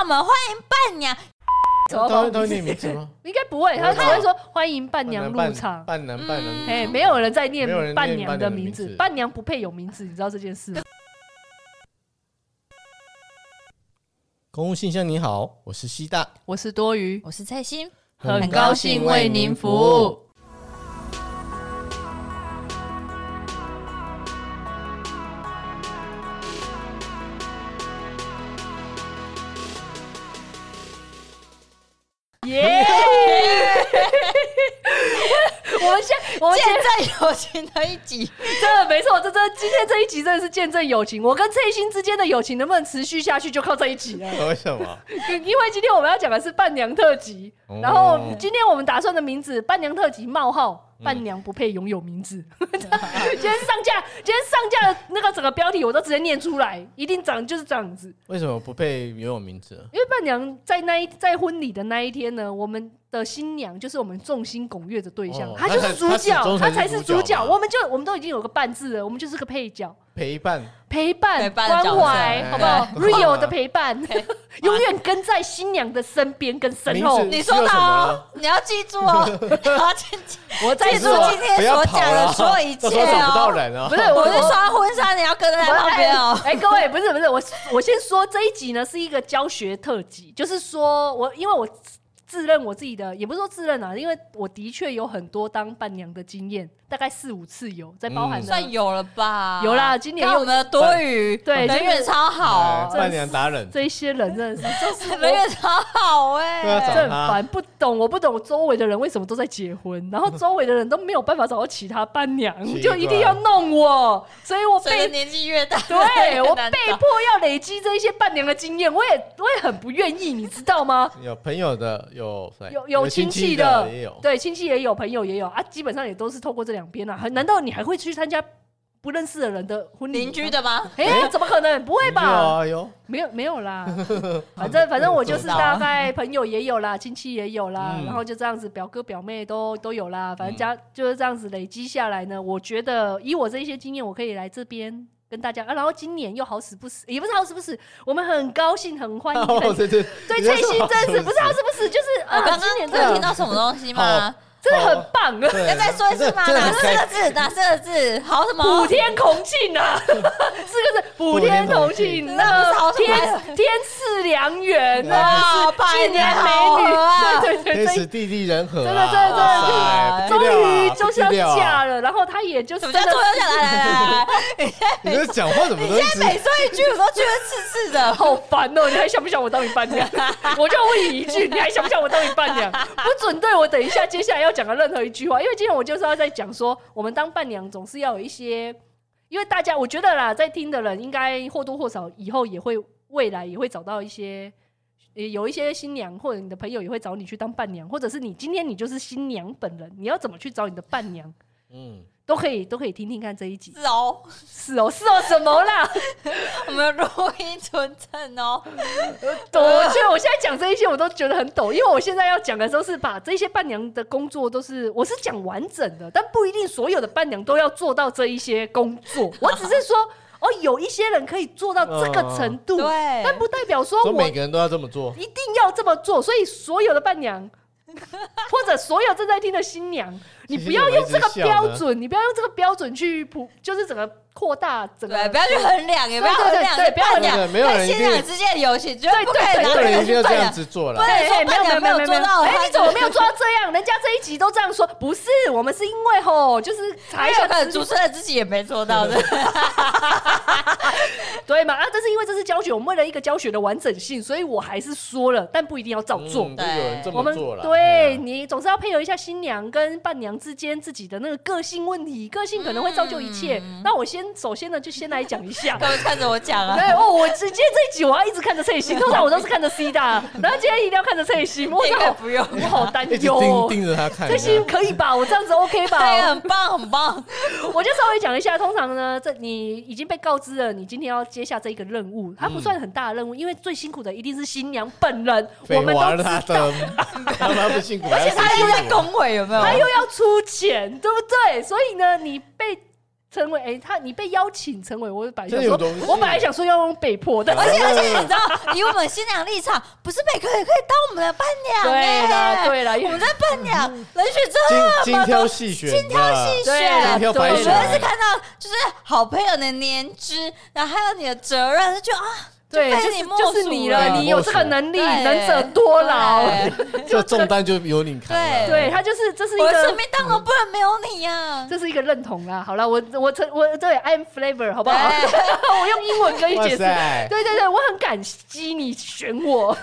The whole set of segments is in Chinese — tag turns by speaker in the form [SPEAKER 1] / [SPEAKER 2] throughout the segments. [SPEAKER 1] 我们欢迎伴娘。怎
[SPEAKER 2] 哦
[SPEAKER 1] 么
[SPEAKER 3] 他会
[SPEAKER 1] 办
[SPEAKER 3] 他会念名字吗？
[SPEAKER 2] 应该不会，他只会说欢迎伴娘入场。
[SPEAKER 3] 伴娘伴娘，
[SPEAKER 2] 哎，没有人在
[SPEAKER 3] 没有
[SPEAKER 2] 念
[SPEAKER 3] 人念
[SPEAKER 2] 伴娘的名
[SPEAKER 3] 伴娘的名
[SPEAKER 2] 字，
[SPEAKER 3] 字
[SPEAKER 2] 伴娘不配有名字，你知道这件事吗？
[SPEAKER 3] 公务信箱，你好， 我是西大，
[SPEAKER 2] 我是多余，
[SPEAKER 1] 我是蔡心，
[SPEAKER 3] 很高兴为您服务。
[SPEAKER 2] 耶！ 我们先，我们
[SPEAKER 1] 见
[SPEAKER 2] 先
[SPEAKER 1] 证友情的一集。
[SPEAKER 2] 真的没错，这这今天这一集真的是见证友情。我跟蔡欣之间的友情能不能持续下去，就靠这一集了。
[SPEAKER 3] 为什么？
[SPEAKER 2] 因为今天我们要讲的是伴娘特辑，
[SPEAKER 3] 哦
[SPEAKER 2] 然后今天我们打算的名字“伴娘特辑”冒号“伴娘不配拥有名字”。 今天上架，今天上架的那个整个标题我都直接念出来，一定长就是这样子。
[SPEAKER 3] 为什么不配拥有名字？
[SPEAKER 2] 因为伴娘在那一在婚礼的那一天呢，我们的新娘就是我们众星拱月的对象，
[SPEAKER 3] 哦
[SPEAKER 2] 她就是主角她才
[SPEAKER 3] 她才，她才
[SPEAKER 2] 是
[SPEAKER 3] 是
[SPEAKER 2] 主
[SPEAKER 3] 主
[SPEAKER 2] 角。
[SPEAKER 3] 角
[SPEAKER 2] 我们就我们都已经有个伴字了，我们就是个配角，
[SPEAKER 3] 陪伴，
[SPEAKER 2] 陪伴、
[SPEAKER 1] 陪伴的角
[SPEAKER 2] 关
[SPEAKER 1] 色
[SPEAKER 2] 怀，
[SPEAKER 3] 哎
[SPEAKER 2] 好 不好
[SPEAKER 3] 对
[SPEAKER 2] ？Rio 的陪伴， 永远跟在新娘的身边跟身
[SPEAKER 3] 名
[SPEAKER 2] 后
[SPEAKER 3] 字。
[SPEAKER 1] 你说的哦，你要记住 哦，你要记住
[SPEAKER 2] 我在
[SPEAKER 1] 记住
[SPEAKER 2] 说，
[SPEAKER 1] 今天
[SPEAKER 3] 不要
[SPEAKER 1] 所
[SPEAKER 3] 跑
[SPEAKER 1] 讲的
[SPEAKER 3] 了，
[SPEAKER 1] 所有一
[SPEAKER 3] 到
[SPEAKER 1] 切
[SPEAKER 3] 时候找不到
[SPEAKER 1] 哦。
[SPEAKER 3] 人啊
[SPEAKER 2] 不！是
[SPEAKER 1] 我
[SPEAKER 2] 我
[SPEAKER 1] 是刷婚纱，你要跟在旁边哦。
[SPEAKER 2] 哎、各位，不是不是，我我先说这一集呢是一个教学特辑，就是说我因为我自认我自己的，也不是说自认啊，因为我的确有很多当伴娘的经验，大概四五次有，在包含
[SPEAKER 3] 嗯
[SPEAKER 2] 了、
[SPEAKER 1] 算有了吧？
[SPEAKER 2] 有啦今年
[SPEAKER 1] 看
[SPEAKER 2] 又
[SPEAKER 1] 我们的多余，
[SPEAKER 2] 对
[SPEAKER 1] 人缘超
[SPEAKER 3] 哎
[SPEAKER 1] 好，
[SPEAKER 3] 伴娘达人，
[SPEAKER 2] 这一些人真的是真 是
[SPEAKER 1] 人缘超好
[SPEAKER 3] 对啊
[SPEAKER 2] 我
[SPEAKER 3] 找
[SPEAKER 1] 哎。
[SPEAKER 2] 真烦，不懂我不懂周围的人为什么都在结婚，然后周围的人都没有办法找到其他伴娘，
[SPEAKER 3] 奇
[SPEAKER 2] 就
[SPEAKER 3] 怪
[SPEAKER 2] 一定要弄我，所以我
[SPEAKER 1] 随着
[SPEAKER 2] 被。
[SPEAKER 1] 年纪越大，
[SPEAKER 2] 对我
[SPEAKER 1] 越
[SPEAKER 2] 被
[SPEAKER 1] 难
[SPEAKER 2] 迫
[SPEAKER 1] 找
[SPEAKER 2] 要累积这一些伴娘的经验，我也我也很不愿意，你知道吗？
[SPEAKER 3] 有朋友的，有对
[SPEAKER 2] 有有亲戚
[SPEAKER 3] 戚
[SPEAKER 2] 的，
[SPEAKER 3] 也有，
[SPEAKER 2] 对，亲戚也有，朋友也有啊，基本上也都是透过这两边啊。很难道你还会去参加不认识的人的婚礼？
[SPEAKER 1] 邻居？的吗？
[SPEAKER 2] 哎、怎么可能？不会
[SPEAKER 3] 邻居
[SPEAKER 2] 吧？
[SPEAKER 3] 啊有
[SPEAKER 2] 没有没有啦，反正反正我就是
[SPEAKER 1] 不知道啊
[SPEAKER 2] 大概朋友也有啦，亲 戚也有啦，
[SPEAKER 3] 嗯
[SPEAKER 2] 然后就这样子，表哥表妹都都有啦，反正家、就是这样子累积下来呢，我觉得以我这一些经验，我可以来这边。跟大家啊，然后今年又好死不死，也不是好死不死，我们很高兴，很 欢迎，
[SPEAKER 3] 哦，
[SPEAKER 2] 很
[SPEAKER 3] 对对
[SPEAKER 2] 对翠心真是不是好
[SPEAKER 3] 他
[SPEAKER 2] 死不死，就是啊
[SPEAKER 1] 我，刚刚
[SPEAKER 2] 今
[SPEAKER 1] 有
[SPEAKER 2] 年真的
[SPEAKER 1] 听到哦什么东西
[SPEAKER 3] 哦
[SPEAKER 1] 吗？
[SPEAKER 2] 真的很棒，啊
[SPEAKER 1] 要再说一次吗？哪四个
[SPEAKER 3] 个？
[SPEAKER 1] 字？哪四个字？好什
[SPEAKER 2] 普
[SPEAKER 1] 么？
[SPEAKER 2] 天同庆啊！四个字，普天同庆，
[SPEAKER 1] 那不是好什么
[SPEAKER 2] 天天赐良 缘啊！
[SPEAKER 1] 哇，百
[SPEAKER 2] 去
[SPEAKER 1] 年
[SPEAKER 2] 年
[SPEAKER 1] 好
[SPEAKER 2] 美
[SPEAKER 1] 合
[SPEAKER 2] 女，
[SPEAKER 1] 啊！
[SPEAKER 2] 对对
[SPEAKER 3] 天
[SPEAKER 2] 对，
[SPEAKER 3] 时地利人和啊，
[SPEAKER 2] 真的真的真的
[SPEAKER 3] 哇塞
[SPEAKER 2] 终
[SPEAKER 3] 不得了啊
[SPEAKER 2] 于就是要
[SPEAKER 3] 不得了啊
[SPEAKER 2] 嫁了，然后她 也就是
[SPEAKER 1] 什么
[SPEAKER 2] 真
[SPEAKER 1] 叫
[SPEAKER 2] 的
[SPEAKER 1] 坐下来？来来来，哎
[SPEAKER 3] 你这讲话怎么都一直
[SPEAKER 1] 每说一句我都觉得刺刺的。
[SPEAKER 2] 好烦哦！你还想不想我当你伴 娘？我就问你一句，你还想不想我当你伴娘？不准对我等一下接下来要讲的任何一句话，因为今天我就是要在讲说，我们当伴娘总是要有一些，因为大家我觉得啦，在听的人应该或多或少以后也会，未来也会找到一些。也有一些新娘或者你的朋友也会找你去当伴娘，或者是你今天你就是新娘本人，你要怎么去找你的伴娘，
[SPEAKER 3] 嗯，
[SPEAKER 2] 都可以都可以听听看这一集。
[SPEAKER 1] 是哦，
[SPEAKER 2] 是 哦，是哦，什么啦？
[SPEAKER 1] 我们有录音存证哦。
[SPEAKER 2] 抖，我觉得我现在讲这一些我都觉得很抖，因为我现在要讲的时候是把这些伴娘的工作都是我是讲完整的，但不一定所有的伴娘都要做到这一些工作。我只是说， 哦，有一些人可以做到这个程度，
[SPEAKER 1] 对，
[SPEAKER 2] 但不代表说
[SPEAKER 3] 所以
[SPEAKER 2] 我
[SPEAKER 3] 每个人都要这么做，
[SPEAKER 2] 一定要这么做。所以所有的 伴娘。或者所有正在听的新娘，你不要用这个
[SPEAKER 3] 其实我一直笑
[SPEAKER 2] 标
[SPEAKER 3] 呢
[SPEAKER 2] 准，你不要用这个标准去普，就是整个扩大整个
[SPEAKER 1] 对，不要去衡量，也不要衡量，
[SPEAKER 2] 对对对对不要衡量
[SPEAKER 3] 对对没有人
[SPEAKER 1] 跟新
[SPEAKER 3] 一
[SPEAKER 1] 娘
[SPEAKER 3] 定
[SPEAKER 1] 之间的友情，绝
[SPEAKER 2] 对
[SPEAKER 1] 不可以
[SPEAKER 2] 对
[SPEAKER 1] 拿
[SPEAKER 3] 个
[SPEAKER 1] 这
[SPEAKER 3] 人
[SPEAKER 1] 个
[SPEAKER 3] 一定
[SPEAKER 1] 去
[SPEAKER 3] 要这
[SPEAKER 1] 对
[SPEAKER 3] 样
[SPEAKER 1] 啊。
[SPEAKER 3] 子做
[SPEAKER 1] 不
[SPEAKER 3] 了
[SPEAKER 1] 能。
[SPEAKER 2] 哎，
[SPEAKER 1] 说
[SPEAKER 2] 没
[SPEAKER 1] 伴
[SPEAKER 2] 有
[SPEAKER 1] 娘
[SPEAKER 2] 没
[SPEAKER 1] 没有
[SPEAKER 2] 有没有
[SPEAKER 1] 做到
[SPEAKER 2] 哎、
[SPEAKER 1] 她
[SPEAKER 2] 你怎么没有做到这 样？人家这一集都这样说，不是，我们是因为吼，就是
[SPEAKER 1] 还
[SPEAKER 2] 才
[SPEAKER 1] 有
[SPEAKER 2] 想
[SPEAKER 1] 可能主持人自己也没做到的，
[SPEAKER 2] 对嘛啊，但是因为这是教学，我们为了一个教学的完整性，所以我还是说了，但不一定要照做。
[SPEAKER 3] 嗯都有人这
[SPEAKER 2] 我
[SPEAKER 3] 么
[SPEAKER 2] 们
[SPEAKER 3] 做了，
[SPEAKER 2] 对
[SPEAKER 3] 啊
[SPEAKER 2] 你总是要配合一下新娘跟伴娘之间自己的那个个性问题，个性可能会造就一切。
[SPEAKER 1] 嗯
[SPEAKER 2] 那我先首先呢，就先来讲一 下，
[SPEAKER 1] 各位看着我讲啊，
[SPEAKER 2] 对哦，我直接这一集我要一直看着蔡欣，通常我都是看着 C 大，然后今天一定要看着蔡欣，我
[SPEAKER 1] 应该
[SPEAKER 2] 好
[SPEAKER 1] 不用。
[SPEAKER 2] 我好担
[SPEAKER 3] 一直
[SPEAKER 2] 忧
[SPEAKER 3] 盯
[SPEAKER 2] 哦。
[SPEAKER 3] 盯着他看啊
[SPEAKER 2] 蔡
[SPEAKER 3] 一
[SPEAKER 2] 欣
[SPEAKER 3] 下。
[SPEAKER 2] 可以吧？我这样子 OK 吧？
[SPEAKER 1] 对，哎很棒，很棒。
[SPEAKER 2] 我就稍微讲一下，通常呢，这你已经被告知了，你今天要接下这一个任务，它不算很大的任务，因为最辛苦的一定是新娘本人，我
[SPEAKER 3] 废
[SPEAKER 2] 们
[SPEAKER 3] 话，
[SPEAKER 2] 都知
[SPEAKER 3] 他
[SPEAKER 2] 道，
[SPEAKER 3] 的，他妈不辛苦，而
[SPEAKER 1] 而且他又在恭维，有没有？
[SPEAKER 2] 她又要出钱，对不对？所以呢，你被成为哎、他你被邀请成为我本来想
[SPEAKER 3] 真的有
[SPEAKER 2] 说，
[SPEAKER 3] 东西。
[SPEAKER 2] 我本来想说要用被迫的，
[SPEAKER 1] 而且而且，你知道，以我们新娘立场，不是贝壳也可以当我们的伴娘
[SPEAKER 3] 啊
[SPEAKER 2] 对啦
[SPEAKER 1] 哎、
[SPEAKER 2] 对啦，因
[SPEAKER 1] 我
[SPEAKER 2] 为
[SPEAKER 1] 们在伴娘，冷血真
[SPEAKER 3] 精精挑细选的，
[SPEAKER 1] 细
[SPEAKER 2] 嗯对啊
[SPEAKER 1] 选，
[SPEAKER 2] 啦
[SPEAKER 3] 精挑
[SPEAKER 2] 对
[SPEAKER 3] 白
[SPEAKER 1] 我
[SPEAKER 3] 选
[SPEAKER 1] 觉得是看到就是好朋友的年资，然后还有你的责任，就觉得啊，
[SPEAKER 2] 对，
[SPEAKER 1] 就被
[SPEAKER 2] 就
[SPEAKER 1] 你
[SPEAKER 2] 是
[SPEAKER 1] 莫
[SPEAKER 2] 就是
[SPEAKER 1] 属
[SPEAKER 2] 你
[SPEAKER 1] 了
[SPEAKER 2] 了，你有这个能力，能者多劳。
[SPEAKER 1] 对
[SPEAKER 3] 这重担就由你扛了。
[SPEAKER 2] 对他就是这是一
[SPEAKER 1] 我的
[SPEAKER 2] 个
[SPEAKER 1] 生命当中不能没有你呀、
[SPEAKER 2] 这是一个认同啦。好了，我我承我对 I'm flavor 好不好？
[SPEAKER 1] 对
[SPEAKER 2] 我用英文跟你
[SPEAKER 3] 哇
[SPEAKER 2] 解释。
[SPEAKER 3] 塞，
[SPEAKER 2] 对对对，我很感激你选我。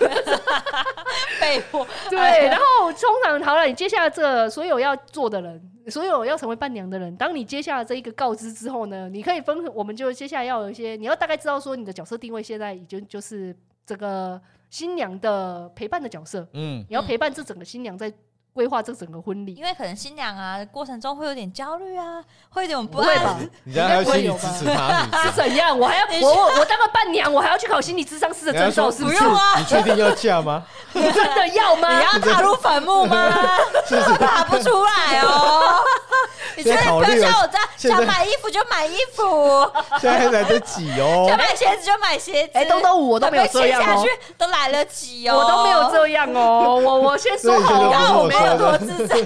[SPEAKER 1] 被迫
[SPEAKER 2] 对，然后通常好了，你接下来这所有要做的人，所有要成为伴娘的人，当你接下来这一个告知之后呢，你可以分，我们就接下来要有一些，你要大概知道说你的角色定位现在已经就是这个新娘的陪伴的角色，
[SPEAKER 3] 嗯，
[SPEAKER 2] 你要陪伴这整个新娘在规划这整个婚礼。
[SPEAKER 1] 因为可能新娘啊过程中会有点焦虑啊，会有点不
[SPEAKER 2] 不会吧
[SPEAKER 1] 安，？
[SPEAKER 3] 你这样还要心理支持他，你
[SPEAKER 2] 是怎样？我还要
[SPEAKER 1] 你
[SPEAKER 2] 我我我当个伴娘，我还要去考心理智商师的
[SPEAKER 3] 你还
[SPEAKER 2] 证照，
[SPEAKER 3] 说
[SPEAKER 2] 是
[SPEAKER 1] 不
[SPEAKER 2] 是？
[SPEAKER 1] 用啊
[SPEAKER 3] 你确定要嫁吗？
[SPEAKER 2] 你真的要吗？
[SPEAKER 1] 你要踏入坟墓吗？
[SPEAKER 3] 是不是？
[SPEAKER 1] 打不出来 哦。你确定不要像我这样，
[SPEAKER 3] 现在
[SPEAKER 1] 想买衣服就买衣服，
[SPEAKER 3] 现在还来得及哦
[SPEAKER 1] 想。买鞋子就买鞋子。
[SPEAKER 2] 哎，东东五我
[SPEAKER 1] 我
[SPEAKER 2] 都没有这样
[SPEAKER 1] 下
[SPEAKER 2] 哦
[SPEAKER 1] 去，都来得及哦，
[SPEAKER 2] 我都没有。这样哦，我我先说好
[SPEAKER 1] 你
[SPEAKER 3] 对对
[SPEAKER 1] 看
[SPEAKER 3] 对
[SPEAKER 2] 哦，
[SPEAKER 1] 我没有多自在，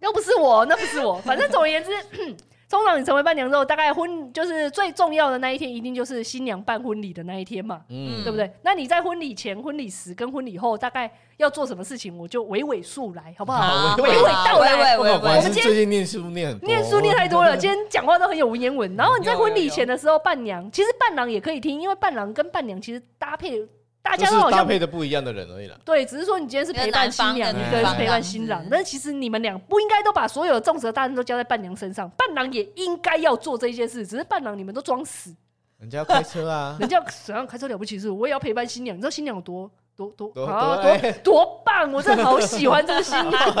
[SPEAKER 2] 又不是我，那不是我，反正总而言之。 通常你成为伴娘之后，大概婚就是最重要的那一天，一定就是新娘办婚礼的那一天嘛，
[SPEAKER 3] 嗯
[SPEAKER 2] 对不对？那你在婚礼前、婚礼时跟婚礼后，大概要做什么事情，我就娓娓述来，好不好？
[SPEAKER 3] 好
[SPEAKER 2] 娓娓道来
[SPEAKER 1] 娓娓
[SPEAKER 3] 我
[SPEAKER 1] 娓
[SPEAKER 3] 果然
[SPEAKER 1] 娓
[SPEAKER 3] 是最近念书念很多，
[SPEAKER 2] 念书念太 多了，今天讲话都很有文言
[SPEAKER 3] 嗯
[SPEAKER 2] 文。然后你在
[SPEAKER 1] 有
[SPEAKER 2] 婚礼
[SPEAKER 1] 有
[SPEAKER 2] 前的时候，伴娘其实伴郎也可以听，因为伴郎跟伴娘其实搭配，大
[SPEAKER 3] 就
[SPEAKER 2] 家都好
[SPEAKER 3] 是搭
[SPEAKER 2] 像
[SPEAKER 3] 配的不一样的人 而已啦。
[SPEAKER 2] 对，只是说你今天是陪伴新娘，
[SPEAKER 1] 一
[SPEAKER 2] 一
[SPEAKER 1] 个
[SPEAKER 2] 个
[SPEAKER 3] 男方跟
[SPEAKER 2] 是陪
[SPEAKER 1] 女方
[SPEAKER 2] 伴新郎
[SPEAKER 1] 嗯，
[SPEAKER 2] 但是其实你们俩不应该都把所有的重责大任都交在伴娘身上，伴郎也应该要做这些事，只是伴郎你们都装 死，
[SPEAKER 3] 人家要开车 啊，
[SPEAKER 2] 人家怎样开车了不起是，我也要陪伴新娘，你知道新娘有多多多
[SPEAKER 3] 多
[SPEAKER 2] 啊
[SPEAKER 3] 多
[SPEAKER 2] 多
[SPEAKER 3] 哎
[SPEAKER 2] 多棒，我真的好喜欢这个 新娘，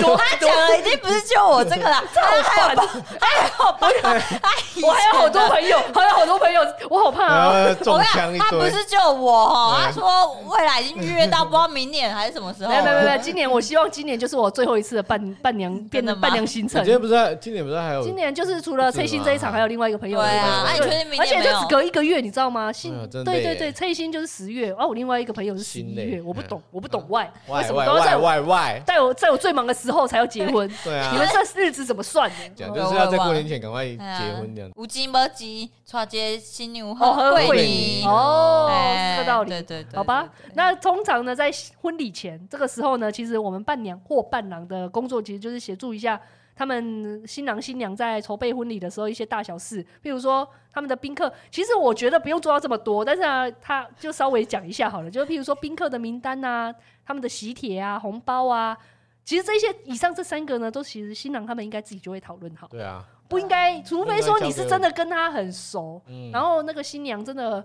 [SPEAKER 2] 多哦
[SPEAKER 1] 他讲的已经不是就我这个 哎啦，他还有包，还有包，
[SPEAKER 2] 我还有
[SPEAKER 1] 啊
[SPEAKER 2] 好多 朋友，还有好多朋友，我好怕啊。
[SPEAKER 3] 呃，
[SPEAKER 1] 我
[SPEAKER 3] 中
[SPEAKER 1] 跟
[SPEAKER 3] 枪
[SPEAKER 1] 你
[SPEAKER 3] 一
[SPEAKER 1] 讲，他不
[SPEAKER 3] 堆。
[SPEAKER 1] 是就我哈，他
[SPEAKER 3] 对
[SPEAKER 1] 说未来已经预约到，不知道明年还是什么时候。
[SPEAKER 2] 没有没有 没有，今年我希望今年就是我最后一次的伴 伴娘
[SPEAKER 1] 真
[SPEAKER 2] 变
[SPEAKER 1] 的吗
[SPEAKER 2] 伴娘行
[SPEAKER 3] 你
[SPEAKER 2] 程
[SPEAKER 3] 今。天不是还今年不是还有
[SPEAKER 2] 今年就是除了崔鑫这一场，还有另外一个朋友。
[SPEAKER 1] 对啊，那你确
[SPEAKER 2] 对
[SPEAKER 1] 定明
[SPEAKER 2] 而且
[SPEAKER 1] 年没
[SPEAKER 2] 就
[SPEAKER 1] 有
[SPEAKER 2] 只？隔一个月，你知道吗？信
[SPEAKER 3] 哎呦真的
[SPEAKER 2] 对对
[SPEAKER 3] 耶
[SPEAKER 2] 对，蔡欣就是十月，哦，我另外一个朋友是十一
[SPEAKER 3] 新嘞
[SPEAKER 2] 月，我不懂，我不懂
[SPEAKER 3] 嗯
[SPEAKER 2] why，为
[SPEAKER 3] 外
[SPEAKER 2] 什么
[SPEAKER 3] 外
[SPEAKER 2] 都要在
[SPEAKER 3] 外
[SPEAKER 2] 我
[SPEAKER 3] 外外，
[SPEAKER 2] 在我在我最忙的时候才要结婚？
[SPEAKER 3] 对
[SPEAKER 2] 你们啊
[SPEAKER 3] 啊，
[SPEAKER 2] 这日子怎么算的？
[SPEAKER 3] 讲就是要在过年前赶快结
[SPEAKER 1] 哎呀
[SPEAKER 3] 婚这样。
[SPEAKER 1] 有金无吉，娶接新娘
[SPEAKER 2] 哦，
[SPEAKER 1] 好
[SPEAKER 2] 喝
[SPEAKER 1] 贵
[SPEAKER 2] 会
[SPEAKER 1] 你
[SPEAKER 2] 你哦，
[SPEAKER 1] 哎
[SPEAKER 2] 是这个道理。
[SPEAKER 1] 对对对，
[SPEAKER 2] 好吧
[SPEAKER 1] 对，对
[SPEAKER 2] 那通常呢，在婚礼前这个时候呢，其实我们伴娘或伴郎的工作，其实就是协助一下他们新郎新娘在筹备婚礼的时候一些大小事，譬如说他们的宾客，其实我觉得不用做到这么多，但是啊，他就稍微讲一下好了，就是譬如说宾客的名单啊，他们的喜帖啊、红包啊。其实这些以上这三个呢，都其实新郎他们应该自己就会讨论好，
[SPEAKER 3] 对啊，
[SPEAKER 2] 不应该，除非说你是真的跟他很熟，
[SPEAKER 3] 嗯，
[SPEAKER 2] 然后那个新娘真的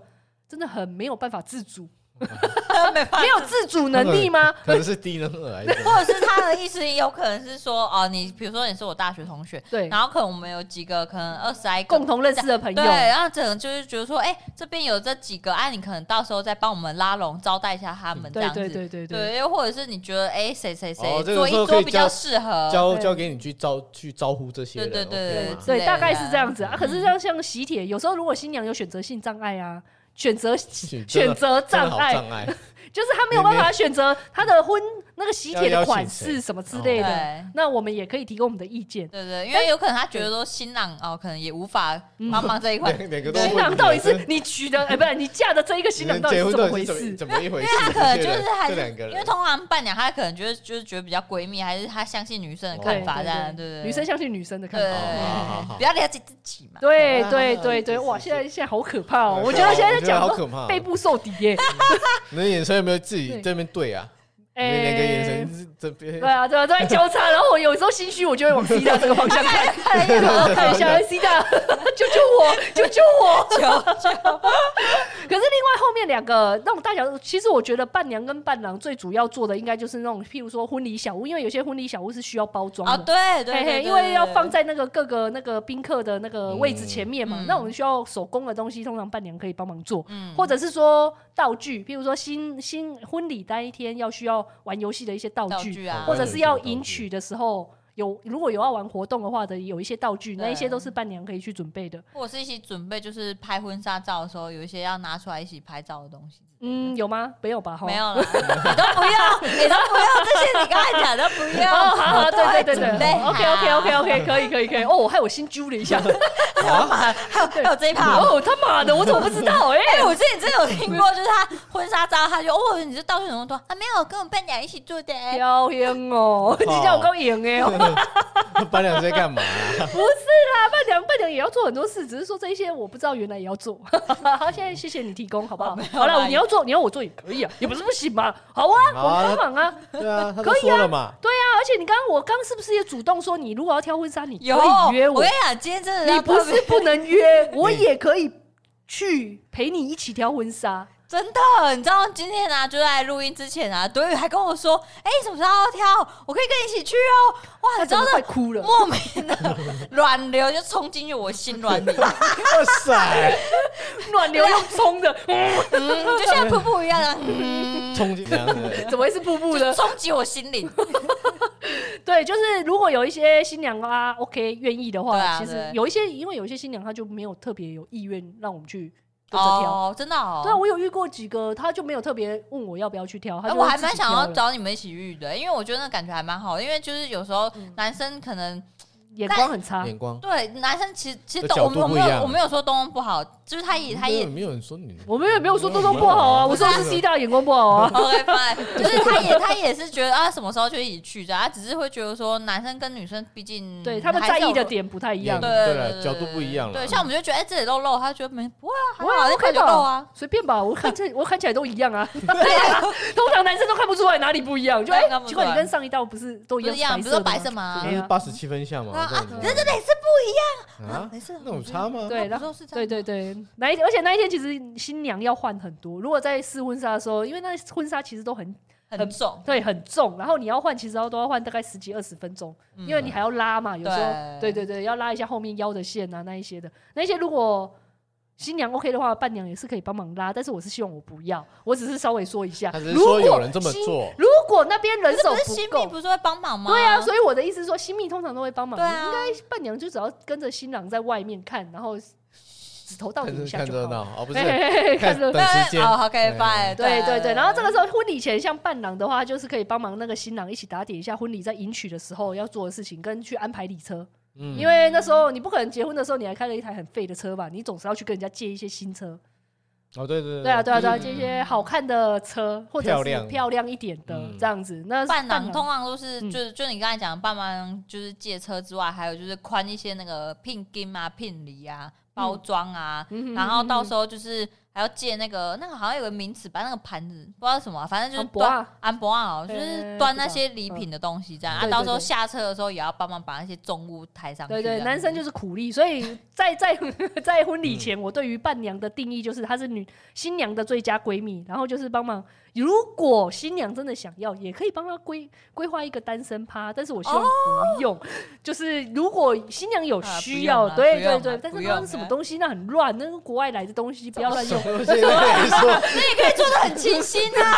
[SPEAKER 2] 真的很没有办法自主，
[SPEAKER 1] 对没办
[SPEAKER 2] 没有自主能力吗？
[SPEAKER 3] 可能是低能儿 癌症
[SPEAKER 1] 法， 或者是他的意思有可能是说，哦，你比如说你是我大学同学，
[SPEAKER 2] 对，
[SPEAKER 1] 然后可能我们有几个，可能二十来个
[SPEAKER 2] 共同认识的朋友
[SPEAKER 1] 对，，然后整个就是觉得说，哎，这边有这几个，哎、你可能到时候再帮我们拉拢，招待一下他们这
[SPEAKER 2] 对
[SPEAKER 1] 样子。
[SPEAKER 2] 对对对对，
[SPEAKER 1] 对，又或者是你觉得，哎、谁谁谁
[SPEAKER 3] 哦这个
[SPEAKER 1] 做一
[SPEAKER 3] 时候可
[SPEAKER 1] 桌
[SPEAKER 3] 以
[SPEAKER 1] 比较
[SPEAKER 3] 交
[SPEAKER 1] 适合，
[SPEAKER 3] 交
[SPEAKER 2] 对
[SPEAKER 3] 交给你去招去招呼这些人，
[SPEAKER 1] 对对对
[SPEAKER 3] OK 吗
[SPEAKER 1] 之类的
[SPEAKER 2] 对，大概是这样子啊。可是像像喜帖，有时候如果新娘有选择性障碍啊，选择
[SPEAKER 3] 真的
[SPEAKER 2] 选择
[SPEAKER 3] 真的
[SPEAKER 2] 障
[SPEAKER 3] 好
[SPEAKER 2] 碍，
[SPEAKER 3] 障碍，
[SPEAKER 2] 就是她没有办法选择她的婚那个喜帖
[SPEAKER 3] 要
[SPEAKER 2] 的
[SPEAKER 3] 邀请
[SPEAKER 2] 款
[SPEAKER 3] 谁
[SPEAKER 2] 式什么之
[SPEAKER 3] 哦
[SPEAKER 2] 类
[SPEAKER 1] 对
[SPEAKER 2] 的，
[SPEAKER 1] 对
[SPEAKER 2] 那我们也可以提供我们的意见。
[SPEAKER 1] 对对，因为有可能他觉得说新郎哦，可能也无法帮忙这一块，
[SPEAKER 3] 两 两个都
[SPEAKER 2] 新郎到底是你娶的，哎，不是你嫁的这一个新
[SPEAKER 3] 你
[SPEAKER 2] 郎
[SPEAKER 3] 们
[SPEAKER 2] 到底
[SPEAKER 3] 结
[SPEAKER 2] 是
[SPEAKER 3] 婚
[SPEAKER 2] 怎么
[SPEAKER 3] 到
[SPEAKER 2] 回
[SPEAKER 3] 底是怎
[SPEAKER 2] 事
[SPEAKER 3] 么？怎么一回事？
[SPEAKER 1] 他可能就
[SPEAKER 3] 这些
[SPEAKER 1] 是
[SPEAKER 3] 人
[SPEAKER 1] 还
[SPEAKER 3] 这
[SPEAKER 1] 是
[SPEAKER 3] 两个人，
[SPEAKER 1] 因为通常伴娘她可能就是就是觉得比较闺蜜，还是她相信女生的看法这样，对对，对
[SPEAKER 2] 女生相信女生的看
[SPEAKER 1] 对
[SPEAKER 2] 法。
[SPEAKER 3] 哦好好好
[SPEAKER 1] 比较了解自己嘛，
[SPEAKER 2] 对
[SPEAKER 3] 啊
[SPEAKER 2] 对
[SPEAKER 3] 是
[SPEAKER 2] 对对，
[SPEAKER 3] 是
[SPEAKER 2] 哇！
[SPEAKER 3] 是
[SPEAKER 2] 现在现在好可怕哦，
[SPEAKER 3] 对
[SPEAKER 2] 我觉得
[SPEAKER 3] 好
[SPEAKER 2] 现在在
[SPEAKER 3] 我觉得
[SPEAKER 2] 讲
[SPEAKER 3] 好
[SPEAKER 2] 说
[SPEAKER 3] 可怕哦
[SPEAKER 2] 背部受敌 耶。
[SPEAKER 3] 你的眼神有没有自己
[SPEAKER 2] 对
[SPEAKER 3] 这边对啊？你
[SPEAKER 2] 哎
[SPEAKER 3] 们两个眼神是这边
[SPEAKER 2] 对啊，对啊，都在交叉。然后我有时候心虚，我就会往 C 大这个方向看，
[SPEAKER 3] 哎
[SPEAKER 2] 然 后看一下 C 大，救救我，救救 我！可是另外后面两个那种大小，其实我觉得伴娘跟伴郎最主要做的，应该就是那种譬如说婚礼小物，因为有些婚礼小物是需要包装
[SPEAKER 3] 哦
[SPEAKER 1] 啊，
[SPEAKER 2] 的。
[SPEAKER 1] 对对
[SPEAKER 2] 嘿
[SPEAKER 1] 对，
[SPEAKER 2] 嘿，因为要放在那个各个那个宾客的那个位置前面嘛，
[SPEAKER 1] 嗯嗯
[SPEAKER 2] 那我们需要手工的东西，通常伴娘可以帮忙做，
[SPEAKER 1] 嗯
[SPEAKER 2] 或者是说道具，譬如说新新婚礼那一天要需要玩游戏的一些道
[SPEAKER 1] 道
[SPEAKER 2] 具，
[SPEAKER 1] 具啊，
[SPEAKER 2] 或者是要迎娶的时候。有如果有要玩活动的话的，有一些道具，
[SPEAKER 1] 对
[SPEAKER 2] 那一些都是伴娘可以去准备的。
[SPEAKER 1] 或者是一起准备，就是拍婚纱照的时候，有一些要拿出来一起拍照的东西。
[SPEAKER 2] 嗯，有吗？没有吧？哈
[SPEAKER 1] 没。有了，你都不要，你都不要这些，你刚才讲的不
[SPEAKER 2] 哦，
[SPEAKER 1] 要。
[SPEAKER 2] 好好，
[SPEAKER 1] 我都
[SPEAKER 2] 对
[SPEAKER 1] 会
[SPEAKER 2] 对对
[SPEAKER 1] 准
[SPEAKER 2] 对
[SPEAKER 1] 备
[SPEAKER 2] ，OK OK OK OK，可以可以可以。哦，我害我心揪了 一下。
[SPEAKER 1] 还有这一趴。
[SPEAKER 2] 哦，他妈的，我怎么不知道？ 哎，
[SPEAKER 1] 哎、我之前真的有听过，就是他婚纱照，他就哦，你是道具什么多？啊，没有，跟我伴娘一起做的、欸。
[SPEAKER 2] 飘香哦， 你叫我够赢哎。
[SPEAKER 3] 班长在干嘛啊？
[SPEAKER 2] 不是啦，伴娘伴娘也要做很多事，只是说这些我不知道原来也要做。 好，现在谢谢你提供，好不好？好
[SPEAKER 1] 啦
[SPEAKER 2] 了，你要做你要我做也可以啊，也不是不行嘛。好啊，
[SPEAKER 3] 好啊
[SPEAKER 2] 我帮忙啊。
[SPEAKER 3] 对啊，他都说了嘛，
[SPEAKER 2] 对啊，而且你刚刚我刚刚是不是也主动说你如果要挑婚纱，你可
[SPEAKER 1] 有，
[SPEAKER 2] 以约
[SPEAKER 1] 我跟你讲，今天真的
[SPEAKER 2] 你
[SPEAKER 1] 要
[SPEAKER 2] 不
[SPEAKER 1] 特别
[SPEAKER 2] 是不能约，我也可以去陪你一起挑婚纱。
[SPEAKER 1] 真的，你知道今天啊，就在录音之前啊，朵雨还跟我说，哎、你什么时候要挑？我可以跟你一起去哦。哇，
[SPEAKER 2] 他
[SPEAKER 1] 你知
[SPEAKER 2] 真
[SPEAKER 1] 道
[SPEAKER 2] 的快
[SPEAKER 1] 这
[SPEAKER 2] 哭了。
[SPEAKER 1] 莫名的 暖流就冲进去我心软里，
[SPEAKER 3] 哇塞，
[SPEAKER 2] 暖流用冲的，
[SPEAKER 1] 嗯，就像瀑布一样啊，嗯，
[SPEAKER 3] 冲进来了，
[SPEAKER 2] 怎么会是瀑布呢
[SPEAKER 1] 就？冲击我心灵。
[SPEAKER 2] 对，就是如果有一些新娘啊，OK 愿意的话，
[SPEAKER 1] 对啊
[SPEAKER 2] 其实
[SPEAKER 1] 对
[SPEAKER 2] 有一些，因为有一些新娘她就没有特别有意愿让我们去跟着挑。
[SPEAKER 1] 哦，真的哦。
[SPEAKER 2] 对啊，我有遇过几个，她就没有特别问我要不要去挑，她
[SPEAKER 1] 哎，
[SPEAKER 2] 就
[SPEAKER 1] 我还
[SPEAKER 2] 自己
[SPEAKER 1] 蛮想
[SPEAKER 2] 挑
[SPEAKER 1] 要
[SPEAKER 2] 了
[SPEAKER 1] 找你们一起遇的，因为我觉得那感觉还蛮好的。因为就是有时候男生可能
[SPEAKER 2] 眼光很差，
[SPEAKER 3] 眼光。
[SPEAKER 1] 对男生其实其实
[SPEAKER 3] 的
[SPEAKER 1] 东
[SPEAKER 3] 角
[SPEAKER 1] 我们
[SPEAKER 3] 度
[SPEAKER 1] 我
[SPEAKER 3] 不
[SPEAKER 1] 没
[SPEAKER 3] 一样
[SPEAKER 1] 有我没有说东东不好，就是他也他
[SPEAKER 3] 没
[SPEAKER 1] 也
[SPEAKER 3] 有没有人说你，
[SPEAKER 2] 我们也没有说东东不
[SPEAKER 1] 嗯
[SPEAKER 2] 好啊，我说的是 C 大眼光不好啊。
[SPEAKER 1] OK fine，就是他也他也是觉得啊，什么时候就一起去的，他只是会觉得说男生跟女生毕竟
[SPEAKER 2] 对他
[SPEAKER 1] 嗯
[SPEAKER 2] 们
[SPEAKER 1] 还是
[SPEAKER 2] 在
[SPEAKER 1] 有
[SPEAKER 2] 意的点不太一样
[SPEAKER 1] 对，
[SPEAKER 3] 对
[SPEAKER 1] 对
[SPEAKER 3] 了
[SPEAKER 1] 对
[SPEAKER 3] 角度不一样了
[SPEAKER 1] 对，像我们就觉得哎这里露露，他觉得没不会啊，还
[SPEAKER 2] 不会啊
[SPEAKER 1] 好，
[SPEAKER 2] 我
[SPEAKER 1] 就
[SPEAKER 2] 看
[SPEAKER 1] 看就
[SPEAKER 2] 到
[SPEAKER 1] 露啊。
[SPEAKER 2] 随便吧，我 看这我看起来都一样啊。通常男生都看不出来哪里不一样，就
[SPEAKER 1] 对
[SPEAKER 2] 哎
[SPEAKER 1] 看，不
[SPEAKER 2] 奇怪，
[SPEAKER 1] 出
[SPEAKER 2] 你
[SPEAKER 1] 来
[SPEAKER 2] 跟上一道不是都
[SPEAKER 1] 不是一
[SPEAKER 2] 一样
[SPEAKER 1] 样，不
[SPEAKER 2] 是
[SPEAKER 1] 是说白
[SPEAKER 2] 色
[SPEAKER 1] 色
[SPEAKER 2] 吗？
[SPEAKER 1] 吗
[SPEAKER 3] 不
[SPEAKER 2] 对？
[SPEAKER 3] 是
[SPEAKER 2] 啊
[SPEAKER 3] 八十七分像吗？
[SPEAKER 1] 啊
[SPEAKER 3] 这
[SPEAKER 1] 啊
[SPEAKER 3] 样，
[SPEAKER 1] 人家
[SPEAKER 3] 子
[SPEAKER 1] 这里是不一样
[SPEAKER 3] 啊，
[SPEAKER 1] 没事，
[SPEAKER 3] 那有差吗？
[SPEAKER 2] 对，然后。
[SPEAKER 1] 后是这
[SPEAKER 2] 对
[SPEAKER 1] 样
[SPEAKER 2] 对对，那一天，而且那一天其实新娘要换很多。如果在试婚纱的时候，因为那婚纱其实都很
[SPEAKER 1] 很重，
[SPEAKER 2] 对很重，然后你要换，其实要都要换大概十几二十分钟，
[SPEAKER 1] 嗯
[SPEAKER 2] 因为你还要拉嘛，有时候对
[SPEAKER 1] 对
[SPEAKER 2] 对对，要拉一下后面腰的线啊那一些的，那一些如果。新娘 OK 的话，伴娘也是可以帮忙拉，但是我是希望我不要，我只是稍微说一下。
[SPEAKER 3] 他只是说
[SPEAKER 2] 如果
[SPEAKER 3] 有人这么
[SPEAKER 2] 新
[SPEAKER 3] 做
[SPEAKER 2] 如果那边人
[SPEAKER 1] 可是
[SPEAKER 2] 手
[SPEAKER 1] 不是新
[SPEAKER 2] 够
[SPEAKER 1] 密，不是会帮忙吗？
[SPEAKER 2] 对啊，所以我的意思是说，新密通常都会帮忙，
[SPEAKER 1] 对啊
[SPEAKER 2] 应该伴娘就只要跟着新郎在外面看，然后指头倒
[SPEAKER 3] 看
[SPEAKER 2] 影一
[SPEAKER 3] 热
[SPEAKER 2] 下
[SPEAKER 3] 看
[SPEAKER 2] 就
[SPEAKER 3] 热
[SPEAKER 2] 好了。
[SPEAKER 3] 闹哦，不是
[SPEAKER 2] 嘿嘿嘿 看
[SPEAKER 3] 看
[SPEAKER 2] 热
[SPEAKER 3] 等时间
[SPEAKER 1] 哦，OK
[SPEAKER 3] 对
[SPEAKER 1] fine，
[SPEAKER 2] 对对对，然后这个时候婚礼前，像伴郎的话，就是可以帮忙那个新郎一起打点一下婚礼在迎娶的时候要做的事情，跟去安排礼车。
[SPEAKER 3] 嗯
[SPEAKER 2] 因为那时候你不可能结婚的时候你还开了一台很废的车吧，你总是要去跟人家借一些新车。
[SPEAKER 3] 哦，对对
[SPEAKER 2] 对啊，对啊，对啊，
[SPEAKER 1] 嗯
[SPEAKER 2] 借一些好看的车，或者
[SPEAKER 3] 漂
[SPEAKER 2] 是
[SPEAKER 3] 亮
[SPEAKER 2] 漂亮一点的
[SPEAKER 3] 嗯
[SPEAKER 2] 这样子。那
[SPEAKER 1] 伴郎通常都是
[SPEAKER 2] 嗯
[SPEAKER 1] 就是就你刚才讲的伴郎就是借车之外，还有就是宽一些那个聘金啊、聘礼啊、包装啊，
[SPEAKER 2] 嗯，
[SPEAKER 1] 然后到时
[SPEAKER 2] 候
[SPEAKER 1] 候就是还要借那个那个好像有个名词吧，那个盘子不知道什么啊、反正就是
[SPEAKER 2] 博
[SPEAKER 1] 端
[SPEAKER 2] 啊，
[SPEAKER 1] 安博啊哦，
[SPEAKER 2] 呃
[SPEAKER 1] 就是端那些礼品的东西这样。啊，
[SPEAKER 2] 不知道
[SPEAKER 1] 到
[SPEAKER 2] 嗯
[SPEAKER 1] 时候
[SPEAKER 2] 对对对
[SPEAKER 1] 下车的时候也要帮忙把那些重物抬上去
[SPEAKER 2] 对
[SPEAKER 1] 这样。
[SPEAKER 2] 对，男生就是苦力，所以在 在在婚礼前，我对于伴娘的定义就是她是女新娘的最佳闺蜜，然后就是帮忙。如果新娘真的想要，也可以帮她规规划一个单身趴，但是我希
[SPEAKER 1] 哦
[SPEAKER 2] 望不用。就是如果新娘有
[SPEAKER 1] 啊
[SPEAKER 2] 需
[SPEAKER 1] 不
[SPEAKER 2] 要，
[SPEAKER 1] 用啦
[SPEAKER 2] 对
[SPEAKER 1] 不
[SPEAKER 2] 对
[SPEAKER 1] 用
[SPEAKER 2] 对
[SPEAKER 1] 啦，
[SPEAKER 2] 但是
[SPEAKER 1] 不
[SPEAKER 2] 那
[SPEAKER 1] 用
[SPEAKER 2] 是什么
[SPEAKER 1] 啦
[SPEAKER 2] 东西，那很乱，那是国外来的东西，不要乱
[SPEAKER 3] 什
[SPEAKER 2] 用。
[SPEAKER 3] 么东西在说？
[SPEAKER 1] 你可以做的很清新啊，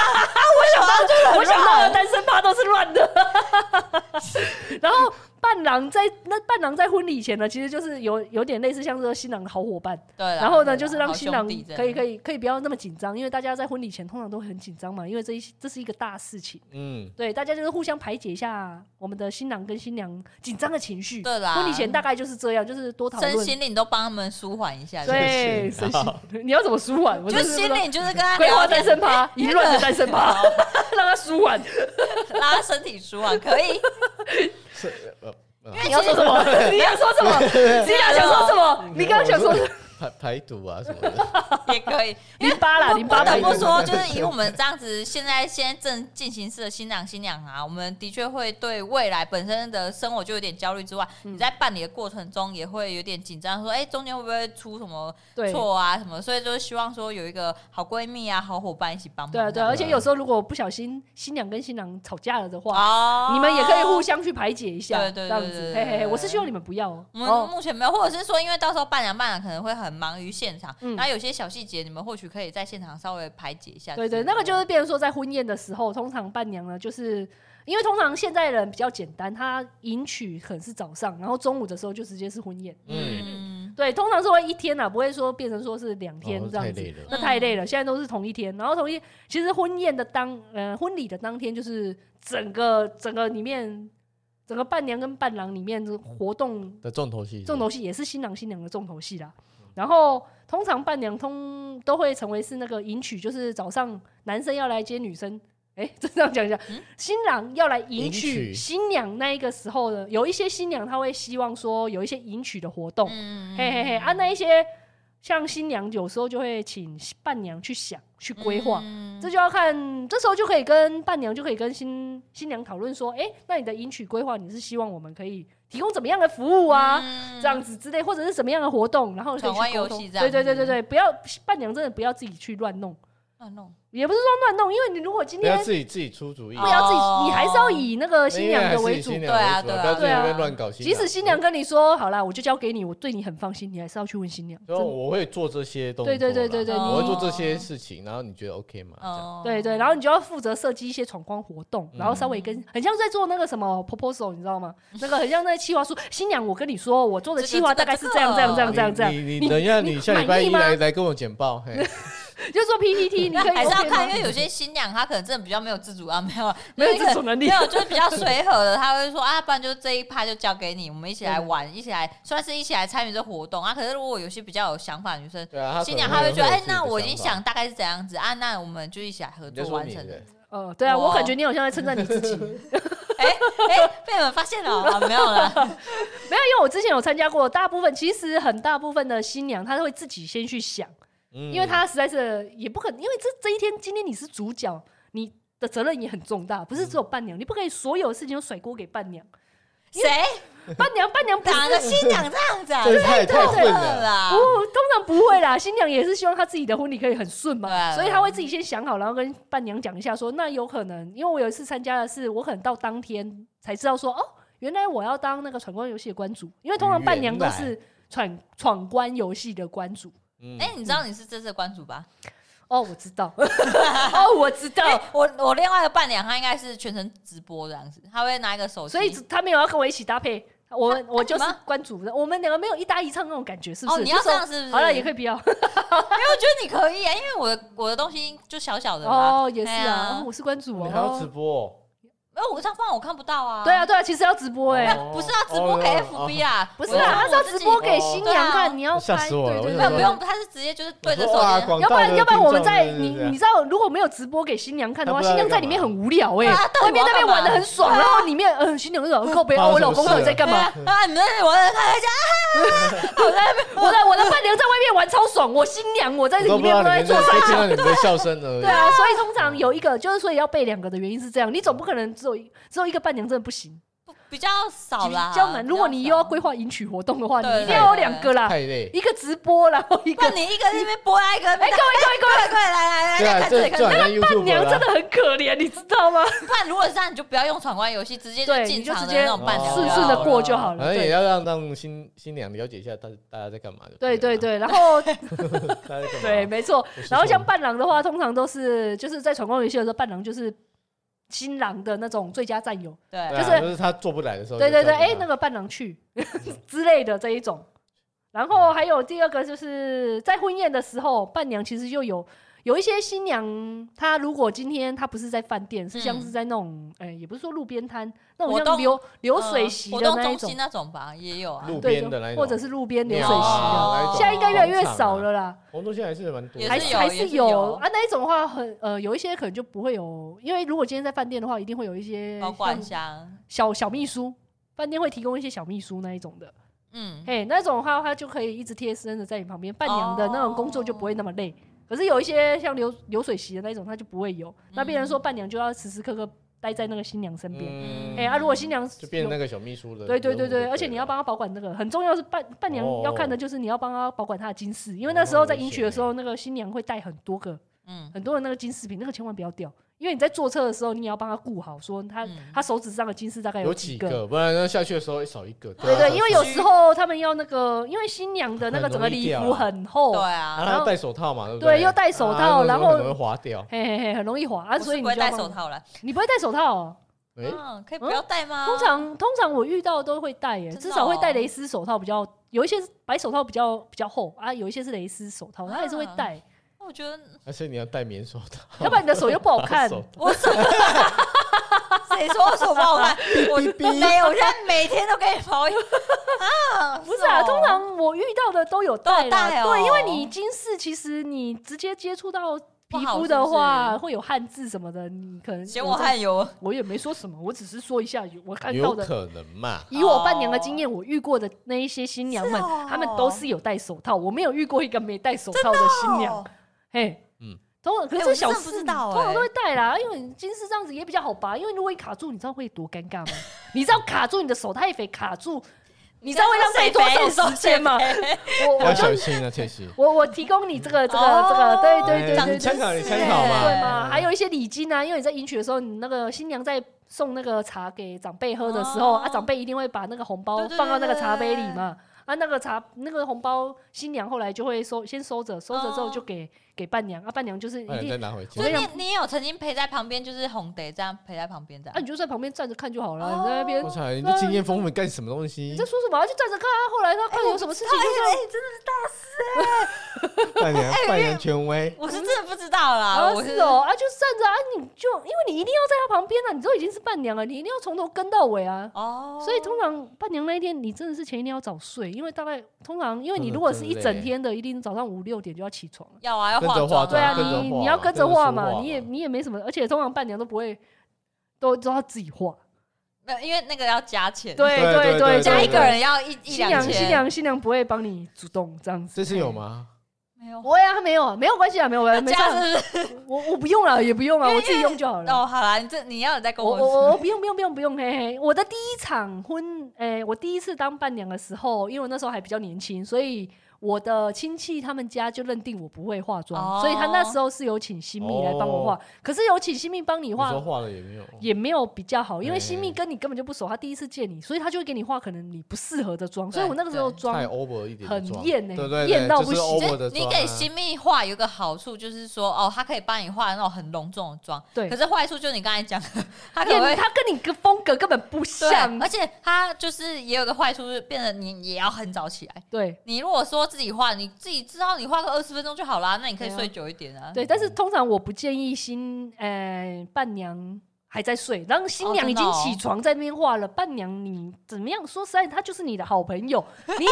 [SPEAKER 2] 我想到的单身趴都是乱的。 然后伴郎在那伴郎在婚礼前呢，其实就是有有点类似像是说新郎的好伙伴。
[SPEAKER 1] 对啦。
[SPEAKER 2] 然后
[SPEAKER 1] 对
[SPEAKER 2] 呢，
[SPEAKER 1] 啦
[SPEAKER 2] 就是让新郎可以可
[SPEAKER 1] 以，
[SPEAKER 2] 以可以不要那么紧张，因为大家在婚礼前通常都很紧张嘛，因为这一这是一个大事情，
[SPEAKER 3] 嗯，
[SPEAKER 2] 对，大家就是互相排解一下我们的新郎跟新娘紧张的情绪。
[SPEAKER 1] 对啦
[SPEAKER 2] 婚礼前大概就是这样，就是多讨
[SPEAKER 1] 身
[SPEAKER 2] 论。
[SPEAKER 1] 心灵都帮他们舒缓一下。
[SPEAKER 2] 对，身
[SPEAKER 3] 身心
[SPEAKER 2] 心，你要怎么舒缓？我
[SPEAKER 1] 就
[SPEAKER 2] 真的不知
[SPEAKER 1] 心
[SPEAKER 2] 道
[SPEAKER 1] 灵就是跟他
[SPEAKER 2] 规划
[SPEAKER 1] 聊
[SPEAKER 2] 单
[SPEAKER 1] 天，
[SPEAKER 2] 身 趴，淫乱的单身趴，让他舒缓。
[SPEAKER 1] 让他身体舒缓，可以。
[SPEAKER 3] 是呃
[SPEAKER 1] 因
[SPEAKER 3] 呃
[SPEAKER 1] 为
[SPEAKER 2] 你要
[SPEAKER 1] 其实
[SPEAKER 2] 说什 么？你想说什么？你俩想说什么？ 你刚刚 想说什么
[SPEAKER 3] 排排毒啊什 么的，
[SPEAKER 1] 也可以。
[SPEAKER 2] 淋巴啦，
[SPEAKER 1] 不
[SPEAKER 2] 淋巴
[SPEAKER 1] 不
[SPEAKER 2] 啦
[SPEAKER 1] 得不说，就是以我们这样子，现在现在正进行式的新郎新娘啊，我们的确会对未来本身的生活就有点焦虑之外，
[SPEAKER 2] 嗯
[SPEAKER 1] 你在办理的过程中也会有点紧张，说哎、中间会不会出什么
[SPEAKER 2] 对
[SPEAKER 1] 错啊什么？所以就是希望说有一个好闺蜜啊、好伙伴一起帮忙。
[SPEAKER 2] 对啊对啊，
[SPEAKER 1] 啊，
[SPEAKER 2] 而且有时候如果不小心新娘跟新郎吵架了的话，
[SPEAKER 1] 哦，
[SPEAKER 2] 你们也可以互。相去排解一下，
[SPEAKER 1] 对对对
[SPEAKER 2] 这样
[SPEAKER 1] 对
[SPEAKER 2] 子。
[SPEAKER 1] 对
[SPEAKER 2] 嘿
[SPEAKER 1] 对
[SPEAKER 2] 嘿嘿，
[SPEAKER 1] 对
[SPEAKER 2] 我是希望你们不要哦
[SPEAKER 1] 我们目前没有，或者是说，因为到时候伴娘伴郎可能会很忙于现场，
[SPEAKER 2] 嗯
[SPEAKER 1] 然后有些小细节，你们或许可以在现场稍微排解一下之类
[SPEAKER 2] 对
[SPEAKER 1] 的。
[SPEAKER 2] 对，那个就是变成说，在婚宴的时候，通常伴娘呢，就是因为通常现在人比较简单，她迎娶可能是早上，然后中午的时候就直接是婚宴。
[SPEAKER 3] 嗯，
[SPEAKER 1] 嗯，
[SPEAKER 2] 对，通常是会一天啊，不会说变成说是两天
[SPEAKER 3] 哦
[SPEAKER 2] 这样
[SPEAKER 3] 太
[SPEAKER 2] 子。
[SPEAKER 3] 累了，
[SPEAKER 2] 那
[SPEAKER 1] 嗯
[SPEAKER 2] 太累了，现在都是同一天，然后同一其实婚宴的当呃婚礼的当天，就是整个整个里面整个伴娘跟伴郎里面的活动
[SPEAKER 3] 的重头戏，
[SPEAKER 2] 重头戏也是新郎新娘的重头戏啦。然后通常伴娘通都会成为是那个迎娶，就是早上男生要来接女生，哎， 这样讲一下，新郎要来迎
[SPEAKER 3] 迎
[SPEAKER 2] 娶
[SPEAKER 3] 娶
[SPEAKER 2] 新娘那一个时候呢，有一些新娘她会希望说有一些迎娶的活动，
[SPEAKER 1] 嗯
[SPEAKER 2] 嘿嘿嘿啊，那一些像新娘有时候就会请伴娘去想去规划，
[SPEAKER 1] 嗯
[SPEAKER 2] 这就要看，这时候就可以跟伴娘就可以跟新新娘讨论说，哎、那你的迎娶规划你是希望我们可以提供怎么样的服务啊？
[SPEAKER 1] 嗯
[SPEAKER 2] 这样子之类，或者是什么样的活动，然后可以
[SPEAKER 1] 转弯
[SPEAKER 2] 去沟
[SPEAKER 1] 游
[SPEAKER 2] 通
[SPEAKER 1] 戏这样
[SPEAKER 2] 对对对对
[SPEAKER 1] 子
[SPEAKER 2] 对，不要伴娘真的不要自己去乱弄，
[SPEAKER 1] 乱弄
[SPEAKER 2] 也不是说乱弄，因为你如果今
[SPEAKER 3] 不
[SPEAKER 2] 天
[SPEAKER 3] 要自己自己出主意，
[SPEAKER 2] 不要自己，你还是要
[SPEAKER 1] 哦
[SPEAKER 2] 以那个新娘的为主
[SPEAKER 3] 因。为
[SPEAKER 1] 对
[SPEAKER 3] 还
[SPEAKER 1] 啊
[SPEAKER 3] 是以新娘为主
[SPEAKER 1] 对啊
[SPEAKER 3] 不要自己
[SPEAKER 2] 对啊
[SPEAKER 3] 在那边乱搞新
[SPEAKER 2] 即
[SPEAKER 3] 郎。
[SPEAKER 2] 使新娘跟你说好啦，我就交给你，我对你很放心，你还是要去问新娘。
[SPEAKER 3] 所以
[SPEAKER 2] 真的
[SPEAKER 3] 我会做这些东西，
[SPEAKER 2] 对对对对对
[SPEAKER 3] 啊我会
[SPEAKER 1] 你
[SPEAKER 3] 做这些事情，然后你觉得 OK 吗？这样
[SPEAKER 1] 哦，
[SPEAKER 2] 对对，然后你就要负责设计一些闯关活动，然后稍微跟
[SPEAKER 1] 嗯
[SPEAKER 2] 很像在做那个什么 proposal，你知 道吗？那个很像在企划书。新娘，我跟你说，我做的
[SPEAKER 1] 这个
[SPEAKER 2] 企划
[SPEAKER 1] 这
[SPEAKER 2] 大
[SPEAKER 1] 个
[SPEAKER 2] 概是
[SPEAKER 1] 这个
[SPEAKER 2] 这样这哦样这样
[SPEAKER 3] 你
[SPEAKER 2] 这样这样，
[SPEAKER 3] 你
[SPEAKER 2] 你
[SPEAKER 3] 你等一下，
[SPEAKER 2] 你
[SPEAKER 3] 你下礼拜
[SPEAKER 2] 满意
[SPEAKER 3] 一
[SPEAKER 2] 吗
[SPEAKER 3] 来来跟我简报，嘿，
[SPEAKER 2] 就做 PPT，你可以
[SPEAKER 1] 还是要
[SPEAKER 2] OK 吗
[SPEAKER 1] 看，因为有些新娘她可能真的比较没有自主啊， 没有
[SPEAKER 2] 没有
[SPEAKER 1] 就是
[SPEAKER 2] 自主能力
[SPEAKER 1] 没有就是比较随和 的，她会说啊，不然就这一趴就交给你，我们一起来玩，一起来算是一起来参与这活动啊。可是如果有些比较有想法的女生，
[SPEAKER 3] 对啊，
[SPEAKER 1] 新娘她
[SPEAKER 3] 他
[SPEAKER 1] 会觉得哎、那我已经想大概是怎样子啊，那我们就一起来合
[SPEAKER 3] 你在
[SPEAKER 1] 作
[SPEAKER 3] 说
[SPEAKER 1] 完
[SPEAKER 3] 你
[SPEAKER 1] 成。
[SPEAKER 3] 的，
[SPEAKER 2] 呃，对啊，我
[SPEAKER 1] 哇
[SPEAKER 2] 感觉你好像在称赞你自己。
[SPEAKER 1] 哎、被你们发现了、啊，没有 了，
[SPEAKER 2] 没有，因为我之前有参加过，大部分其实很大部分的新娘她都会自己先去想，
[SPEAKER 3] 因
[SPEAKER 1] 嗯
[SPEAKER 2] 因为她实在是也不可能，因为这这一天今天你是主角，你的责任也很重大，不是只有伴娘，你不可以所有事情都甩锅给伴娘。
[SPEAKER 1] 谁
[SPEAKER 2] 伴娘伴娘不是
[SPEAKER 1] 哪个新娘这样子啊？
[SPEAKER 3] 这太
[SPEAKER 1] 太
[SPEAKER 3] 太混
[SPEAKER 1] 了
[SPEAKER 3] 了，
[SPEAKER 1] 啦
[SPEAKER 2] 不，！哦通常不会啦。新娘也是希望她自己的婚礼可以很顺
[SPEAKER 1] 对啊
[SPEAKER 2] 嘛，所以她会自己先想好，然后跟伴娘讲一下说，那有可能，因为我有一次参加的是，我可能到当天才知道说，哦，原来我要当那个闯关游戏的关主，因为通常伴娘都
[SPEAKER 3] 原
[SPEAKER 2] 是闯闯关游戏的关主。
[SPEAKER 3] 嗯
[SPEAKER 1] 哎、你知道你是这次的关主吧？
[SPEAKER 2] 哦，我知 道，哦，我知道，
[SPEAKER 1] 哎我我另外一个伴娘，她应该是全程直播这样子，她会拿一个手机，
[SPEAKER 2] 所以她没有要跟我一起搭配。 我
[SPEAKER 1] 她
[SPEAKER 2] 我就是
[SPEAKER 1] 什么
[SPEAKER 2] 关主的，我们两个没有一搭一唱那种感觉，是不是？
[SPEAKER 1] 哦，你要
[SPEAKER 2] 就
[SPEAKER 1] 这
[SPEAKER 2] 说
[SPEAKER 1] 样是不是？
[SPEAKER 2] 好了，也可以不要。
[SPEAKER 1] 因为我觉得你可以啊，因为我的我的东西就小小的嘛。
[SPEAKER 2] 哦，也是
[SPEAKER 1] 哎呀
[SPEAKER 2] 啊，哦我是关主
[SPEAKER 3] 你
[SPEAKER 2] 哦。
[SPEAKER 3] 还要直播哦，
[SPEAKER 1] 没有，我这样放我看不到啊。
[SPEAKER 2] 对啊，，对啊，其实要直播哎、
[SPEAKER 1] 不是要直播给 FB 啊，
[SPEAKER 2] 不是啦，他是要直播给新娘
[SPEAKER 1] 对啊
[SPEAKER 2] 看，你要
[SPEAKER 3] 吓
[SPEAKER 2] 拍，
[SPEAKER 3] 死我了
[SPEAKER 2] 对对
[SPEAKER 3] 我
[SPEAKER 1] 没有
[SPEAKER 3] 想
[SPEAKER 1] 不
[SPEAKER 3] 说
[SPEAKER 2] 对。
[SPEAKER 1] 用，他是直接就是对着手
[SPEAKER 3] 哇，
[SPEAKER 1] 机。
[SPEAKER 3] 广
[SPEAKER 2] 要不
[SPEAKER 3] 大
[SPEAKER 2] 然，
[SPEAKER 3] 的
[SPEAKER 2] 要不然我们在
[SPEAKER 3] 听众
[SPEAKER 2] 你
[SPEAKER 3] 对对对
[SPEAKER 2] 你知道，如果没有直播给新娘看的话，
[SPEAKER 3] 她不知
[SPEAKER 2] 新
[SPEAKER 3] 道
[SPEAKER 2] 娘在
[SPEAKER 3] 在干嘛
[SPEAKER 2] 里面很无聊
[SPEAKER 1] 对
[SPEAKER 2] 哎、
[SPEAKER 1] 啊到
[SPEAKER 2] 外
[SPEAKER 1] 底
[SPEAKER 2] 面
[SPEAKER 1] 我要
[SPEAKER 2] 那
[SPEAKER 1] 干
[SPEAKER 2] 边
[SPEAKER 1] 嘛
[SPEAKER 2] 玩的很爽，然后里面嗯，新娘就说靠背啊，
[SPEAKER 3] 发生
[SPEAKER 2] 我
[SPEAKER 3] 什
[SPEAKER 2] 老
[SPEAKER 3] 么
[SPEAKER 2] 公到底
[SPEAKER 3] 事
[SPEAKER 2] 在干嘛？
[SPEAKER 1] 对啊？啊，你们我在看一下，
[SPEAKER 3] 啊
[SPEAKER 2] 我的我的伴娘在外面玩超爽，我新娘我在
[SPEAKER 3] 我都
[SPEAKER 2] 里
[SPEAKER 3] 不知
[SPEAKER 2] 面不
[SPEAKER 3] 道
[SPEAKER 2] 知道在做啥
[SPEAKER 3] 你们在。听到你们的笑声而已
[SPEAKER 2] 对。啊，所以通常有一个就是说要备两个的原因是这样，你总不可能只有一只有一个伴娘真的不行，
[SPEAKER 1] 不比较少啦，
[SPEAKER 2] 比较难。如果你又要规
[SPEAKER 1] 划，
[SPEAKER 2] 划迎娶活动的话，你
[SPEAKER 1] 对
[SPEAKER 2] 一定要有两个啦，
[SPEAKER 3] 太累，
[SPEAKER 2] 一个直播，然后一
[SPEAKER 1] 不
[SPEAKER 2] 个
[SPEAKER 1] 然你一个在那边播啊，一个在那
[SPEAKER 2] 哎，
[SPEAKER 1] 边
[SPEAKER 2] 各
[SPEAKER 1] 打
[SPEAKER 2] 位各位各位，
[SPEAKER 1] 快快来来
[SPEAKER 3] 对
[SPEAKER 1] 来，
[SPEAKER 3] 啊，
[SPEAKER 1] 看这
[SPEAKER 3] 这
[SPEAKER 1] 里
[SPEAKER 3] 这
[SPEAKER 1] 看
[SPEAKER 3] 就
[SPEAKER 1] 这
[SPEAKER 3] 好
[SPEAKER 1] 里。
[SPEAKER 3] 像
[SPEAKER 2] 伴
[SPEAKER 3] YouTube
[SPEAKER 2] 娘真
[SPEAKER 3] 了
[SPEAKER 2] 的
[SPEAKER 3] 啊，
[SPEAKER 2] 很可怜，你知道吗？
[SPEAKER 1] 不然如果是这样，你就不要用闯关游戏，直接
[SPEAKER 2] 对，你
[SPEAKER 1] 进
[SPEAKER 2] 就
[SPEAKER 1] 场
[SPEAKER 2] 直
[SPEAKER 1] 的
[SPEAKER 2] 接
[SPEAKER 1] 那种伴娘，
[SPEAKER 2] 顺顺的过就好了。
[SPEAKER 1] 哎
[SPEAKER 3] 反正也
[SPEAKER 2] 对
[SPEAKER 3] 要让让新新娘了解一下大大家在干嘛就
[SPEAKER 2] 对对
[SPEAKER 3] 对
[SPEAKER 2] 对，然 后
[SPEAKER 3] 了，大家在干嘛
[SPEAKER 2] 对，没错。
[SPEAKER 3] 我是
[SPEAKER 2] 然后像
[SPEAKER 3] 说
[SPEAKER 2] 伴郎的话，通常都是就是在闯关游戏的时候，伴郎就是新郎的那种最佳战友。
[SPEAKER 1] 对
[SPEAKER 3] 对
[SPEAKER 1] 对
[SPEAKER 3] 啊
[SPEAKER 2] 就是
[SPEAKER 3] 就是他做不来的时
[SPEAKER 1] 哦
[SPEAKER 3] 候就
[SPEAKER 2] 对
[SPEAKER 3] 叫他，
[SPEAKER 2] 对对，哎，那个伴郎去 之类的这一种。然后还有第二个就是在婚宴的时候，伴娘其实就有。有一些新娘，她如果今天她不是在饭店，是像
[SPEAKER 1] 嗯
[SPEAKER 2] 是在那种，哎、也不是说路边摊，那种
[SPEAKER 1] 活
[SPEAKER 2] 像
[SPEAKER 1] 动呃
[SPEAKER 2] 流流水席
[SPEAKER 1] 嗯活
[SPEAKER 2] 的
[SPEAKER 1] 动
[SPEAKER 2] 那一
[SPEAKER 1] 中
[SPEAKER 2] 种
[SPEAKER 1] 心，那种吧，也有啊。
[SPEAKER 3] 路
[SPEAKER 2] 对
[SPEAKER 3] 边的那一种，
[SPEAKER 2] 或者是路边流水
[SPEAKER 3] 鸟
[SPEAKER 2] 席的，
[SPEAKER 3] 啊那一种
[SPEAKER 2] 现在应该越来越
[SPEAKER 3] 广场啊
[SPEAKER 2] 少了啦，
[SPEAKER 3] 红中现在还是蛮多的，
[SPEAKER 1] 也
[SPEAKER 2] 还
[SPEAKER 1] 是
[SPEAKER 2] 还
[SPEAKER 1] 有也
[SPEAKER 2] 哦是
[SPEAKER 1] 是
[SPEAKER 2] 有
[SPEAKER 1] 有
[SPEAKER 2] 啊。那一种的话很，呃，有一些可能就不会有，因为如果今天在饭店的话，一定会有一些
[SPEAKER 1] 保管箱，
[SPEAKER 2] 小小秘书，饭店会提供一些小秘书那一种的，
[SPEAKER 1] 嗯，
[SPEAKER 2] 哎，那种的话，他就可以一直贴身的在你旁边，伴娘的那种工作就不会那么
[SPEAKER 1] 哦
[SPEAKER 2] 累。可是有一些像流流水席的那种，他就不会有，那变成
[SPEAKER 1] 嗯
[SPEAKER 2] 说伴娘就要时时刻刻待在那个新娘身边。
[SPEAKER 3] 嗯
[SPEAKER 2] 哎啊，如果新娘
[SPEAKER 3] 就变
[SPEAKER 2] 有
[SPEAKER 3] 成那个小秘书的，
[SPEAKER 2] 对对对对，而且你要
[SPEAKER 3] 帮。
[SPEAKER 2] 帮他保管那个很重要，是伴伴娘
[SPEAKER 3] 哦
[SPEAKER 2] 要看的就是你要帮他保管他的金
[SPEAKER 3] 欸
[SPEAKER 2] 饰，因为那时候在迎娶的时候，那个新娘会带很多个
[SPEAKER 1] 嗯，
[SPEAKER 2] 很多的那个金饰品，那个千万不要掉，因为你在坐车的时候，你也要帮他顾好，说他、
[SPEAKER 1] 嗯
[SPEAKER 2] 他手指上的金饰大概
[SPEAKER 3] 有
[SPEAKER 2] 几
[SPEAKER 3] 几个，不然那下去的时候少一个。
[SPEAKER 2] 对
[SPEAKER 3] 啊
[SPEAKER 2] 对，因为有时候他们要那个，因为新娘的那个
[SPEAKER 3] 很
[SPEAKER 2] 整
[SPEAKER 3] 容
[SPEAKER 2] 个
[SPEAKER 3] 易
[SPEAKER 2] 礼
[SPEAKER 3] 掉
[SPEAKER 2] 服
[SPEAKER 3] 啊
[SPEAKER 2] 很厚，
[SPEAKER 1] 对
[SPEAKER 3] 啊，
[SPEAKER 1] 啊，
[SPEAKER 2] 然
[SPEAKER 3] 他
[SPEAKER 2] 后
[SPEAKER 3] 要戴手套嘛，对不
[SPEAKER 2] 对又戴手套
[SPEAKER 3] 啊那
[SPEAKER 2] 然
[SPEAKER 3] 个有可能
[SPEAKER 2] 后
[SPEAKER 3] 会滑掉。
[SPEAKER 2] 嘿嘿嘿，很容易滑啊，
[SPEAKER 1] 我是
[SPEAKER 2] 所以你
[SPEAKER 1] 不会
[SPEAKER 2] 就要
[SPEAKER 1] 戴
[SPEAKER 2] 帮
[SPEAKER 1] 手，套了。
[SPEAKER 2] 你不会戴手套哦、
[SPEAKER 3] 哎，
[SPEAKER 1] 嗯，可以不要戴吗？
[SPEAKER 2] 通常通常我遇到都会戴耶，
[SPEAKER 1] 真的
[SPEAKER 2] 至少会戴
[SPEAKER 1] 哦
[SPEAKER 2] 蕾丝手套，比较有一些是白手套比较比较厚啊，有一些是蕾丝手套，他还是会
[SPEAKER 1] 啊
[SPEAKER 2] 戴，
[SPEAKER 1] 我觉得
[SPEAKER 3] 而且你要戴棉手套，
[SPEAKER 2] 要不然你的手又不好看。
[SPEAKER 3] 手
[SPEAKER 1] 我手，谁说我手不好看？我没有，我现在每天都给你保养啊。
[SPEAKER 2] 不 是啊，
[SPEAKER 1] 哦
[SPEAKER 2] 通常我遇到的都有
[SPEAKER 1] 都
[SPEAKER 2] 戴
[SPEAKER 1] 有
[SPEAKER 2] 啦，
[SPEAKER 1] 戴哦
[SPEAKER 2] 对，因为你金饰其实你直接接触到
[SPEAKER 1] 不
[SPEAKER 2] 皮
[SPEAKER 1] 好
[SPEAKER 2] 肤
[SPEAKER 1] 是
[SPEAKER 2] 的
[SPEAKER 1] 不是
[SPEAKER 2] 话，会有汗渍什么的，你可能
[SPEAKER 1] 嫌我，汗油，
[SPEAKER 2] 我也没说什么，我只是说一下我看到
[SPEAKER 3] 有
[SPEAKER 2] 的。
[SPEAKER 3] 可能嘛？
[SPEAKER 2] 以我伴娘的经验，我遇过的那一些新娘们，
[SPEAKER 1] 是哦
[SPEAKER 2] 她们都是有戴手套，我没有遇过一个没戴手套的新娘。
[SPEAKER 1] 哦
[SPEAKER 2] 嘿，嗯
[SPEAKER 3] 嗯，
[SPEAKER 2] 通常可
[SPEAKER 1] 哎
[SPEAKER 2] 是
[SPEAKER 1] 我
[SPEAKER 2] 小
[SPEAKER 1] 真的
[SPEAKER 2] 事
[SPEAKER 1] 不知道
[SPEAKER 2] 通常
[SPEAKER 1] 哎
[SPEAKER 2] 都会戴啦，因为你金丝这样子也比较好拔，因为如果一卡住，你知道会多尴尬吗？你知道卡住你的手太肥，卡住，你知道会浪费多少时间吗？我我
[SPEAKER 3] 要
[SPEAKER 2] 就
[SPEAKER 3] 小心啊，切西。
[SPEAKER 2] 我我提供你这个这个
[SPEAKER 1] 哦
[SPEAKER 2] 这个，对对对
[SPEAKER 3] 哎
[SPEAKER 2] 对
[SPEAKER 3] 参
[SPEAKER 2] 对，
[SPEAKER 3] 考你
[SPEAKER 1] 是
[SPEAKER 3] 参考嘛，
[SPEAKER 2] 对嘛？还有一些礼金啊，因为你在迎娶的时候，你那个新娘在送那个茶给长辈喝的时候，
[SPEAKER 1] 哦
[SPEAKER 2] 啊，长辈一定会把那个红包
[SPEAKER 1] 对对
[SPEAKER 2] 放到那个
[SPEAKER 1] 对对
[SPEAKER 2] 茶杯里
[SPEAKER 1] 对
[SPEAKER 2] 嘛。啊，那个茶那个红包，新娘后来就会收，先收着，收着之后就给
[SPEAKER 1] 哦
[SPEAKER 2] 给伴娘啊，伴娘就是一
[SPEAKER 3] 哎那你
[SPEAKER 2] 定
[SPEAKER 1] 哎
[SPEAKER 3] 再拿回去
[SPEAKER 1] 所。以你你也有曾经陪在旁边，就是红得这样陪在旁边这
[SPEAKER 2] 啊，
[SPEAKER 1] 样。
[SPEAKER 2] 你就在旁边站着看就好了。
[SPEAKER 1] 哦
[SPEAKER 2] 你在那边
[SPEAKER 3] 我，操，你这经验丰富，你干什么东西
[SPEAKER 2] 你在？说什么？啊就站着看啊。后来他看有什么事情，就
[SPEAKER 1] 哎
[SPEAKER 2] 是，
[SPEAKER 1] 真的，
[SPEAKER 3] 扮演
[SPEAKER 2] 哎
[SPEAKER 3] 扮演权威，
[SPEAKER 1] 我是真的不知道啦，
[SPEAKER 2] 啊
[SPEAKER 1] 我
[SPEAKER 2] 是哦，啊就站着啊，你就因为你一定要在他旁边啊，你都已经是伴娘了，你一定要从头跟到尾啊。
[SPEAKER 1] 哦，
[SPEAKER 2] 所以通常伴娘那一天，你真的是前一天要早睡，因为大概通常，因为你
[SPEAKER 3] 真的
[SPEAKER 2] 如果是一
[SPEAKER 3] 真
[SPEAKER 2] 整
[SPEAKER 3] 累
[SPEAKER 2] 天的，一定早上五六点就要起床了。
[SPEAKER 1] 要啊要
[SPEAKER 3] 跟着
[SPEAKER 1] 化妆啊，
[SPEAKER 3] 化妆
[SPEAKER 2] 对啊，
[SPEAKER 3] 跟着
[SPEAKER 2] 你
[SPEAKER 3] 化
[SPEAKER 2] 你要
[SPEAKER 3] 嘛
[SPEAKER 2] 跟
[SPEAKER 3] 跟
[SPEAKER 2] 着
[SPEAKER 3] 着
[SPEAKER 2] 画
[SPEAKER 3] 说
[SPEAKER 2] 嘛，
[SPEAKER 3] 话
[SPEAKER 2] 你也
[SPEAKER 3] 嘛
[SPEAKER 2] 你也没什么，而且通常伴娘都不会，都都要自己画。
[SPEAKER 1] 没有因为那个要加钱，
[SPEAKER 2] 对
[SPEAKER 3] 对对
[SPEAKER 2] 对，
[SPEAKER 3] 对
[SPEAKER 1] 加一个
[SPEAKER 2] 对
[SPEAKER 1] 人要一一
[SPEAKER 2] 新
[SPEAKER 1] 两
[SPEAKER 2] 娘新
[SPEAKER 1] 千，
[SPEAKER 2] 娘新娘不会帮你主动这样子。
[SPEAKER 3] 这是有吗？
[SPEAKER 2] 哎
[SPEAKER 1] 没有
[SPEAKER 2] 不会啊，他没有啊，没有关系啊，没有关系，没
[SPEAKER 1] 加
[SPEAKER 2] 差。
[SPEAKER 1] 是不是？
[SPEAKER 2] 我我不用了，也不用啊，
[SPEAKER 1] 因为
[SPEAKER 2] 我自己用就好了。
[SPEAKER 1] 哦，好啦，你这你要有在跟
[SPEAKER 2] 我
[SPEAKER 1] 我
[SPEAKER 2] 我我我不用不用不用不用，嘿嘿，我的第一场婚，诶、我第一次当伴娘的时候，因为我那时候还比较年轻，所以我的亲戚他们家就认定我不会化妆，
[SPEAKER 1] 哦
[SPEAKER 2] 所以他那时候是有请新密来帮我化，
[SPEAKER 3] 哦
[SPEAKER 2] 可是有请新密帮你
[SPEAKER 3] 你
[SPEAKER 2] 化
[SPEAKER 3] 说。画了也没有，
[SPEAKER 2] 也没有比较好，因为
[SPEAKER 3] 哎
[SPEAKER 2] 新密跟你根本就不熟，他第一次见你，所以他就会给你化可能你不适合的妆，所以
[SPEAKER 1] 对
[SPEAKER 2] 我那个时候
[SPEAKER 1] 对
[SPEAKER 2] 妆
[SPEAKER 3] 太 over 一点的
[SPEAKER 2] 很
[SPEAKER 3] 妆，
[SPEAKER 2] 艳欸
[SPEAKER 3] 对对对
[SPEAKER 2] 艳到
[SPEAKER 3] 就
[SPEAKER 2] 不
[SPEAKER 3] 是
[SPEAKER 2] 行
[SPEAKER 3] over 的
[SPEAKER 1] 你
[SPEAKER 3] 妆啊
[SPEAKER 1] 给新密画有一个好处，就是说哦，他可以帮你画那种很隆重的妆，
[SPEAKER 2] 对
[SPEAKER 1] 可是坏处就是你刚才讲，他可能
[SPEAKER 2] 也
[SPEAKER 1] 会
[SPEAKER 2] 他跟你个风格根本不像
[SPEAKER 1] 对，，而且他就是也有个坏处，就是变得你也要很早起来。
[SPEAKER 2] 对
[SPEAKER 1] 你如果说自己画，你自己知道你画个二十分钟就好啦，那你可以睡久一点啊。
[SPEAKER 2] 对，但是通常我不建议新呃伴娘还在睡，然后新娘已
[SPEAKER 1] 真的
[SPEAKER 2] 经
[SPEAKER 1] 哦
[SPEAKER 2] 起床在那边化了。伴娘你怎么样？说实在，她就是你的好朋 友，你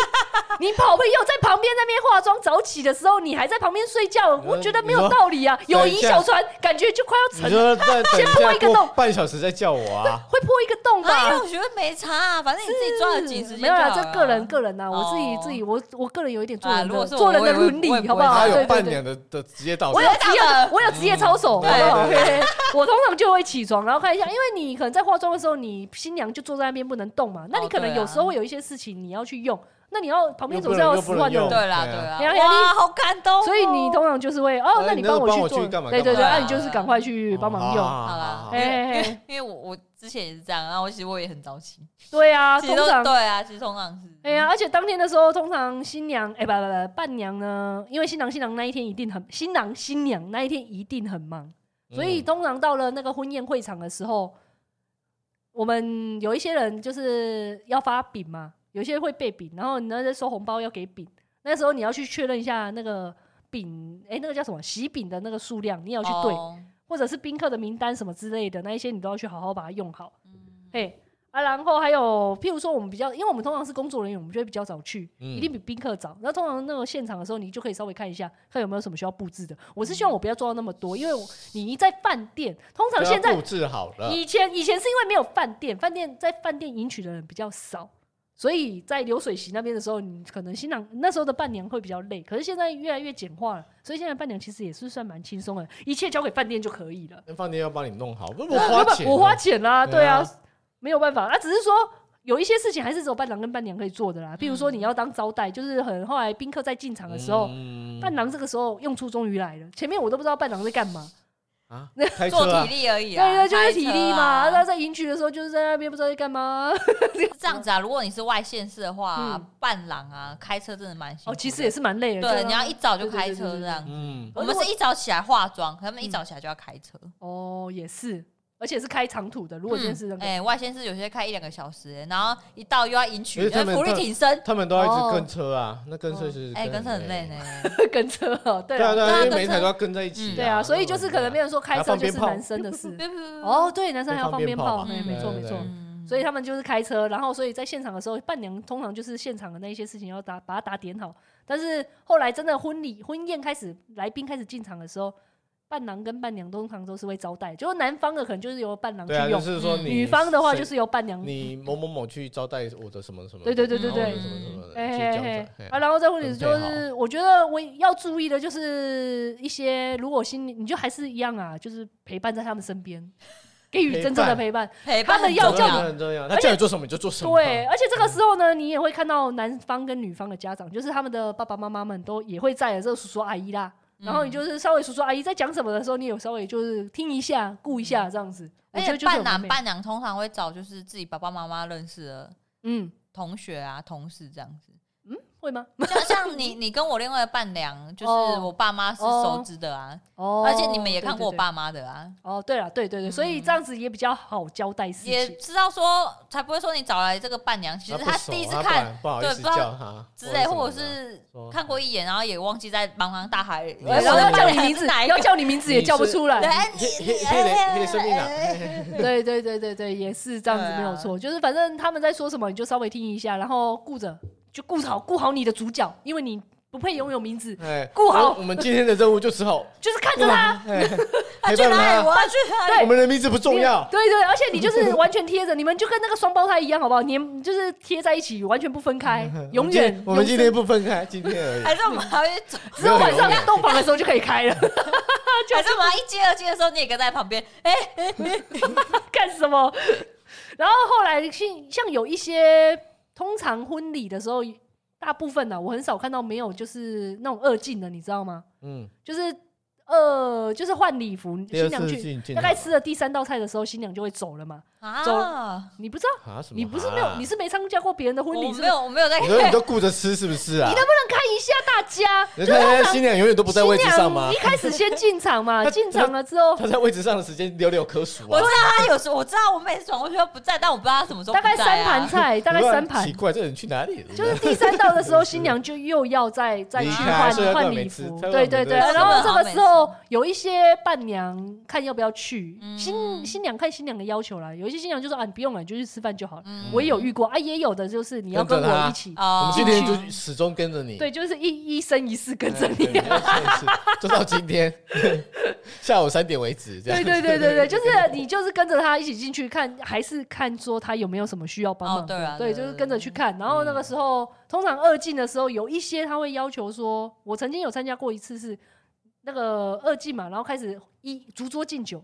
[SPEAKER 2] 你好朋友在旁边在那边化妆，早起的时候你还在旁边睡觉，
[SPEAKER 1] 呃
[SPEAKER 3] 你说
[SPEAKER 2] 我觉得没有道理啊！友谊
[SPEAKER 3] 等一下
[SPEAKER 2] 小船感觉就快要
[SPEAKER 3] 你
[SPEAKER 2] 沉了，
[SPEAKER 3] 说 再等
[SPEAKER 2] 先破一
[SPEAKER 3] 一
[SPEAKER 2] 个
[SPEAKER 3] 下
[SPEAKER 2] 洞
[SPEAKER 3] 过半小时再叫我啊？
[SPEAKER 2] 会破一个洞吧？
[SPEAKER 1] 啊，因为我觉得没差、啊，反正你自己抓的紧时间
[SPEAKER 2] 没有
[SPEAKER 1] 就好
[SPEAKER 2] 啦，
[SPEAKER 1] 了
[SPEAKER 2] 这个人个人呐、我自己
[SPEAKER 1] 哦
[SPEAKER 2] 自己我我个人有一点做
[SPEAKER 1] 啊
[SPEAKER 2] 人
[SPEAKER 1] 如果
[SPEAKER 2] 的
[SPEAKER 1] 是我
[SPEAKER 2] 做人的
[SPEAKER 1] 我也
[SPEAKER 2] 伦
[SPEAKER 1] 我也
[SPEAKER 2] 理，
[SPEAKER 1] 不
[SPEAKER 2] 好不好？
[SPEAKER 1] 会
[SPEAKER 3] 他
[SPEAKER 2] 对
[SPEAKER 3] 有
[SPEAKER 2] 对对
[SPEAKER 3] 半年的的职业道
[SPEAKER 2] 我
[SPEAKER 3] 德
[SPEAKER 2] 有，
[SPEAKER 1] 哦真的
[SPEAKER 2] 职业
[SPEAKER 1] 假的，嗯
[SPEAKER 2] 我有职业操守，好不好？
[SPEAKER 3] 对
[SPEAKER 2] 嘿嘿 我通常就会起床，然后看一下，因为你可能在化妆的时候，你新娘就坐在那边不能动嘛，那你可能
[SPEAKER 1] 对啊
[SPEAKER 2] 有时候会有一些事情你要去用，那你要旁边
[SPEAKER 3] 又
[SPEAKER 2] 总
[SPEAKER 3] 不
[SPEAKER 2] 是
[SPEAKER 3] 能
[SPEAKER 2] 要有
[SPEAKER 3] 又
[SPEAKER 2] 使唤
[SPEAKER 3] 不能
[SPEAKER 2] 的人。
[SPEAKER 3] 用
[SPEAKER 1] 对啦，对啦，
[SPEAKER 2] 对啊
[SPEAKER 1] 哇，好感动哦、
[SPEAKER 2] 所以你通常就是会哦
[SPEAKER 3] 哎，
[SPEAKER 2] 那
[SPEAKER 3] 你
[SPEAKER 2] 你
[SPEAKER 3] 那
[SPEAKER 2] 帮
[SPEAKER 3] 个帮
[SPEAKER 2] 去
[SPEAKER 3] 我
[SPEAKER 2] 做
[SPEAKER 3] 去，干嘛
[SPEAKER 2] 对对
[SPEAKER 1] 干
[SPEAKER 2] 对，啊
[SPEAKER 1] 嘛
[SPEAKER 2] 那你就是赶快去帮忙用。
[SPEAKER 1] 好啦
[SPEAKER 3] 啊好
[SPEAKER 1] 因为
[SPEAKER 2] 哎哎哎
[SPEAKER 1] 因为因为我我之前也是这样，然后其实我也很早起，
[SPEAKER 2] 对啊，
[SPEAKER 1] 其
[SPEAKER 2] 通
[SPEAKER 1] 实都
[SPEAKER 2] 常
[SPEAKER 1] 对啊，其实通常是
[SPEAKER 2] 哎呀，而且当天的时候，通常新娘哎不不不伴娘呢，因为新郎新娘那一天一定很新郎新娘那一天一定很忙。所
[SPEAKER 3] 嗯
[SPEAKER 2] 以通常到了那个婚宴会场的时候，我们有一些人就是要发饼嘛，有些会备饼，然后你那在收红包要给饼，那时候你要去确认一下那个饼，哎、那个叫什么喜饼的那个数量，你要去对，
[SPEAKER 1] 哦
[SPEAKER 2] 或者是宾客的名单什么之类的，那一些你都要去好好把它用好。
[SPEAKER 1] 嗯
[SPEAKER 2] 嘿，啊，然后还有，譬如说我们比较，因为我们通常是工作人员，我们就会比较早去，
[SPEAKER 3] 嗯
[SPEAKER 2] 一定比宾客早。那通常那个现场的时候，你就可以稍微看一下，看有没有什么需要布置的。我是希望我不要做到那么多，因为我你一在饭店，通常现在
[SPEAKER 3] 啊布置好了，
[SPEAKER 2] 以前以前是因为没有饭店，饭店在饭店迎娶的人比较少。所以在流水席那边的时候，你可能新郎那时候的伴娘会比较累，可是现在越来越简化了，所以现在伴娘其实也是算蛮轻松的，一切交给饭店就可以了。
[SPEAKER 3] 那饭店要帮你弄好，不 是
[SPEAKER 2] 对
[SPEAKER 3] 我
[SPEAKER 2] 啊
[SPEAKER 3] 花
[SPEAKER 2] 不
[SPEAKER 3] 钱，
[SPEAKER 2] 我花钱啦，对
[SPEAKER 3] 对啊
[SPEAKER 2] 啊，没有办法，那只是说有一些事情还是只有伴郎跟伴娘可以做的啦，比如说你要当招待，就是很后来宾客在进场的时候，
[SPEAKER 3] 嗯
[SPEAKER 2] 伴郎这个时候用处终于来了，前面我都不知道伴郎在干嘛，
[SPEAKER 3] 啊，开
[SPEAKER 1] 做
[SPEAKER 3] 车啊
[SPEAKER 1] 体，力而已、
[SPEAKER 2] 对
[SPEAKER 1] 啊，
[SPEAKER 2] 对，就是
[SPEAKER 1] 开
[SPEAKER 2] 体
[SPEAKER 1] 车
[SPEAKER 2] 力嘛。
[SPEAKER 1] 啊
[SPEAKER 2] 他在营区的时候就是在那边不知道在干嘛。
[SPEAKER 1] 是这样子啊，如果你是外县市的话、
[SPEAKER 2] 嗯
[SPEAKER 1] 伴郎啊，开车真的蛮辛苦
[SPEAKER 2] 哦，
[SPEAKER 1] 的
[SPEAKER 2] 其实也是蛮累的。
[SPEAKER 1] 对，
[SPEAKER 2] 啊
[SPEAKER 1] 你要一早就
[SPEAKER 2] 对对
[SPEAKER 1] 开
[SPEAKER 2] 对对
[SPEAKER 1] 车
[SPEAKER 2] 对嗯
[SPEAKER 1] 这样。
[SPEAKER 3] 嗯，
[SPEAKER 1] 我们是一早起来化妆，可他们一早起来就要开车。
[SPEAKER 2] 哦，也是，而且是开长途的。如果今天是那
[SPEAKER 1] 嗯
[SPEAKER 2] 个，
[SPEAKER 1] 哎、外县市有些开一两个小时、然后一到又要迎娶，
[SPEAKER 3] 而且他
[SPEAKER 1] 呃
[SPEAKER 3] 们
[SPEAKER 1] 福利
[SPEAKER 3] 到
[SPEAKER 1] 挺深，
[SPEAKER 3] 他们都要一
[SPEAKER 2] 哦
[SPEAKER 3] 直跟车啊，那跟车
[SPEAKER 2] 哦
[SPEAKER 3] 其实
[SPEAKER 1] 哎、跟车很累
[SPEAKER 3] 累。
[SPEAKER 1] 呢。
[SPEAKER 2] 跟车哦，对
[SPEAKER 3] 对啊，
[SPEAKER 2] 啊，
[SPEAKER 3] 对
[SPEAKER 1] 对啊
[SPEAKER 3] 啊，因
[SPEAKER 1] 跟
[SPEAKER 3] 为每一
[SPEAKER 1] 车
[SPEAKER 3] 台都要跟在一起。
[SPEAKER 2] 对啊，所以就是可能
[SPEAKER 3] 没
[SPEAKER 2] 变
[SPEAKER 3] 有。
[SPEAKER 2] 成说开
[SPEAKER 3] 还要
[SPEAKER 2] 车
[SPEAKER 3] 放
[SPEAKER 2] 就是
[SPEAKER 3] 鞭炮
[SPEAKER 2] 男生的事。
[SPEAKER 1] 别别别
[SPEAKER 2] 哦，对，男生还要
[SPEAKER 3] 放
[SPEAKER 2] 放
[SPEAKER 3] 鞭
[SPEAKER 2] 鞭炮，
[SPEAKER 3] 炮
[SPEAKER 2] 对，
[SPEAKER 1] 嗯
[SPEAKER 2] 没错没
[SPEAKER 3] 对
[SPEAKER 2] 错
[SPEAKER 3] 对。
[SPEAKER 1] 嗯
[SPEAKER 2] 所以他们就是开车，然后所以在现场的时候，伴娘通常就是现场的那些事情要打把它打点好。但是后来真的婚礼婚宴开始，来宾开始进场的时候，伴郎跟伴娘通常都是会招待，就是男方的可能就是由伴郎去
[SPEAKER 3] 对啊，就
[SPEAKER 2] 用，
[SPEAKER 3] 是说
[SPEAKER 1] 嗯
[SPEAKER 3] 你
[SPEAKER 2] 女方的话
[SPEAKER 3] 谁
[SPEAKER 2] 就是由伴娘。
[SPEAKER 3] 你某某某去招待我的什么什么，
[SPEAKER 2] 嗯对对对对对
[SPEAKER 3] 然后我的什么什么的，
[SPEAKER 2] 哎
[SPEAKER 3] 就
[SPEAKER 2] 嘿
[SPEAKER 3] 这
[SPEAKER 2] 嘿
[SPEAKER 3] 样
[SPEAKER 2] 嘿
[SPEAKER 3] 子嘿
[SPEAKER 2] 啊，然后在婚礼
[SPEAKER 3] 准备
[SPEAKER 2] 就是，我觉得我要注意的就是一些，如果心里你就还是一样啊，就是陪伴在他们身边，给予
[SPEAKER 3] 陪
[SPEAKER 2] 真正的
[SPEAKER 3] 伴
[SPEAKER 2] 陪伴。
[SPEAKER 1] 陪
[SPEAKER 2] 他
[SPEAKER 1] 伴
[SPEAKER 2] 们
[SPEAKER 1] 很
[SPEAKER 2] 要
[SPEAKER 1] 重
[SPEAKER 2] 叫
[SPEAKER 1] 要
[SPEAKER 2] 你
[SPEAKER 3] 很重要，他叫你做什么你就做什么。
[SPEAKER 2] 对，，而且
[SPEAKER 1] 嗯
[SPEAKER 2] 这个时候呢，你也会看到男方跟女方的家长，就是他们的爸爸妈妈们都也会在，这叔叔阿姨啦。
[SPEAKER 1] 嗯
[SPEAKER 2] 然后你就是稍微叔叔阿姨在讲什么的时候，你有稍微就是听一下、顾一下这样子。我
[SPEAKER 1] 嗯而
[SPEAKER 2] 觉得
[SPEAKER 1] 且
[SPEAKER 2] 就
[SPEAKER 1] 伴
[SPEAKER 2] 是很完
[SPEAKER 1] 郎
[SPEAKER 2] 美
[SPEAKER 1] 伴娘通常会找就是自己爸爸妈妈认识的
[SPEAKER 2] 嗯
[SPEAKER 1] 同学啊、同事这样子。
[SPEAKER 2] 会吗？
[SPEAKER 1] 像像 你你跟我另外的伴娘，就是
[SPEAKER 2] 哦
[SPEAKER 1] 我爸妈是
[SPEAKER 2] 哦
[SPEAKER 1] 熟知的啊，
[SPEAKER 2] 哦，
[SPEAKER 1] 而且你们也
[SPEAKER 2] 对
[SPEAKER 1] 看
[SPEAKER 2] 对
[SPEAKER 1] 过我
[SPEAKER 2] 对
[SPEAKER 1] 爸妈的啊，
[SPEAKER 2] 哦，对了，对对对，所以
[SPEAKER 1] 嗯
[SPEAKER 2] 这样子也比较好交代事
[SPEAKER 1] 也
[SPEAKER 2] 情。
[SPEAKER 1] 知道说才不会说你找来这个伴娘，其实
[SPEAKER 3] 他不熟
[SPEAKER 1] 第一次
[SPEAKER 3] 他不
[SPEAKER 1] 看
[SPEAKER 3] 然不好意
[SPEAKER 1] 对
[SPEAKER 3] 思
[SPEAKER 1] 不知道
[SPEAKER 3] 叫他
[SPEAKER 1] 之类，或者
[SPEAKER 3] 什么的
[SPEAKER 1] 是
[SPEAKER 3] 说
[SPEAKER 1] 看过一眼，然后也忘记在茫茫大海里。
[SPEAKER 3] 你
[SPEAKER 1] 哎
[SPEAKER 2] 然
[SPEAKER 3] 是
[SPEAKER 1] 我
[SPEAKER 2] 后
[SPEAKER 1] 的
[SPEAKER 2] 要叫
[SPEAKER 1] 伴
[SPEAKER 2] 你
[SPEAKER 1] 娘
[SPEAKER 2] 名
[SPEAKER 1] 是
[SPEAKER 2] 字
[SPEAKER 1] 哪，一
[SPEAKER 2] 要
[SPEAKER 1] 个？
[SPEAKER 2] 叫你名字也叫不出来
[SPEAKER 1] 对，。哎
[SPEAKER 3] 嘿
[SPEAKER 1] 你
[SPEAKER 3] 嘿
[SPEAKER 1] 你
[SPEAKER 3] 嘿嘞
[SPEAKER 1] 哎
[SPEAKER 3] 嘿嘞生命啊
[SPEAKER 1] 哎
[SPEAKER 3] 嘿嘿嘿
[SPEAKER 2] 对对对对对，也是这样子
[SPEAKER 1] 对啊
[SPEAKER 2] 没有错，就是反正他们在说什么，你就稍微听一下，然后顾着就顾好顾好你的主角，因为你不配拥有名字，
[SPEAKER 3] 哎，
[SPEAKER 2] 顾好
[SPEAKER 3] 我我们今天的任务就只好
[SPEAKER 2] 就是看着 他。
[SPEAKER 3] 哎
[SPEAKER 1] 他
[SPEAKER 3] 陪
[SPEAKER 1] 去
[SPEAKER 3] 伴
[SPEAKER 1] 哪里？
[SPEAKER 3] 他。
[SPEAKER 1] 我要去哪里？
[SPEAKER 2] 对
[SPEAKER 3] 我们的名字不重要，
[SPEAKER 2] 对对，而且你就是完全贴着，你们就跟那个双胞胎一样，好不好？你们就是贴在一起，完全不分开，永
[SPEAKER 3] 我们今
[SPEAKER 2] 远
[SPEAKER 3] 天。我们今天
[SPEAKER 2] 永
[SPEAKER 3] 不分开，今天而已。
[SPEAKER 1] 还是我们还会走
[SPEAKER 2] 生只有晚上
[SPEAKER 3] 没有永远
[SPEAKER 2] 洞房的时候就可以开了，
[SPEAKER 1] 还是我们一接二接的时候，你也跟在旁边。哎，
[SPEAKER 2] 干什么？然后后来像像有一些通常婚礼的时候，大部分呢、啊我很少看到没有就是那种二进的，你知道吗？
[SPEAKER 3] 嗯，
[SPEAKER 2] 就是呃，就是换礼服，
[SPEAKER 3] 第
[SPEAKER 2] 新
[SPEAKER 3] 二
[SPEAKER 2] 娘
[SPEAKER 3] 次
[SPEAKER 2] 去，
[SPEAKER 3] 进进
[SPEAKER 2] 大概吃了第三道菜的时候，新娘就会走了嘛。
[SPEAKER 1] 啊，
[SPEAKER 2] 你不知道，
[SPEAKER 3] 啊什么？
[SPEAKER 2] 你不是没有，你
[SPEAKER 3] 是
[SPEAKER 2] 是没参加过别人的婚
[SPEAKER 1] 我
[SPEAKER 2] 礼，是不
[SPEAKER 1] 没
[SPEAKER 2] 是？
[SPEAKER 1] 有我没有在
[SPEAKER 3] 你说你
[SPEAKER 1] 看，
[SPEAKER 3] 都顾着吃是不是啊
[SPEAKER 2] 你？能不能看一下大家？
[SPEAKER 3] 你看人家新娘永远都不在位置上
[SPEAKER 2] 新
[SPEAKER 3] 吗
[SPEAKER 2] 娘一？开始先进场嘛，
[SPEAKER 3] 他
[SPEAKER 2] 进场了之后，
[SPEAKER 3] 她在位置上的时间寥寥可数
[SPEAKER 1] 我
[SPEAKER 3] 啊
[SPEAKER 1] 知。道他有时候我知道我每次转过去都不在，但我不知道他什么时候
[SPEAKER 2] 大概
[SPEAKER 1] 不在
[SPEAKER 2] 三
[SPEAKER 1] 啊
[SPEAKER 2] 盘菜，大概
[SPEAKER 3] 你说
[SPEAKER 2] 三盘
[SPEAKER 3] 奇，怪，这人去哪里了？
[SPEAKER 2] 就是第三道的时候，新娘就又要再再去
[SPEAKER 3] 离开
[SPEAKER 2] 换
[SPEAKER 3] 所以她根
[SPEAKER 2] 换
[SPEAKER 3] 本没
[SPEAKER 2] 礼
[SPEAKER 3] 吃
[SPEAKER 2] 服，
[SPEAKER 3] 她根
[SPEAKER 2] 对
[SPEAKER 3] 本
[SPEAKER 2] 对
[SPEAKER 3] 没
[SPEAKER 2] 对。
[SPEAKER 1] 吃
[SPEAKER 2] 然后这
[SPEAKER 1] 她根本
[SPEAKER 2] 个
[SPEAKER 1] 没
[SPEAKER 2] 时候有一些伴娘看要不要去，
[SPEAKER 1] 嗯
[SPEAKER 2] 新新娘看新娘的要求啦。有一些新娘就说啊，你不用了，你就去吃饭就好了。
[SPEAKER 1] 嗯
[SPEAKER 2] 我也有遇过啊，也有的就是你要跟
[SPEAKER 3] 跟着
[SPEAKER 2] 我
[SPEAKER 3] 她
[SPEAKER 2] 一起，
[SPEAKER 3] 我
[SPEAKER 1] 哦
[SPEAKER 3] 们今天就始终跟着你，
[SPEAKER 2] 对，就是一一生一世
[SPEAKER 3] 哎，
[SPEAKER 2] 跟着你。
[SPEAKER 3] 对是就到今天下午三点为止，这样
[SPEAKER 2] 对对对对对，就是你就是跟着他一起进去看，还是看说他有没有什么需要帮忙
[SPEAKER 1] 哦对啊
[SPEAKER 2] 的。
[SPEAKER 1] 对
[SPEAKER 2] 就
[SPEAKER 1] 对
[SPEAKER 2] 是
[SPEAKER 1] 对
[SPEAKER 2] 跟着去看。然后那个时候，通常二进的时候，有一些他会要求说，我曾经有参加过一次是那个二进嘛，然后开始一逐桌敬酒，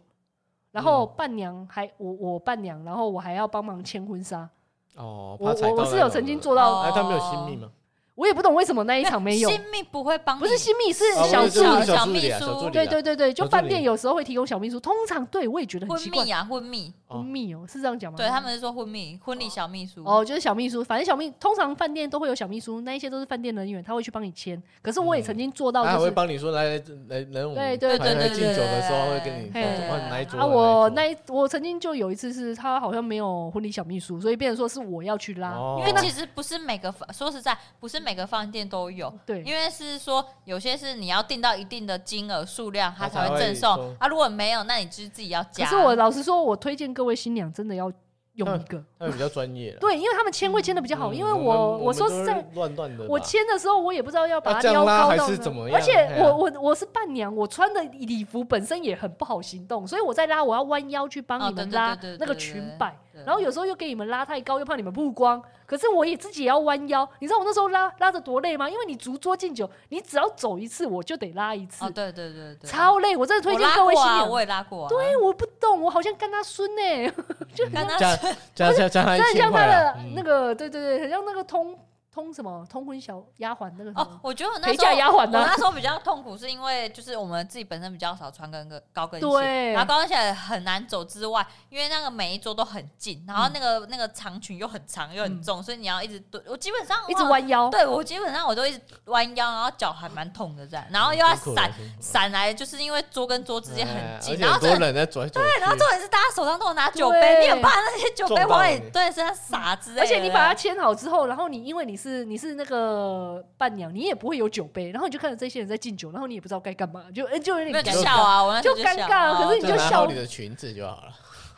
[SPEAKER 2] 然后伴娘还我我伴娘，然后我还要帮忙牵婚纱。
[SPEAKER 3] 哦，
[SPEAKER 2] 我
[SPEAKER 3] 怕踩
[SPEAKER 2] 我
[SPEAKER 3] 到
[SPEAKER 2] 我是有曾经做到，
[SPEAKER 1] 哦
[SPEAKER 3] 那种的，哎，他没有新密吗？
[SPEAKER 2] 我也不懂为什么那一场没有，
[SPEAKER 1] 新密不会帮你，
[SPEAKER 2] 不是新密是
[SPEAKER 1] 哦
[SPEAKER 3] 啊
[SPEAKER 2] 小
[SPEAKER 3] 不
[SPEAKER 2] 助
[SPEAKER 3] 是就是
[SPEAKER 2] 理。
[SPEAKER 1] 小
[SPEAKER 3] 小助理啊，
[SPEAKER 1] 秘
[SPEAKER 3] 小
[SPEAKER 1] 书
[SPEAKER 3] 助理
[SPEAKER 2] 对
[SPEAKER 3] 啊
[SPEAKER 2] 对对对，就
[SPEAKER 3] 小助
[SPEAKER 2] 饭
[SPEAKER 3] 理
[SPEAKER 2] 店有时候会提供小秘书，通常对我也觉得很奇
[SPEAKER 1] 婚
[SPEAKER 2] 怪
[SPEAKER 1] 蜜，啊，婚蜜，
[SPEAKER 3] 哦
[SPEAKER 2] 婚蜜哦，是这样讲吗？
[SPEAKER 1] 对他们是说婚蜜，婚礼小秘书。
[SPEAKER 2] 哦，就是小秘书，反正小秘通常饭店都会有小秘书，那一些都是饭店人员，他会去帮你签。可是我也曾经做到，
[SPEAKER 3] 嗯他还
[SPEAKER 2] 就
[SPEAKER 3] 会
[SPEAKER 2] 是、
[SPEAKER 3] 帮你说来来来来，我
[SPEAKER 2] 对
[SPEAKER 3] 们
[SPEAKER 2] 对
[SPEAKER 3] 排
[SPEAKER 2] 对对
[SPEAKER 3] 队敬酒的时候
[SPEAKER 1] 对
[SPEAKER 3] 会跟你
[SPEAKER 2] 嘿
[SPEAKER 3] 帮你拿一桌
[SPEAKER 2] 啊，
[SPEAKER 3] 来
[SPEAKER 2] 我
[SPEAKER 3] 一桌
[SPEAKER 2] 那一我曾经就有一次是他好像没有婚礼小秘书，所以变成说是我要去拉，
[SPEAKER 3] 哦
[SPEAKER 1] 因为其实不是每个饭，说实在，不是每个饭店都有，
[SPEAKER 2] 对，
[SPEAKER 1] 因为是说有些是你要订到一定的金额数量，它
[SPEAKER 3] 它
[SPEAKER 1] 才
[SPEAKER 3] 才
[SPEAKER 1] 会
[SPEAKER 3] 会
[SPEAKER 1] 赠
[SPEAKER 3] 说
[SPEAKER 1] 送啊。如果没有，那你就是自己要
[SPEAKER 2] 可
[SPEAKER 1] 加。
[SPEAKER 2] 是我老实说，我推荐各位新娘真的要用一个，
[SPEAKER 3] 他们比较专业了。
[SPEAKER 2] 对，因为他们签会签的比较好，
[SPEAKER 3] 嗯
[SPEAKER 2] 因为
[SPEAKER 3] 们
[SPEAKER 2] 我
[SPEAKER 3] 我们
[SPEAKER 2] 说
[SPEAKER 3] 都
[SPEAKER 2] 实
[SPEAKER 3] 是
[SPEAKER 2] 在。
[SPEAKER 3] 乱乱的吧，
[SPEAKER 2] 我签的时候，我也不知道要把它
[SPEAKER 3] 啊这
[SPEAKER 2] 撩
[SPEAKER 3] 样拉
[SPEAKER 2] 高
[SPEAKER 3] 还
[SPEAKER 2] 到
[SPEAKER 3] 是
[SPEAKER 2] 哪
[SPEAKER 3] 怎么
[SPEAKER 2] 而
[SPEAKER 3] 样
[SPEAKER 2] 且
[SPEAKER 3] 哎呀
[SPEAKER 2] 我我我是伴娘，我穿的礼服本身也很不好行动，所以我在拉，我要弯腰去帮
[SPEAKER 1] 哦
[SPEAKER 2] 你们
[SPEAKER 1] 对对
[SPEAKER 2] 拉
[SPEAKER 1] 对对
[SPEAKER 2] 那个
[SPEAKER 1] 对
[SPEAKER 2] 裙
[SPEAKER 1] 对
[SPEAKER 2] 摆，
[SPEAKER 1] 对
[SPEAKER 2] 然后有时候又给你们拉太高，又怕你们曝光。可是我也自己也要弯腰，你知道我那时候拉拉的多累吗？因为你足桌敬酒，你只要走一次我就得拉一次，
[SPEAKER 1] 哦，对对对对，
[SPEAKER 2] 超累。我真的推
[SPEAKER 1] 我
[SPEAKER 2] 荐
[SPEAKER 1] 拉
[SPEAKER 2] 各位
[SPEAKER 1] 过
[SPEAKER 2] 新
[SPEAKER 1] 啊，
[SPEAKER 2] 娘，
[SPEAKER 1] 我也拉过啊。
[SPEAKER 2] 对，我不懂，我好像干他孙呢、就
[SPEAKER 1] 刚刚
[SPEAKER 3] 加加加加他一
[SPEAKER 2] 真的
[SPEAKER 3] 千
[SPEAKER 2] 像
[SPEAKER 3] 块
[SPEAKER 2] 他
[SPEAKER 3] 啊
[SPEAKER 2] 的
[SPEAKER 3] 嗯
[SPEAKER 2] 那个，对对对，很像那个通通什么通婚小丫鬟那个什
[SPEAKER 1] 哦
[SPEAKER 2] 么，
[SPEAKER 1] 我觉得我那
[SPEAKER 2] 陪
[SPEAKER 1] 时候
[SPEAKER 2] 嫁丫鬟啊
[SPEAKER 1] 我
[SPEAKER 2] 呢
[SPEAKER 1] 那？时候比较痛苦，是因为就是我们自己本身比较少穿跟个高跟鞋，
[SPEAKER 2] 对
[SPEAKER 1] 然，后高跟鞋很难走之外，因为那个每一桌都很近，然
[SPEAKER 2] 嗯
[SPEAKER 1] 后那个、那个长裙又很长又很重，所以你要一直蹲。我基本上
[SPEAKER 2] 一直
[SPEAKER 1] 哇。
[SPEAKER 2] 弯腰，
[SPEAKER 1] 对我基本上我都一直弯腰，然后脚还蛮痛的这样，然后又要
[SPEAKER 3] 嗯辛苦
[SPEAKER 1] 闪
[SPEAKER 3] 了辛苦了
[SPEAKER 1] 闪来，就是因为桌跟桌之间很
[SPEAKER 3] 哎而
[SPEAKER 1] 近，
[SPEAKER 3] 且
[SPEAKER 1] 然后
[SPEAKER 3] 很
[SPEAKER 1] 这
[SPEAKER 3] 多人在转来转去，
[SPEAKER 1] 对，然后重点是大家手上都有拿酒杯，
[SPEAKER 2] 对
[SPEAKER 1] 你很怕那些酒杯
[SPEAKER 3] 撞到
[SPEAKER 1] 往你
[SPEAKER 3] 你
[SPEAKER 1] 对身上洒之类的。
[SPEAKER 2] 而且你把它签好之后，然后你因为你是你是那个伴娘，你也不会有酒杯，然后你就看着这些人在敬酒，然后你也不知道该干嘛，就哎就有点
[SPEAKER 1] 没有
[SPEAKER 2] 尴
[SPEAKER 1] 就
[SPEAKER 2] 尬
[SPEAKER 1] 笑啊，我那时候
[SPEAKER 2] 就
[SPEAKER 1] 笑
[SPEAKER 2] 尴尬
[SPEAKER 1] 啊
[SPEAKER 2] 可是你
[SPEAKER 3] 就
[SPEAKER 2] 就
[SPEAKER 3] 拿
[SPEAKER 2] 笑
[SPEAKER 3] 好你的裙子就好了。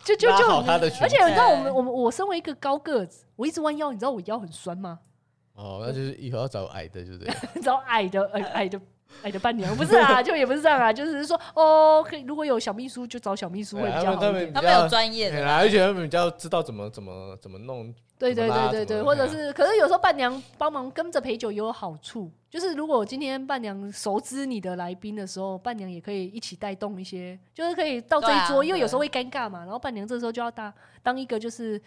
[SPEAKER 2] 就就就
[SPEAKER 3] 拉好
[SPEAKER 2] 很
[SPEAKER 3] 他的裙
[SPEAKER 2] 而且你知道我
[SPEAKER 1] 对
[SPEAKER 2] 们我们我身为一个高个子，我一直弯腰，你知道我腰很酸吗？
[SPEAKER 3] 哦，那就是以后要找矮的，就对了。
[SPEAKER 2] 找矮的呃矮的矮的伴娘，不是 啊，就也不是这样啊，就是说哦，可以如果有小秘书就找小秘书会
[SPEAKER 3] 对
[SPEAKER 2] 比
[SPEAKER 3] 哎他
[SPEAKER 2] 较好
[SPEAKER 3] 们
[SPEAKER 2] 一
[SPEAKER 3] 他们
[SPEAKER 2] 点。
[SPEAKER 1] 他
[SPEAKER 3] 比
[SPEAKER 1] 们有
[SPEAKER 3] 较，
[SPEAKER 1] 专业
[SPEAKER 3] 对
[SPEAKER 1] 的，
[SPEAKER 3] 啦，而且他们比较知道怎么怎么怎么弄。
[SPEAKER 2] 对对
[SPEAKER 3] 怎么
[SPEAKER 2] 对
[SPEAKER 3] 拉
[SPEAKER 2] 对
[SPEAKER 3] 怎
[SPEAKER 2] 对，
[SPEAKER 3] 么哎
[SPEAKER 2] 或者
[SPEAKER 3] 弄
[SPEAKER 2] 是可是有时候伴娘帮忙跟着陪酒也有好处，就是如果今天伴娘熟知你的来宾的时候，伴娘也可以一起带动一些，就是可以到这一
[SPEAKER 1] 对啊
[SPEAKER 2] 桌，因为有时候
[SPEAKER 1] 对
[SPEAKER 2] 会尴尬嘛，然后伴娘这时候就要当当一个就是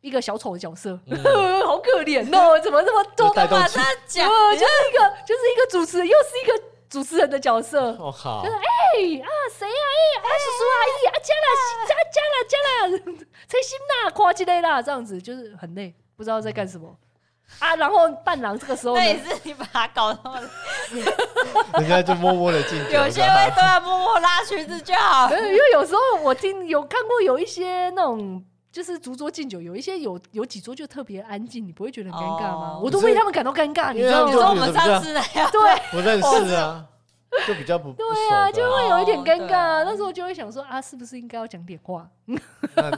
[SPEAKER 2] 一个小丑的角色，
[SPEAKER 3] 嗯
[SPEAKER 2] 好可怜哦，怎么这么多
[SPEAKER 3] 就带动
[SPEAKER 1] 把
[SPEAKER 3] 气
[SPEAKER 1] 他讲，
[SPEAKER 2] 哦，就是一个就是一个主持人，又是一个主持人的角色。
[SPEAKER 3] 哦好，
[SPEAKER 2] 哎啊，谁啊？哎、啊，叔叔阿姨啊，加啦，加加啦，加 啦，崔心娜，夸起来啦，这样子就是很累，不知道在干什么啊。然后伴郎这个时候
[SPEAKER 1] 那也
[SPEAKER 2] 呢，
[SPEAKER 1] 是你把他搞那么，
[SPEAKER 3] 人家就默默的敬酒。
[SPEAKER 1] 有些会都要默默拉裙子就好。
[SPEAKER 2] 呃因为有时候我听有看过有一些那种。就是逐桌敬酒，有一些有有几桌就特别安静，你不会觉得很尴尬吗
[SPEAKER 1] 哦
[SPEAKER 2] 我都为他们感到尴尬，你知道
[SPEAKER 3] 因为他们
[SPEAKER 1] 你说
[SPEAKER 2] 吗？
[SPEAKER 1] 我们上次那样，
[SPEAKER 2] 对，
[SPEAKER 3] 不认识啊，就比较不不
[SPEAKER 2] 对
[SPEAKER 3] 熟的
[SPEAKER 2] 啊，
[SPEAKER 3] 啊
[SPEAKER 2] 就会有一点尴
[SPEAKER 1] 哦
[SPEAKER 2] 尬。
[SPEAKER 1] 对啊
[SPEAKER 2] 那时候就会想说啊，是不是应该要讲点话
[SPEAKER 3] 那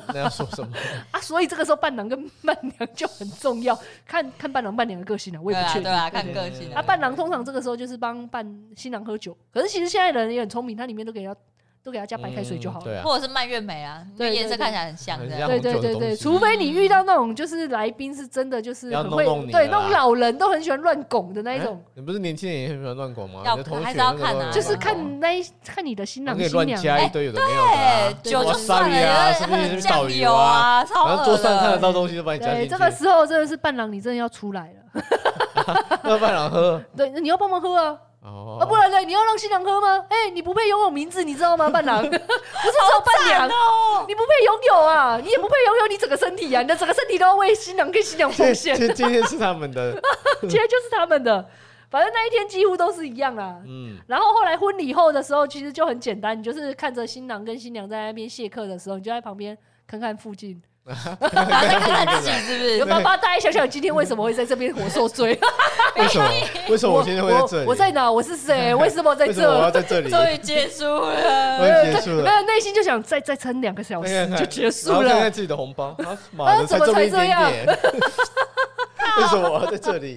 [SPEAKER 3] 那要说什么？
[SPEAKER 2] 啊？所以这个时候伴郎跟伴娘就很重要，看看伴郎伴娘的个性啊，我
[SPEAKER 1] 对
[SPEAKER 2] 也不
[SPEAKER 1] 啊
[SPEAKER 2] 确定。
[SPEAKER 1] 对啊，
[SPEAKER 2] 对
[SPEAKER 1] 看个性
[SPEAKER 2] 啊，
[SPEAKER 1] 啊。
[SPEAKER 2] 伴郎通常这个时候就是帮伴新郎喝酒，可是其实现在的人也很聪明，他里面都给他都给他加白开水就好了。
[SPEAKER 3] 嗯对啊，
[SPEAKER 1] 或者是蔓越莓啊，因
[SPEAKER 2] 对
[SPEAKER 1] 为
[SPEAKER 2] 对
[SPEAKER 1] 颜色看起来很像
[SPEAKER 3] 很
[SPEAKER 1] 的。
[SPEAKER 3] 像
[SPEAKER 2] 对对对对，除非你遇到那种就是来宾是真的就是
[SPEAKER 3] 要
[SPEAKER 2] 很会
[SPEAKER 3] 弄弄你
[SPEAKER 2] 对
[SPEAKER 3] 的
[SPEAKER 2] 那
[SPEAKER 3] 啦
[SPEAKER 2] 种老人都很喜欢乱拱的那一种
[SPEAKER 3] 哎，你不是年轻人也很喜欢乱逛吗？
[SPEAKER 1] 要
[SPEAKER 3] 你的同学
[SPEAKER 1] 还是要
[SPEAKER 3] 那个都
[SPEAKER 1] 看啊
[SPEAKER 2] 就是
[SPEAKER 3] 乱逛
[SPEAKER 2] 看那一看你的新郎
[SPEAKER 3] 然后可以
[SPEAKER 2] 新
[SPEAKER 3] 乱
[SPEAKER 2] 娘。
[SPEAKER 3] 加一堆有的没有的啊，
[SPEAKER 1] 对，酒就
[SPEAKER 3] 哇
[SPEAKER 1] 算
[SPEAKER 3] 鲨鱼啊，
[SPEAKER 1] 了，
[SPEAKER 3] 什么一
[SPEAKER 1] 很
[SPEAKER 3] 些导
[SPEAKER 1] 酱油
[SPEAKER 3] 游啊，
[SPEAKER 1] 啊，超
[SPEAKER 3] 然后桌
[SPEAKER 1] 恶
[SPEAKER 3] 上看得
[SPEAKER 1] 的。
[SPEAKER 3] 到东西都把你加
[SPEAKER 2] 对，
[SPEAKER 3] 进去
[SPEAKER 2] 这，个时候真的是伴郎，你真的要出来了。
[SPEAKER 3] 那饭然喝
[SPEAKER 2] 对，你要帮忙喝啊，
[SPEAKER 3] 哦
[SPEAKER 2] 啊，不然呢？你要让新娘喝吗？哎，你不配拥有名字，你知道吗？伴郎不是说伴娘，
[SPEAKER 1] 哦
[SPEAKER 2] 你不配拥有啊，你也不配拥有你整个身体啊，你的整个身体都要为新郎跟新娘奉
[SPEAKER 3] 今
[SPEAKER 2] 献
[SPEAKER 3] 今。今天是他 们的，
[SPEAKER 2] 今天就是他们的，反正那一天几乎都是一样啦。
[SPEAKER 3] 嗯，
[SPEAKER 2] 然后后来婚礼后的时候，其实就很简单，你就是看着新郎跟新娘在那边谢客的时候，你就在旁边看看附近，
[SPEAKER 1] 然后再看看自己是不
[SPEAKER 2] 有
[SPEAKER 1] 是？
[SPEAKER 2] 没有帮大家想想今天为什么会在这边活受罪？
[SPEAKER 3] 为什么？为什么 我现在会在这里？
[SPEAKER 2] 啊我在哪？我是 谁？为什么在
[SPEAKER 3] 为什么我要
[SPEAKER 2] 这？
[SPEAKER 3] 在这里？
[SPEAKER 1] 终于结束了，
[SPEAKER 3] 我也结束
[SPEAKER 2] 没
[SPEAKER 3] 了，
[SPEAKER 2] 有内心就想再再撑两个小
[SPEAKER 3] 看
[SPEAKER 2] 时
[SPEAKER 3] 看看
[SPEAKER 2] 就结
[SPEAKER 3] 然
[SPEAKER 2] 束
[SPEAKER 3] 后看
[SPEAKER 2] 了
[SPEAKER 3] 看。自己的红包，啊妈的，
[SPEAKER 2] 啊怎么
[SPEAKER 3] 这么
[SPEAKER 2] 才
[SPEAKER 3] 一点点？ 为什么我要在 这里？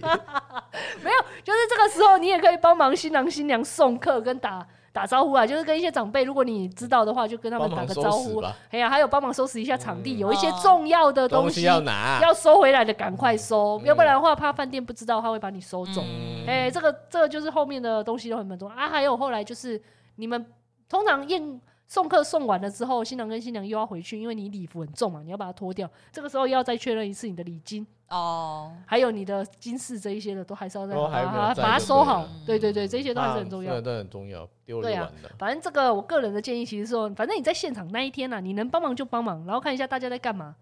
[SPEAKER 2] 没有，就是这个时候你也可以帮忙新郎新娘送客跟打打招呼啊，就是跟一些长辈，如果你知道的话，就跟他们打
[SPEAKER 3] 帮忙
[SPEAKER 2] 个
[SPEAKER 3] 收
[SPEAKER 2] 招
[SPEAKER 3] 拾
[SPEAKER 2] 呼。
[SPEAKER 3] 吧，
[SPEAKER 2] 哎呀，还有帮忙收拾一下场地，
[SPEAKER 3] 嗯
[SPEAKER 2] 有一些
[SPEAKER 1] 哦
[SPEAKER 2] 重要的
[SPEAKER 3] 东
[SPEAKER 2] 西
[SPEAKER 3] 西要拿，啊
[SPEAKER 2] 要收回来的赶快收，
[SPEAKER 3] 嗯
[SPEAKER 2] 要不然的话怕饭店不知道，他会把你收走。
[SPEAKER 1] 嗯
[SPEAKER 2] 哎、这个这个就是后面的东西都很蛮多啊。还有后来就是你们通常宴送客送完了之后，新郎跟新娘又要回去，因为你礼服很重嘛，你要把它脱掉。这个时候又要再确认一次你的礼金，
[SPEAKER 1] 哦，
[SPEAKER 2] 还有你的金饰这一些的，都还是要再
[SPEAKER 3] 都
[SPEAKER 2] 把
[SPEAKER 3] 还没有
[SPEAKER 2] 它
[SPEAKER 3] 在
[SPEAKER 2] 把它
[SPEAKER 3] 就
[SPEAKER 2] 收
[SPEAKER 3] 对
[SPEAKER 2] 好
[SPEAKER 3] 了。
[SPEAKER 2] 对对对，这些都还是很重要
[SPEAKER 3] 啊。对，都很重要，丢了
[SPEAKER 2] 对
[SPEAKER 3] 就
[SPEAKER 2] 啊
[SPEAKER 3] 完了。
[SPEAKER 2] 反正这个我个人的建议，其实是说，反正你在现场那一天啊，你能帮忙就帮忙，然后看一下大家在干嘛。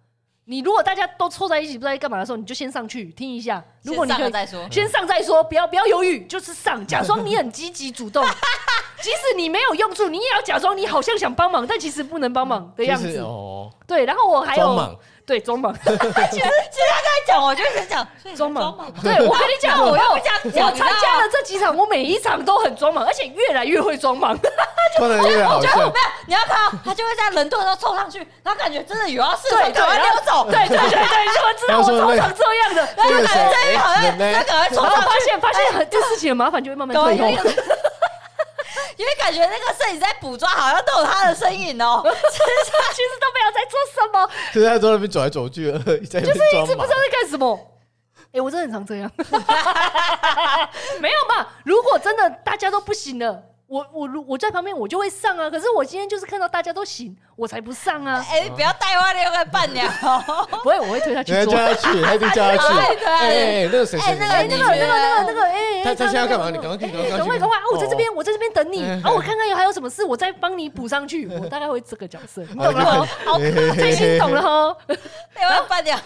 [SPEAKER 2] 你如果大家都凑在一起不知道在干嘛的时候，你就先上去听一下。如果你
[SPEAKER 1] 先上
[SPEAKER 2] 可
[SPEAKER 1] 了
[SPEAKER 2] 以
[SPEAKER 1] 再说，
[SPEAKER 2] 先上再说，不要不要犹豫，就是上，假装你很积极主动。即使你没有用处，你也要假装你好像想帮忙，但其实不能帮忙的样
[SPEAKER 3] 其实
[SPEAKER 2] 子。哎
[SPEAKER 3] 哦，
[SPEAKER 2] 对，然后我还
[SPEAKER 3] 装
[SPEAKER 2] 有
[SPEAKER 3] 莽，
[SPEAKER 2] 对装忙，
[SPEAKER 1] 再讲我就先讲
[SPEAKER 2] 装
[SPEAKER 1] 忙
[SPEAKER 2] 忙，对我跟你讲，我要 我
[SPEAKER 1] 这
[SPEAKER 2] 参
[SPEAKER 1] 样讲，
[SPEAKER 2] 加了这几场，我每一场都很装忙，而且越来越会装忙。
[SPEAKER 3] 装的越来越好
[SPEAKER 1] 我觉得我
[SPEAKER 3] 笑
[SPEAKER 1] 没。有，你要看哦，他就会在人多的时候冲上去，然后感觉真的有要事，
[SPEAKER 2] 对对
[SPEAKER 1] 赶快
[SPEAKER 2] 然后
[SPEAKER 1] 溜走。
[SPEAKER 2] 对对对对，我知道我通常这样的。
[SPEAKER 1] 然后
[SPEAKER 3] 这
[SPEAKER 1] 就
[SPEAKER 3] 个
[SPEAKER 1] 感觉这
[SPEAKER 3] 谁
[SPEAKER 1] 边好像
[SPEAKER 3] 人呢
[SPEAKER 1] 他赶 快冲
[SPEAKER 2] 然后
[SPEAKER 1] 上
[SPEAKER 2] 发
[SPEAKER 1] 去，
[SPEAKER 2] 现发现很这事情的麻烦就会慢慢
[SPEAKER 1] 赶快
[SPEAKER 2] 退
[SPEAKER 1] 有
[SPEAKER 2] 后
[SPEAKER 1] 点， 因为感觉那个摄影在捕捉，好像都有他的身影哦。
[SPEAKER 2] 其实都没有在做什么，
[SPEAKER 3] 就是他在那边走来走去，在那边
[SPEAKER 2] 一直
[SPEAKER 3] 装
[SPEAKER 2] 不
[SPEAKER 3] 莽
[SPEAKER 2] 知道。在干什么。哎， 我真的很常这样，没有吧？如果真的大家都不行了，我我如我在旁边我就会上啊，可是我今天就是看到大家都醒，我才不上啊，
[SPEAKER 1] 哎、你不要带坏另外伴娘哦。
[SPEAKER 2] 不会，我会推他去
[SPEAKER 3] 你还叫
[SPEAKER 2] 做。
[SPEAKER 3] 他去，还得叫他去。
[SPEAKER 1] 对对对
[SPEAKER 3] 哎哎，哎那个谁
[SPEAKER 1] 哎
[SPEAKER 3] 谁，
[SPEAKER 1] 那个
[SPEAKER 3] 谁
[SPEAKER 1] 那
[SPEAKER 2] 那
[SPEAKER 1] 个
[SPEAKER 2] 个那个那个那个，哎，哎
[SPEAKER 3] 他他现在要干嘛？
[SPEAKER 2] 那
[SPEAKER 3] 你
[SPEAKER 2] 个
[SPEAKER 3] 赶快去，赶
[SPEAKER 2] 哎
[SPEAKER 3] 快
[SPEAKER 2] 赶快
[SPEAKER 3] 去
[SPEAKER 2] 赶快啊！我在这边，
[SPEAKER 3] 哦
[SPEAKER 2] 我在这边等你
[SPEAKER 3] 嗯
[SPEAKER 2] 啊！我看看有还有什么事，我再帮你补上去。我大概会这个角 色，你懂
[SPEAKER 3] 好
[SPEAKER 2] 了哦，
[SPEAKER 1] 好可爱，
[SPEAKER 2] 最新懂了哦。
[SPEAKER 1] 另外伴娘
[SPEAKER 2] 啊，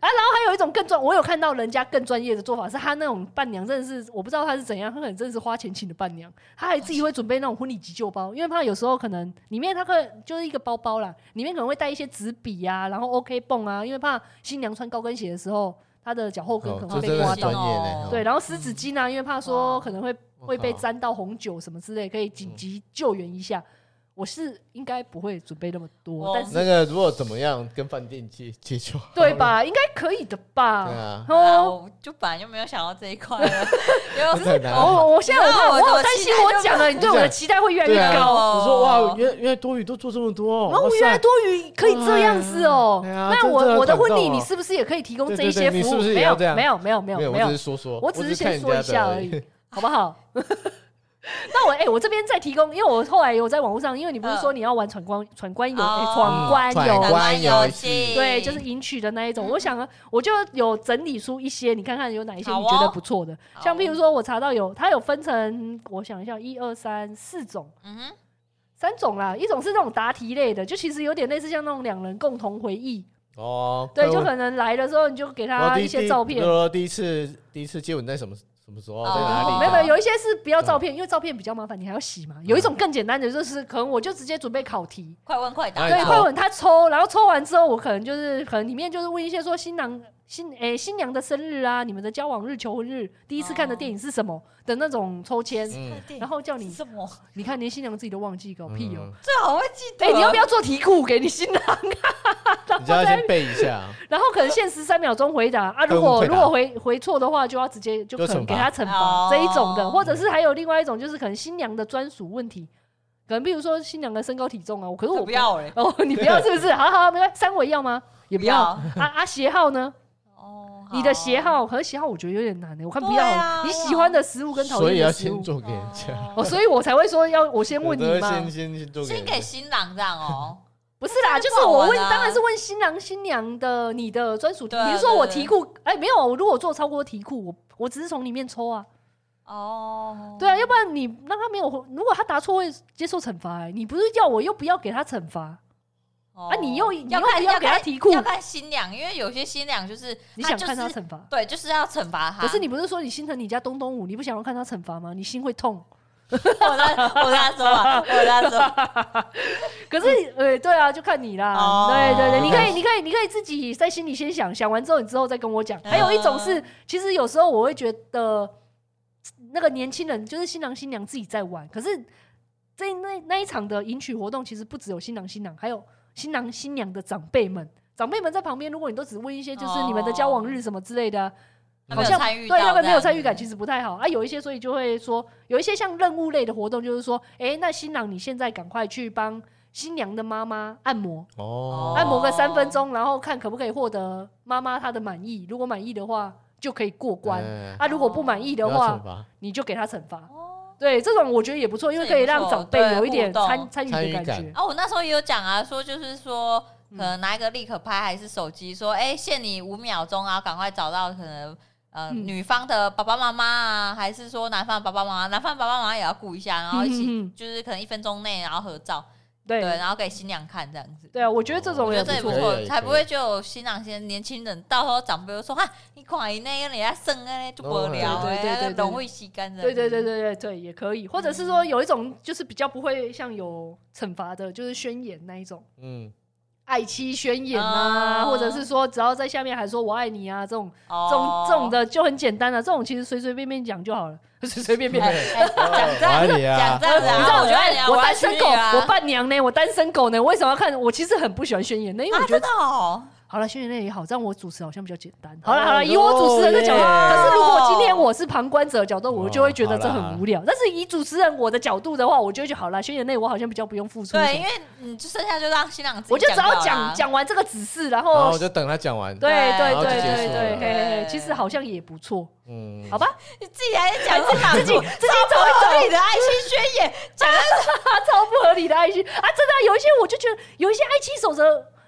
[SPEAKER 2] 然后还有一种更专，我有看到人家更专业的做法，是他那种伴娘真的是，我不知道他是怎样，他可能真的是花钱请的伴娘，他还自己会准备那种婚礼急救包，因为怕有时候可能里面他可就是一个包包啦，里面可能会带一些纸笔啊，然后 OK 泵啊，因为怕新娘穿高跟鞋的时候，她的脚后跟可能
[SPEAKER 3] 哦这
[SPEAKER 2] 会
[SPEAKER 3] 真
[SPEAKER 2] 被
[SPEAKER 3] 的
[SPEAKER 2] 刮
[SPEAKER 3] 是
[SPEAKER 2] 到
[SPEAKER 3] 专，业的
[SPEAKER 1] 哦
[SPEAKER 3] 哦。
[SPEAKER 2] 对，然后湿纸巾啊，因为怕说可能会
[SPEAKER 3] 我靠
[SPEAKER 2] 会被沾到红酒什么之类，可以紧急救援一下。我是应该不会准备那么
[SPEAKER 1] 哦
[SPEAKER 2] 多，但是
[SPEAKER 3] 那个如果怎么样跟饭店借借酒？
[SPEAKER 2] 对吧？应该可以的吧？
[SPEAKER 3] 对啊
[SPEAKER 1] 啊，
[SPEAKER 2] 哦，
[SPEAKER 1] 我就本来就没有想到这一块了，因为我
[SPEAKER 3] 这 很难啊。
[SPEAKER 2] 哦我我现在我怕，
[SPEAKER 1] 那
[SPEAKER 2] 我
[SPEAKER 1] 我的
[SPEAKER 2] 好担心我讲了，你对我的期待会越来越
[SPEAKER 3] 对啊
[SPEAKER 2] 高。
[SPEAKER 1] 哦
[SPEAKER 3] 我说哇，原原来多余都做这么多哦，
[SPEAKER 2] 然后
[SPEAKER 3] 哇塞
[SPEAKER 2] 原来多余可以这样子哦。
[SPEAKER 3] 对啊
[SPEAKER 2] 那
[SPEAKER 3] 真的
[SPEAKER 2] 我我的
[SPEAKER 3] 很感
[SPEAKER 2] 婚
[SPEAKER 3] 动
[SPEAKER 2] 礼，
[SPEAKER 3] 哦
[SPEAKER 2] 你是不是也可以提供
[SPEAKER 3] 对
[SPEAKER 2] 这
[SPEAKER 3] 对
[SPEAKER 2] 一
[SPEAKER 3] 对
[SPEAKER 2] 些
[SPEAKER 3] 你
[SPEAKER 2] 服
[SPEAKER 3] 是
[SPEAKER 2] 务？
[SPEAKER 3] 不是
[SPEAKER 2] 没
[SPEAKER 3] 也
[SPEAKER 2] 有
[SPEAKER 3] 要这样
[SPEAKER 2] 没有没有没
[SPEAKER 3] 没有，
[SPEAKER 2] 有
[SPEAKER 3] 我
[SPEAKER 2] 没
[SPEAKER 3] 只
[SPEAKER 2] 有
[SPEAKER 3] 是，说说，
[SPEAKER 2] 我只是
[SPEAKER 3] 是
[SPEAKER 2] 先
[SPEAKER 3] 看人
[SPEAKER 2] 说
[SPEAKER 3] 家
[SPEAKER 2] 一下
[SPEAKER 3] 的
[SPEAKER 2] 而已， 好不好？那我哎、我这边再提供，因为我后来有在网络上，因为你不是说你要玩闯关闯关游，哎
[SPEAKER 1] 哦
[SPEAKER 2] 闯关游
[SPEAKER 3] 嗯闯关游戏
[SPEAKER 2] 对，就是迎娶的那一种。我想，啊，我就有整理出一些，你看看有哪一些
[SPEAKER 1] 好
[SPEAKER 2] 你觉得
[SPEAKER 1] 哦
[SPEAKER 2] 不错的。
[SPEAKER 1] 好
[SPEAKER 2] 像譬如说，我查到有它有分成，我想一下，一二三四种，
[SPEAKER 1] 嗯哼，
[SPEAKER 2] 三种啦。一种是那种答题类的，就其实有点类似像那种两人共同回忆，
[SPEAKER 3] 哦，
[SPEAKER 2] 对，就可能来的时候你就给
[SPEAKER 3] 我
[SPEAKER 2] 他
[SPEAKER 3] 第
[SPEAKER 2] 一些
[SPEAKER 3] 第
[SPEAKER 2] 照片。
[SPEAKER 3] 呃第一次第一次接吻在什么什么时候，
[SPEAKER 1] 哦
[SPEAKER 3] 在哪
[SPEAKER 1] 哦
[SPEAKER 3] 里？
[SPEAKER 2] 没有没有，有一些是
[SPEAKER 3] 嗯
[SPEAKER 2] 不要照片，因为照片比较麻烦，你还要洗嘛。有一种更简单的，就是可能我就直接准备考题，
[SPEAKER 1] 快问快答，
[SPEAKER 3] 哎
[SPEAKER 2] 对，
[SPEAKER 3] 抽
[SPEAKER 2] 快吻他抽，然后抽完之后，我可能就是可能里面就是问一些说新郎新诶、新娘的生日啊，你们的交往日、求婚日，第一次看的电影是什么的那种抽签，
[SPEAKER 3] 哦嗯，
[SPEAKER 2] 然后叫你
[SPEAKER 1] 什么？
[SPEAKER 2] 你看连新娘自己都忘记，搞屁哦、
[SPEAKER 3] 嗯！
[SPEAKER 1] 最好会记得。
[SPEAKER 2] 哎、你要不要做题库给你 新郎？
[SPEAKER 3] 你就要先背一下，
[SPEAKER 2] 然后可能限时三秒钟回答 啊，
[SPEAKER 3] 跟
[SPEAKER 2] 如果
[SPEAKER 3] 回
[SPEAKER 2] 如
[SPEAKER 3] 答
[SPEAKER 2] 果回回错的话，就要直接就
[SPEAKER 3] 就
[SPEAKER 2] 可能
[SPEAKER 3] 惩
[SPEAKER 2] 给他
[SPEAKER 3] 罚
[SPEAKER 2] 惩
[SPEAKER 1] 哦
[SPEAKER 2] 罚这一种的，或者是还有另外一种就是可能新娘的专属问题，可能比如说新娘的身高体重啊，我可是我
[SPEAKER 1] 我不要哎，
[SPEAKER 2] 哦，你不要是 不是？好好，没关系，三围要吗？也不要。啊啊，鞋号 呢？
[SPEAKER 1] 哦，好
[SPEAKER 2] 你的鞋号，可是鞋号我觉得有点难呢，欸我看不要
[SPEAKER 1] 对
[SPEAKER 2] 了
[SPEAKER 1] 啊。
[SPEAKER 2] 你喜欢的食物跟讨
[SPEAKER 3] 所以
[SPEAKER 2] 厌
[SPEAKER 3] 要
[SPEAKER 2] 的食
[SPEAKER 3] 先
[SPEAKER 2] 物，
[SPEAKER 3] 做给人家。
[SPEAKER 2] 哦，所以我才会说要我先
[SPEAKER 3] 我
[SPEAKER 2] 问
[SPEAKER 3] 都
[SPEAKER 2] 你
[SPEAKER 3] 会
[SPEAKER 2] 嘛
[SPEAKER 3] 先，先先做给
[SPEAKER 1] 先
[SPEAKER 3] 人
[SPEAKER 1] 给
[SPEAKER 3] 家。
[SPEAKER 1] 新郎这样 哦。
[SPEAKER 2] 不是啦，就
[SPEAKER 1] 这
[SPEAKER 2] 是
[SPEAKER 1] 个不好
[SPEAKER 2] 我
[SPEAKER 1] 玩
[SPEAKER 2] 问，
[SPEAKER 1] 啊
[SPEAKER 2] 当然是问新郎新娘的你的专属题
[SPEAKER 1] 对啊
[SPEAKER 2] 比如说我
[SPEAKER 1] 对
[SPEAKER 2] 题库，哎，没有，我如果做超过题库，我我只是从里面抽啊，
[SPEAKER 1] 哦，
[SPEAKER 2] 对啊，要不然你让他没有，如果他答错会接受惩罚，哎，你不是要我又不要给他惩罚，
[SPEAKER 1] 哦
[SPEAKER 2] 啊你又你
[SPEAKER 1] 要
[SPEAKER 2] 又
[SPEAKER 1] 看
[SPEAKER 2] 不要
[SPEAKER 1] 要
[SPEAKER 2] 给他
[SPEAKER 1] 看
[SPEAKER 2] 题库
[SPEAKER 1] 要看新娘，因为有些新娘就是
[SPEAKER 2] 你想
[SPEAKER 1] 就
[SPEAKER 2] 看他
[SPEAKER 1] 是啊
[SPEAKER 2] 惩罚？
[SPEAKER 1] 对，就是要惩罚他。
[SPEAKER 2] 可是你不是说你心疼你家东东五，你不想要看他惩罚吗？你心会痛。
[SPEAKER 1] 我在我在说 啊，我在说，
[SPEAKER 2] 可是你，呃、对啊，就看你啦。
[SPEAKER 1] 哦
[SPEAKER 2] 对对对，你可以，你可以，你可以自己在心里先想，想完之后，你之后再跟我讲。
[SPEAKER 1] 嗯
[SPEAKER 2] 还有一种是，其实有时候我会觉得，那个年轻人就是新郎新娘自己在玩，可是这那那一场的迎娶活动，其实不只有新郎新娘，还有新郎新娘的长辈们。长辈们在旁边，如果你都只问一些
[SPEAKER 1] 哦
[SPEAKER 2] 就是你们的交往日什么之类的啊、
[SPEAKER 1] 他没
[SPEAKER 2] 好
[SPEAKER 3] 嗯
[SPEAKER 1] 有
[SPEAKER 2] 像
[SPEAKER 1] 参与到
[SPEAKER 2] 对
[SPEAKER 1] 这样，
[SPEAKER 2] 那个没有参与感，其实不太好啊。有一些，所以就会说，有一些像任务类的活动，就是说，哎、那新郎你现在赶快去帮新娘的妈妈按摩，
[SPEAKER 3] 哦，
[SPEAKER 2] 按摩个三分钟，然后看可不可以获得妈妈她的满意。如果满意的话，就可以过关；
[SPEAKER 3] 嗯
[SPEAKER 2] 啊，如果不满意的
[SPEAKER 3] 不要
[SPEAKER 2] 话
[SPEAKER 3] 惩，罚
[SPEAKER 2] 你就给他惩罚。
[SPEAKER 1] 哦。
[SPEAKER 2] 对，这种我觉得也不错，因为可
[SPEAKER 1] 这
[SPEAKER 2] 以
[SPEAKER 1] 也
[SPEAKER 2] 让
[SPEAKER 1] 不错
[SPEAKER 2] 长辈有一点
[SPEAKER 1] 对互动
[SPEAKER 2] 参参与
[SPEAKER 3] 参
[SPEAKER 2] 的
[SPEAKER 3] 与
[SPEAKER 2] 感
[SPEAKER 3] 感
[SPEAKER 2] 觉。
[SPEAKER 1] 啊，我那时候也有讲啊，说就是说，
[SPEAKER 2] 嗯
[SPEAKER 1] 可能拿一个立可拍还是手机，说，哎、限你五秒钟啊，赶快找到可能呃、
[SPEAKER 2] 嗯
[SPEAKER 1] 女方的爸爸妈妈啊，还是说男方的爸爸妈妈，男方的爸爸妈妈也要顾一下，然后一起、
[SPEAKER 2] 嗯嗯嗯
[SPEAKER 1] 就是可能一分钟内然后合照，对，
[SPEAKER 2] 对
[SPEAKER 1] 然后给新娘看这样子。
[SPEAKER 2] 对啊，我觉得这种
[SPEAKER 1] 我
[SPEAKER 2] 也
[SPEAKER 1] 觉得
[SPEAKER 2] 不
[SPEAKER 1] 这也
[SPEAKER 2] 错
[SPEAKER 1] 不。
[SPEAKER 3] 可以啊
[SPEAKER 1] 错，
[SPEAKER 3] 也
[SPEAKER 1] 才
[SPEAKER 3] 可
[SPEAKER 1] 不会就有新郎新年轻人，到时候长辈又说哈，你看伊那个人家生啊，就不聊
[SPEAKER 2] 对对对对
[SPEAKER 1] 哎，
[SPEAKER 2] 对
[SPEAKER 1] 容易吸干的。
[SPEAKER 2] 对对对对对对，也可以，或者是
[SPEAKER 1] 嗯
[SPEAKER 2] 说有一种就是比较不会像有惩罚的，就是宣言那一种。
[SPEAKER 3] 嗯，
[SPEAKER 2] 爱妻宣言啊，
[SPEAKER 1] 啊
[SPEAKER 2] 或者是说只要在下面喊说我爱你啊，这种
[SPEAKER 1] 哦，
[SPEAKER 2] 这种这种的就很简单了、这种其实随随便便讲就好了，随随便便。
[SPEAKER 1] 哎，哎讲这样
[SPEAKER 3] 哪里啊
[SPEAKER 1] 讲这？样子啊，
[SPEAKER 2] 你知道
[SPEAKER 1] 我觉得你要
[SPEAKER 2] 我
[SPEAKER 1] 玩
[SPEAKER 2] 单身
[SPEAKER 1] 去
[SPEAKER 2] 狗，
[SPEAKER 1] 啊
[SPEAKER 2] 我伴娘呢？我单身狗呢？为什么要看？我其实很不喜欢宣言呢，因为
[SPEAKER 1] 啊，
[SPEAKER 2] 我觉
[SPEAKER 1] 真
[SPEAKER 2] 得
[SPEAKER 1] 的哦，
[SPEAKER 2] 好了，宣言类也好，这样我主持好像比较简单。好了
[SPEAKER 3] 哦
[SPEAKER 2] 好了，以我主持人的角度，
[SPEAKER 3] 耶
[SPEAKER 2] 可是如果今天我是旁观者的角度，我
[SPEAKER 3] 哦
[SPEAKER 2] 就会觉得这
[SPEAKER 3] 好啦
[SPEAKER 2] 很无聊。但是以主持人我的角度的话，我就会觉得好了，宣言类我好像比较不用付出什么。
[SPEAKER 1] 对，因为你就剩下就让新郎自己
[SPEAKER 2] 我就哦只
[SPEAKER 1] 好
[SPEAKER 2] 要
[SPEAKER 1] 啦
[SPEAKER 2] 讲，讲完这个指示，然
[SPEAKER 3] 然后
[SPEAKER 2] 后
[SPEAKER 3] 我就等他讲完。
[SPEAKER 2] 对对
[SPEAKER 1] 然
[SPEAKER 3] 后就
[SPEAKER 2] 对
[SPEAKER 3] 结束
[SPEAKER 2] 对对，
[SPEAKER 3] 了
[SPEAKER 2] 嘿嘿嘿
[SPEAKER 1] 对
[SPEAKER 2] 其实好像也不错，
[SPEAKER 3] 嗯，
[SPEAKER 2] 好吧？
[SPEAKER 1] 你自己还在讲新郎
[SPEAKER 2] 自己自己
[SPEAKER 1] 超
[SPEAKER 2] 找一
[SPEAKER 1] 不
[SPEAKER 2] 找
[SPEAKER 1] 合理的爱心宣 言，讲的
[SPEAKER 2] 他超不合理的爱心啊！真的啊、有一些我就觉得有一些爱情守则，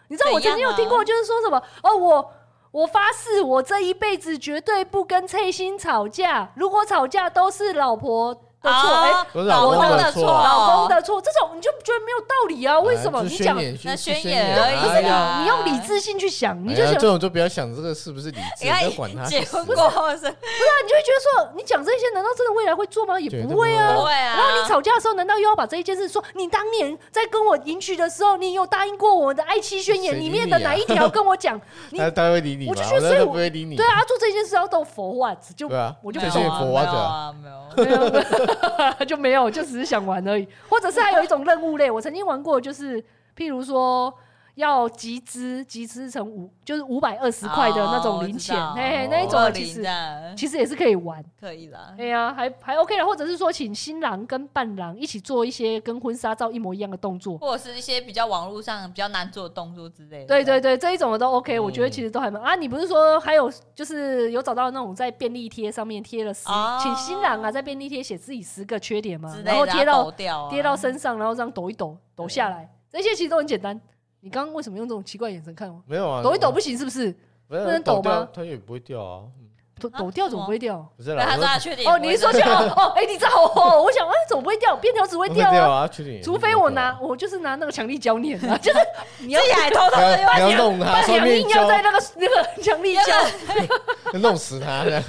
[SPEAKER 2] 你知道我
[SPEAKER 1] 怎
[SPEAKER 2] 曾
[SPEAKER 1] 样
[SPEAKER 2] 经有听过，就是说什么、哦，我我发誓我这一辈子绝对不跟翠心吵架，如果吵架都是老婆的错，哎、
[SPEAKER 1] 啊
[SPEAKER 3] 都是
[SPEAKER 1] 老
[SPEAKER 3] 老
[SPEAKER 1] 公
[SPEAKER 3] 公的
[SPEAKER 1] 的
[SPEAKER 3] 错啊
[SPEAKER 1] 错，
[SPEAKER 2] 老公的错，这种你就觉得没有道理啊？为什么？
[SPEAKER 3] 就
[SPEAKER 2] 你
[SPEAKER 3] 宣
[SPEAKER 2] 讲
[SPEAKER 3] 言
[SPEAKER 1] 那
[SPEAKER 3] 宣
[SPEAKER 1] 宣
[SPEAKER 3] 言哎
[SPEAKER 1] 言而已，
[SPEAKER 2] 不是你，
[SPEAKER 1] 啊
[SPEAKER 2] 你用理，智性去想，你就
[SPEAKER 3] 哎呀
[SPEAKER 2] 想哎
[SPEAKER 3] 这种就不要想这个是不是理智，
[SPEAKER 1] 你
[SPEAKER 3] 不要管
[SPEAKER 1] 看
[SPEAKER 3] 他。
[SPEAKER 1] 结婚过后是
[SPEAKER 2] 啊那你就会觉得说，你讲这些，难道真的未来会做吗？也
[SPEAKER 3] 绝对
[SPEAKER 2] 不会啊。
[SPEAKER 3] 不
[SPEAKER 1] 不会啊，
[SPEAKER 2] 然后你吵架的时候，难道又要把这一件事说？你当年在跟我迎娶的时候，你有答应过我的爱妻宣言
[SPEAKER 3] 谁
[SPEAKER 2] 里
[SPEAKER 3] 理你啊
[SPEAKER 2] 面的哪一条跟我 讲？你
[SPEAKER 3] 他他会理你吗？
[SPEAKER 2] 我就觉得所以
[SPEAKER 3] 他都
[SPEAKER 2] 我
[SPEAKER 3] 不会理你。
[SPEAKER 2] 对啊，他做这件事要都 for what？就
[SPEAKER 3] 对啊，
[SPEAKER 2] 我就
[SPEAKER 1] 没有
[SPEAKER 3] 这些
[SPEAKER 1] 啊
[SPEAKER 3] 佛挖
[SPEAKER 1] 没有
[SPEAKER 3] 者，
[SPEAKER 1] 啊，没有。
[SPEAKER 2] 没有，就没有，就只是想玩而已。或者是还有一种任务类，我曾经玩过，就是譬如说要集资，集资成五，就是五百二十块的那种零钱，
[SPEAKER 1] 哦
[SPEAKER 2] 嘿嘿
[SPEAKER 3] 哦，
[SPEAKER 2] 那一
[SPEAKER 1] 我
[SPEAKER 2] 种
[SPEAKER 1] 知
[SPEAKER 2] 啊
[SPEAKER 1] 道
[SPEAKER 2] 其实
[SPEAKER 1] 零蛋
[SPEAKER 2] 其实也是可以玩。
[SPEAKER 1] 可以啦。
[SPEAKER 2] 哎呀、还还 OK 啦，或者是说请新郎跟伴郎一起做一些跟婚纱照一模一样的动作。
[SPEAKER 1] 或者是一些比较网络上比较难做的动作之类的。
[SPEAKER 2] 对对对，这一种的都 OK，、
[SPEAKER 3] 嗯
[SPEAKER 2] 我觉得其实都还蛮啊。你不是说还有就是有找到那种在便利贴上面贴了十，
[SPEAKER 1] 哦
[SPEAKER 2] 请新郎啊在便利贴写自己十个缺点嘛
[SPEAKER 1] 之类，的啊，
[SPEAKER 2] 然后贴到
[SPEAKER 1] 抖掉啊
[SPEAKER 2] 贴到身上，然后这样抖一抖，抖下来，这些其实都很简单。你刚刚为什么用这种奇怪的眼神看我？
[SPEAKER 3] 没有啊，
[SPEAKER 2] 抖一抖
[SPEAKER 3] 我
[SPEAKER 2] 不行是不是？
[SPEAKER 3] 没有
[SPEAKER 2] 不能抖
[SPEAKER 3] 掉
[SPEAKER 2] 吗
[SPEAKER 3] 它也不会掉啊，嗯
[SPEAKER 2] 抖
[SPEAKER 1] 啊
[SPEAKER 2] 抖掉
[SPEAKER 1] 什
[SPEAKER 2] 怎么
[SPEAKER 1] 么
[SPEAKER 2] 不会掉？
[SPEAKER 3] 不是
[SPEAKER 1] 对
[SPEAKER 3] 啦，
[SPEAKER 1] 他
[SPEAKER 3] 我
[SPEAKER 1] 说他缺点
[SPEAKER 2] 哦，你是说去哦哦，哎，你这好哦，我想哎怎么不会掉？便条纸会
[SPEAKER 3] 不会
[SPEAKER 2] 掉啊
[SPEAKER 3] 掉。啊，确定也不
[SPEAKER 2] 除
[SPEAKER 3] 会掉啊。
[SPEAKER 2] 非我拿，我就是拿那个强力胶粘啊，就是
[SPEAKER 1] 你 自己还偷偷
[SPEAKER 3] 你
[SPEAKER 1] 的
[SPEAKER 3] 要你要弄
[SPEAKER 2] 把两
[SPEAKER 3] 它，双面
[SPEAKER 2] 硬要
[SPEAKER 3] 胶
[SPEAKER 2] 在那个那个 强力
[SPEAKER 1] 啊
[SPEAKER 2] 胶，
[SPEAKER 3] 弄死它，这样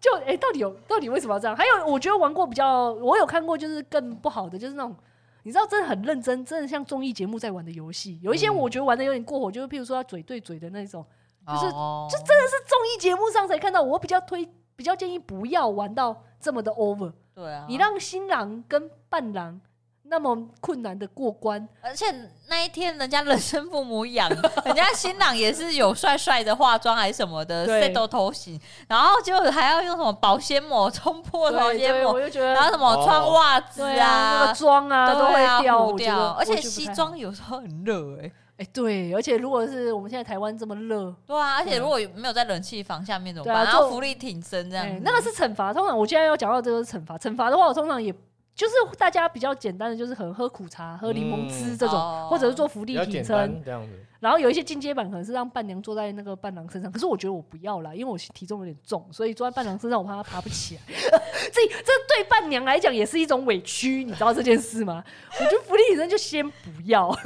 [SPEAKER 2] 就哎、到底有到底为什么要这样？还有，我觉得玩过比较，我有看过就是更不好的，就是那种你知道，真的很认真，真的像综艺节目在玩的游戏。有一些
[SPEAKER 3] 嗯
[SPEAKER 2] 我觉得玩的有点过火，就是譬如说要嘴对嘴的那种，就是
[SPEAKER 1] 就
[SPEAKER 2] 真的是综艺节目上才看到。我比较推，比较建议不要玩到这么的 over，、
[SPEAKER 1] 对啊，
[SPEAKER 2] 你让新郎跟伴郎那么困难的过关，
[SPEAKER 1] 而且那一天人家人生父母养， 人家新郎也是有帅帅的化妆还是什么的
[SPEAKER 2] 对
[SPEAKER 1] set 头型，然后结果还要用什么保鲜膜冲破保
[SPEAKER 2] 对
[SPEAKER 1] 鲜
[SPEAKER 2] 对，
[SPEAKER 1] 膜
[SPEAKER 2] 我，就觉得
[SPEAKER 1] 然后什么
[SPEAKER 3] 哦
[SPEAKER 1] 穿袜子
[SPEAKER 2] 对啊，那个妆啊都
[SPEAKER 1] 对啊
[SPEAKER 2] 会掉，
[SPEAKER 1] 糊
[SPEAKER 2] 我觉得
[SPEAKER 1] 掉，而
[SPEAKER 2] 我
[SPEAKER 1] 且
[SPEAKER 2] 觉得不
[SPEAKER 1] 西
[SPEAKER 2] 太好
[SPEAKER 1] 装有时候很热哎、
[SPEAKER 2] 哎、对，而且如果是我们现在台湾这么热，
[SPEAKER 1] 对啊，而
[SPEAKER 2] 对
[SPEAKER 1] 且
[SPEAKER 2] 啊
[SPEAKER 1] 如果没有在冷气房下面怎么
[SPEAKER 2] 对
[SPEAKER 1] 办？
[SPEAKER 2] 啊
[SPEAKER 1] 然后
[SPEAKER 2] 就
[SPEAKER 1] 浮力挺身这样
[SPEAKER 2] 哎
[SPEAKER 1] 子，
[SPEAKER 2] 那个是惩罚。通常我现在要讲到这个是惩罚，惩罚的话，我通常也就是大家比较简单的，就是可能喝苦茶、喝柠檬汁
[SPEAKER 3] 嗯
[SPEAKER 2] 这种，
[SPEAKER 1] 哦
[SPEAKER 2] 或者是做浮
[SPEAKER 3] 比
[SPEAKER 2] 力
[SPEAKER 3] 较
[SPEAKER 2] 挺
[SPEAKER 3] 简
[SPEAKER 2] 身。
[SPEAKER 3] 单这样子。
[SPEAKER 2] 然后有一些进阶版可能是让伴娘坐在那个伴郎身上，可是我觉得我不要啦，因为我体重有点重，所以坐在伴郎身上我怕她爬不起来。 这这对伴娘来讲也是一种委屈，你知道这件事吗？我觉得浮力挺身就先不要。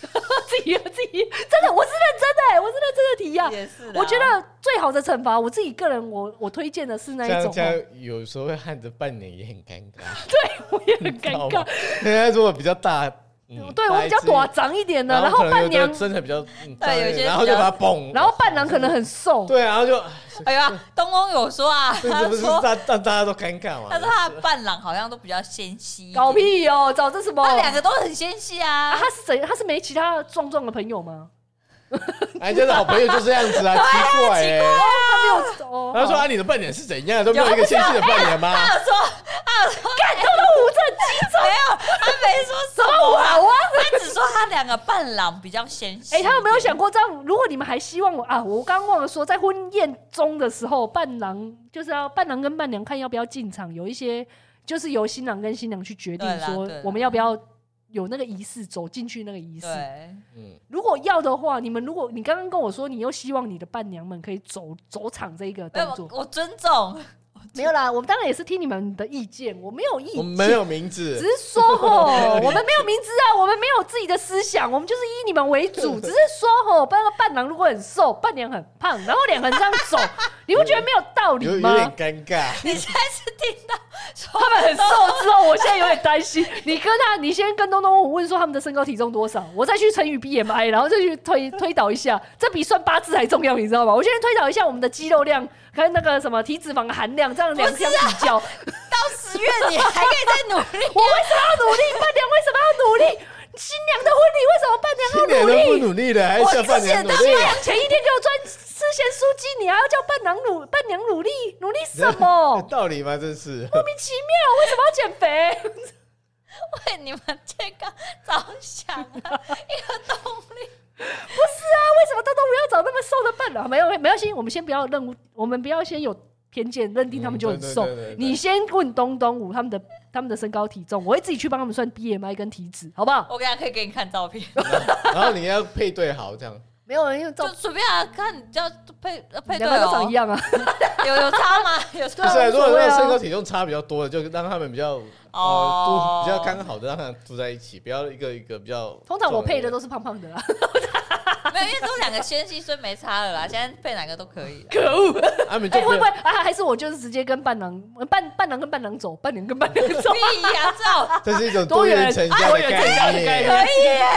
[SPEAKER 2] 自己自己真的，我是认真的、我是认真的提
[SPEAKER 3] 啊
[SPEAKER 2] 呀、
[SPEAKER 1] 也是啦，
[SPEAKER 2] 啊我觉得最好的惩罚，我自己个人我我推荐的是那
[SPEAKER 3] 这
[SPEAKER 2] 一
[SPEAKER 3] 样
[SPEAKER 2] 种哦
[SPEAKER 3] 这，样有时候会焊着半年也很尴尬，
[SPEAKER 2] 我也很尴尬。。
[SPEAKER 3] 人家 如果比较大，嗯
[SPEAKER 2] 对我比较
[SPEAKER 3] 大一
[SPEAKER 2] 短长一点
[SPEAKER 3] 只
[SPEAKER 2] 的，然
[SPEAKER 3] 可
[SPEAKER 2] 后
[SPEAKER 3] 能
[SPEAKER 2] 伴
[SPEAKER 3] 有的
[SPEAKER 2] 娘，
[SPEAKER 3] 啊真的比较嗯
[SPEAKER 1] 对有些
[SPEAKER 3] 然后就
[SPEAKER 1] 比较
[SPEAKER 3] 把它嘣，
[SPEAKER 2] 然后伴郎可能很瘦，
[SPEAKER 3] 对，啊然 后就
[SPEAKER 1] 哎呀，东宫有说啊，
[SPEAKER 3] 这这
[SPEAKER 1] 他
[SPEAKER 3] 不是
[SPEAKER 1] 说
[SPEAKER 3] 让让大家都尴尬
[SPEAKER 1] 他说
[SPEAKER 3] 嘛？
[SPEAKER 1] 他的伴郎好像都比较纤细，
[SPEAKER 2] 搞，屁哦，找这什么？
[SPEAKER 1] 他两个都很纤细啊
[SPEAKER 2] 啊，。他是谁？他是没其他壮壮的朋友吗？
[SPEAKER 3] 哎，这的好朋友就这样 子啊，奇怪哎。
[SPEAKER 2] 他没有哦，啊
[SPEAKER 3] 然后说
[SPEAKER 2] 好
[SPEAKER 3] 啊，你的伴娘是怎样，都没有一个纤细的伴娘 吗？
[SPEAKER 1] 他有说，他有说，干他
[SPEAKER 2] 我这鸡 爪
[SPEAKER 1] 没有，他没说什么啊，
[SPEAKER 2] 好啊！
[SPEAKER 1] 他只说他两个伴郎比较纤细。
[SPEAKER 2] 哎，他有没有想过这样？如果你们还希望我啊，我刚忘了说，在婚宴中的时候，伴郎就是要伴郎跟伴娘看要不要进场，有一些就是由新郎跟新娘去决定
[SPEAKER 1] 对啦
[SPEAKER 2] 说
[SPEAKER 1] 对啦
[SPEAKER 2] 我们要不要有那个仪式，走进去那个仪式。
[SPEAKER 1] 对，
[SPEAKER 3] 嗯，
[SPEAKER 2] 如果要的话，你们如果你刚刚跟我说你又希望你的伴娘们可以走走场这一个
[SPEAKER 1] 没
[SPEAKER 2] 动
[SPEAKER 1] 有
[SPEAKER 2] 作，，
[SPEAKER 1] 我尊重，
[SPEAKER 2] 没有啦，我们当然也是听你们的意见，我没有意见，
[SPEAKER 3] 我们没有名
[SPEAKER 2] 只
[SPEAKER 3] 字，
[SPEAKER 2] 是说 吼，我们没有明知啊，我们没有自己的思想，我们就是以你们为 主。只是说吼，伴伴郎如果很瘦，伴娘很胖，然后两个人这样 走，你不觉得没有道理
[SPEAKER 3] 有有点
[SPEAKER 2] 吗？
[SPEAKER 3] 尴尬。
[SPEAKER 1] 你现在是听到说
[SPEAKER 2] 他们很瘦之后，我现在有点担心。你跟他，你先跟东东问说他们的身高体重多少，我再去乘以 BMI，然后再去推推导一下，这比算八字还重要，你知道吗？我先推导一下我们的肌肉量跟那个什么体脂肪含量，这样两相比较。
[SPEAKER 3] 啊
[SPEAKER 1] 到十月你还可以再努力，
[SPEAKER 2] 我为什么要努力？伴娘为什么要努力？新娘的婚礼为什么伴娘
[SPEAKER 3] 今年都不努力了，还
[SPEAKER 1] 我
[SPEAKER 3] 叫伴
[SPEAKER 1] 之
[SPEAKER 3] 娘
[SPEAKER 1] 前
[SPEAKER 3] 努
[SPEAKER 1] 都
[SPEAKER 3] 力？
[SPEAKER 2] 前一天给我赚四千书鸡，你还要叫伴娘努伴娘努力努力什么
[SPEAKER 3] 有？哦道理吗？真是
[SPEAKER 2] 莫名其妙，为什么要减肥？
[SPEAKER 1] 为你们健康 着想啊，一个动力。
[SPEAKER 2] 为什么东东不要找那么瘦的伴郎？没有，没有，先我们先不要认，我们不要先有偏见，认定他们就很瘦
[SPEAKER 3] 嗯对对对对。对
[SPEAKER 2] 你先问东东五他们的他们的身高体重，我会自己去帮他们算 BMI 跟体脂，好不好？
[SPEAKER 1] 我等一下可以给你看照片，
[SPEAKER 3] 然后你要配对好 这样，
[SPEAKER 2] 没有人用照
[SPEAKER 1] 就，随便啊，看你叫配呃配对
[SPEAKER 2] 两个都长
[SPEAKER 1] 哦
[SPEAKER 2] 一，样啊。
[SPEAKER 1] 有有差吗？有
[SPEAKER 3] 不
[SPEAKER 1] 差
[SPEAKER 3] 是啊
[SPEAKER 2] 无
[SPEAKER 3] 如
[SPEAKER 2] 所谓啊
[SPEAKER 3] 果那个身高体重差比较多的，就让他们比较
[SPEAKER 1] 哦
[SPEAKER 3] 呃住比较刚好的，让他们住在一起，不要一个一个比较。
[SPEAKER 2] 通常我配的都是胖胖的啊啦。
[SPEAKER 1] 哦没有，因为都两个先系，所以没差了啦。现在配哪个都可 以啦。
[SPEAKER 2] 可恶！
[SPEAKER 3] 他们就
[SPEAKER 2] 哎，
[SPEAKER 3] 不
[SPEAKER 2] 会
[SPEAKER 3] 要
[SPEAKER 2] 不会啊？还是我就是直接跟伴郎呃伴伴郎跟伴郎走，伴娘跟伴娘走。
[SPEAKER 1] 屁呀，这好
[SPEAKER 3] 这是一种
[SPEAKER 2] 多
[SPEAKER 3] 多
[SPEAKER 2] 元
[SPEAKER 3] 元成家
[SPEAKER 2] 多
[SPEAKER 3] 的
[SPEAKER 2] 元成家的概念
[SPEAKER 3] 概念。
[SPEAKER 1] 可以耶！
[SPEAKER 2] 啊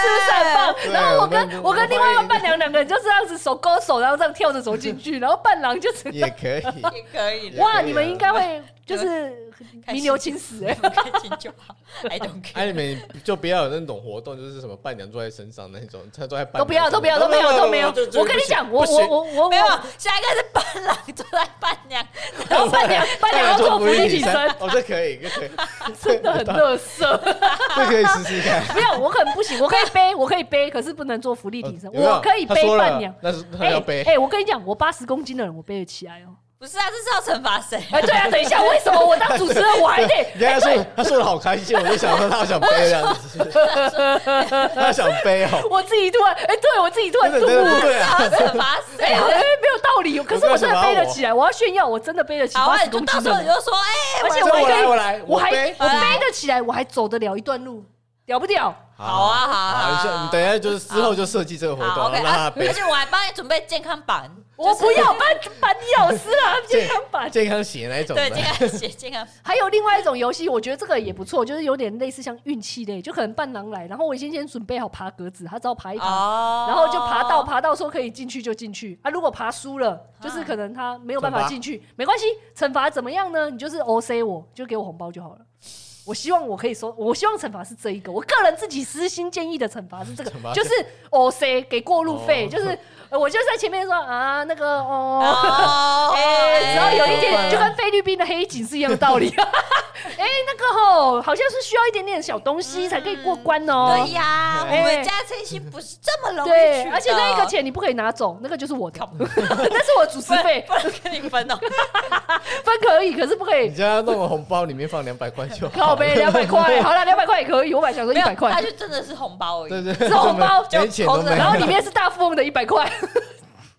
[SPEAKER 2] 是不是很棒？
[SPEAKER 3] 对啊
[SPEAKER 2] 然后我跟
[SPEAKER 3] 我们
[SPEAKER 2] 我跟
[SPEAKER 3] 我们
[SPEAKER 2] 另外一
[SPEAKER 3] 欢
[SPEAKER 2] 个
[SPEAKER 3] 迎
[SPEAKER 2] 伴娘两个人就这样子手勾手，然后这样跳着走进去，然后伴郎就是
[SPEAKER 3] 也可以，
[SPEAKER 1] 也可以啦，
[SPEAKER 2] 哇，
[SPEAKER 3] 可以
[SPEAKER 2] 你们
[SPEAKER 3] 啊
[SPEAKER 2] 应该 会就是
[SPEAKER 1] 开
[SPEAKER 2] 名
[SPEAKER 1] 心
[SPEAKER 2] 留青史哎、
[SPEAKER 1] 开心就好。I don't
[SPEAKER 3] 哎，你
[SPEAKER 1] care。
[SPEAKER 3] 们就不要有那种活动，就是什么伴娘坐在身上那种，她坐在 伴
[SPEAKER 2] 都不要，
[SPEAKER 3] 娘哦
[SPEAKER 2] 都不要，都没 有，都没有。我跟你讲，我我我我
[SPEAKER 1] 没
[SPEAKER 3] 啊
[SPEAKER 1] 有
[SPEAKER 2] 我，，
[SPEAKER 1] 下一个是伴郎坐在伴娘，
[SPEAKER 2] 然后伴 娘伴娘要做福利
[SPEAKER 3] 提
[SPEAKER 2] 提升，，
[SPEAKER 3] 哦，这可以，这可以，
[SPEAKER 2] 真的很乐色。
[SPEAKER 3] 这 可以试试 看。
[SPEAKER 2] 没有，我很不行，我可以背，我可以背，可是不能做福利提升。
[SPEAKER 3] 呃有没有
[SPEAKER 2] 我可以
[SPEAKER 3] 他
[SPEAKER 2] 背
[SPEAKER 3] 说了
[SPEAKER 2] 伴娘。
[SPEAKER 3] 那是他
[SPEAKER 2] 哎
[SPEAKER 3] 要背。
[SPEAKER 2] 哎，我跟你讲，我八十公斤的人，我背得起来哦。
[SPEAKER 1] 不是啊，这是要惩罚谁？
[SPEAKER 2] 哎，对啊，等一下，为什么我当主持人我还得？
[SPEAKER 3] 你看他说他说的好开心，我就想说他想背这样子， 他想背哦，
[SPEAKER 2] 我自己突然，哎，对我自己突然
[SPEAKER 3] 真的
[SPEAKER 2] 顿
[SPEAKER 3] 真的
[SPEAKER 2] 悟
[SPEAKER 3] 不。对啊，
[SPEAKER 1] 要惩罚谁啊
[SPEAKER 2] 哎，？ 好像没有道理哦。可是我真的背得起来，我要炫耀，我真的背得起
[SPEAKER 1] 好
[SPEAKER 2] 八
[SPEAKER 1] 啊，
[SPEAKER 2] 十
[SPEAKER 1] 你就
[SPEAKER 2] 公
[SPEAKER 1] 到
[SPEAKER 2] 斤
[SPEAKER 1] 时
[SPEAKER 2] 的
[SPEAKER 1] 候你
[SPEAKER 2] 人。
[SPEAKER 1] 就说，哎，
[SPEAKER 2] 而且
[SPEAKER 1] 我
[SPEAKER 2] 我还
[SPEAKER 3] 我
[SPEAKER 2] 可以
[SPEAKER 3] 来我来，
[SPEAKER 2] 我还
[SPEAKER 3] 背。
[SPEAKER 2] 我
[SPEAKER 1] 好啦
[SPEAKER 2] 背得起来，我还走得了一段路，屌不屌？
[SPEAKER 1] 好啊好啊好啊
[SPEAKER 3] 像你等一下就是之后就设计这个活
[SPEAKER 1] 好
[SPEAKER 3] 动，
[SPEAKER 1] OK，
[SPEAKER 3] 然后让他
[SPEAKER 1] 啊而
[SPEAKER 3] 背
[SPEAKER 1] 且我还帮你准备健康版，
[SPEAKER 2] 我不 要把把你老师啊，健康版。
[SPEAKER 3] 健康鞋那一种的
[SPEAKER 1] 对，健康写健康
[SPEAKER 2] 还有另外一种游戏，我觉得这个也不错，就是有点类似像运气类，就可能伴郎来，然后我先先准备好爬格子，他只要爬一爬，
[SPEAKER 1] 哦
[SPEAKER 2] 然后就爬到爬到说可以进去就进去啊。如果爬输了，就是可能他没有办法进去，没关系，惩罚怎么样呢？你就是 O C 我，就给我红包就好了。我希望我可以收，我希望惩罚是这一个，我个人自己私心建议的惩罚是这个
[SPEAKER 3] 惩罚，
[SPEAKER 2] 就是 O C 给过路费，
[SPEAKER 3] 哦
[SPEAKER 2] 就是呃我就在前面说啊那个哦。
[SPEAKER 1] 哦，
[SPEAKER 2] 哎，只要有一
[SPEAKER 3] 哎
[SPEAKER 2] 点，就跟菲律宾的黑警是一样的道理。哎，那个吼，好像是需要一点点小东西才可以过关哦
[SPEAKER 1] 对。呀，我
[SPEAKER 2] 哎
[SPEAKER 1] 们家这些不是这么容易
[SPEAKER 2] 对，
[SPEAKER 1] 取的
[SPEAKER 2] 而且那一个钱你不可以拿走，那个就是我的， 那是我的主持
[SPEAKER 1] 不能
[SPEAKER 2] 费，
[SPEAKER 1] 不能跟你 分哦。
[SPEAKER 2] 分可以，可是不可
[SPEAKER 3] 你
[SPEAKER 2] 以。
[SPEAKER 3] 叫他弄个红包里面放两百块就
[SPEAKER 2] 靠
[SPEAKER 3] 好，
[SPEAKER 2] 呗，两百块，好了，两百块也可以。我本来想说一
[SPEAKER 1] 没有
[SPEAKER 2] 百块
[SPEAKER 1] 他，就真的是红包而
[SPEAKER 3] 对
[SPEAKER 1] 已，
[SPEAKER 3] 对，
[SPEAKER 2] 是红包
[SPEAKER 3] 连钱都没有，
[SPEAKER 2] 然后里面是大富翁的一百块。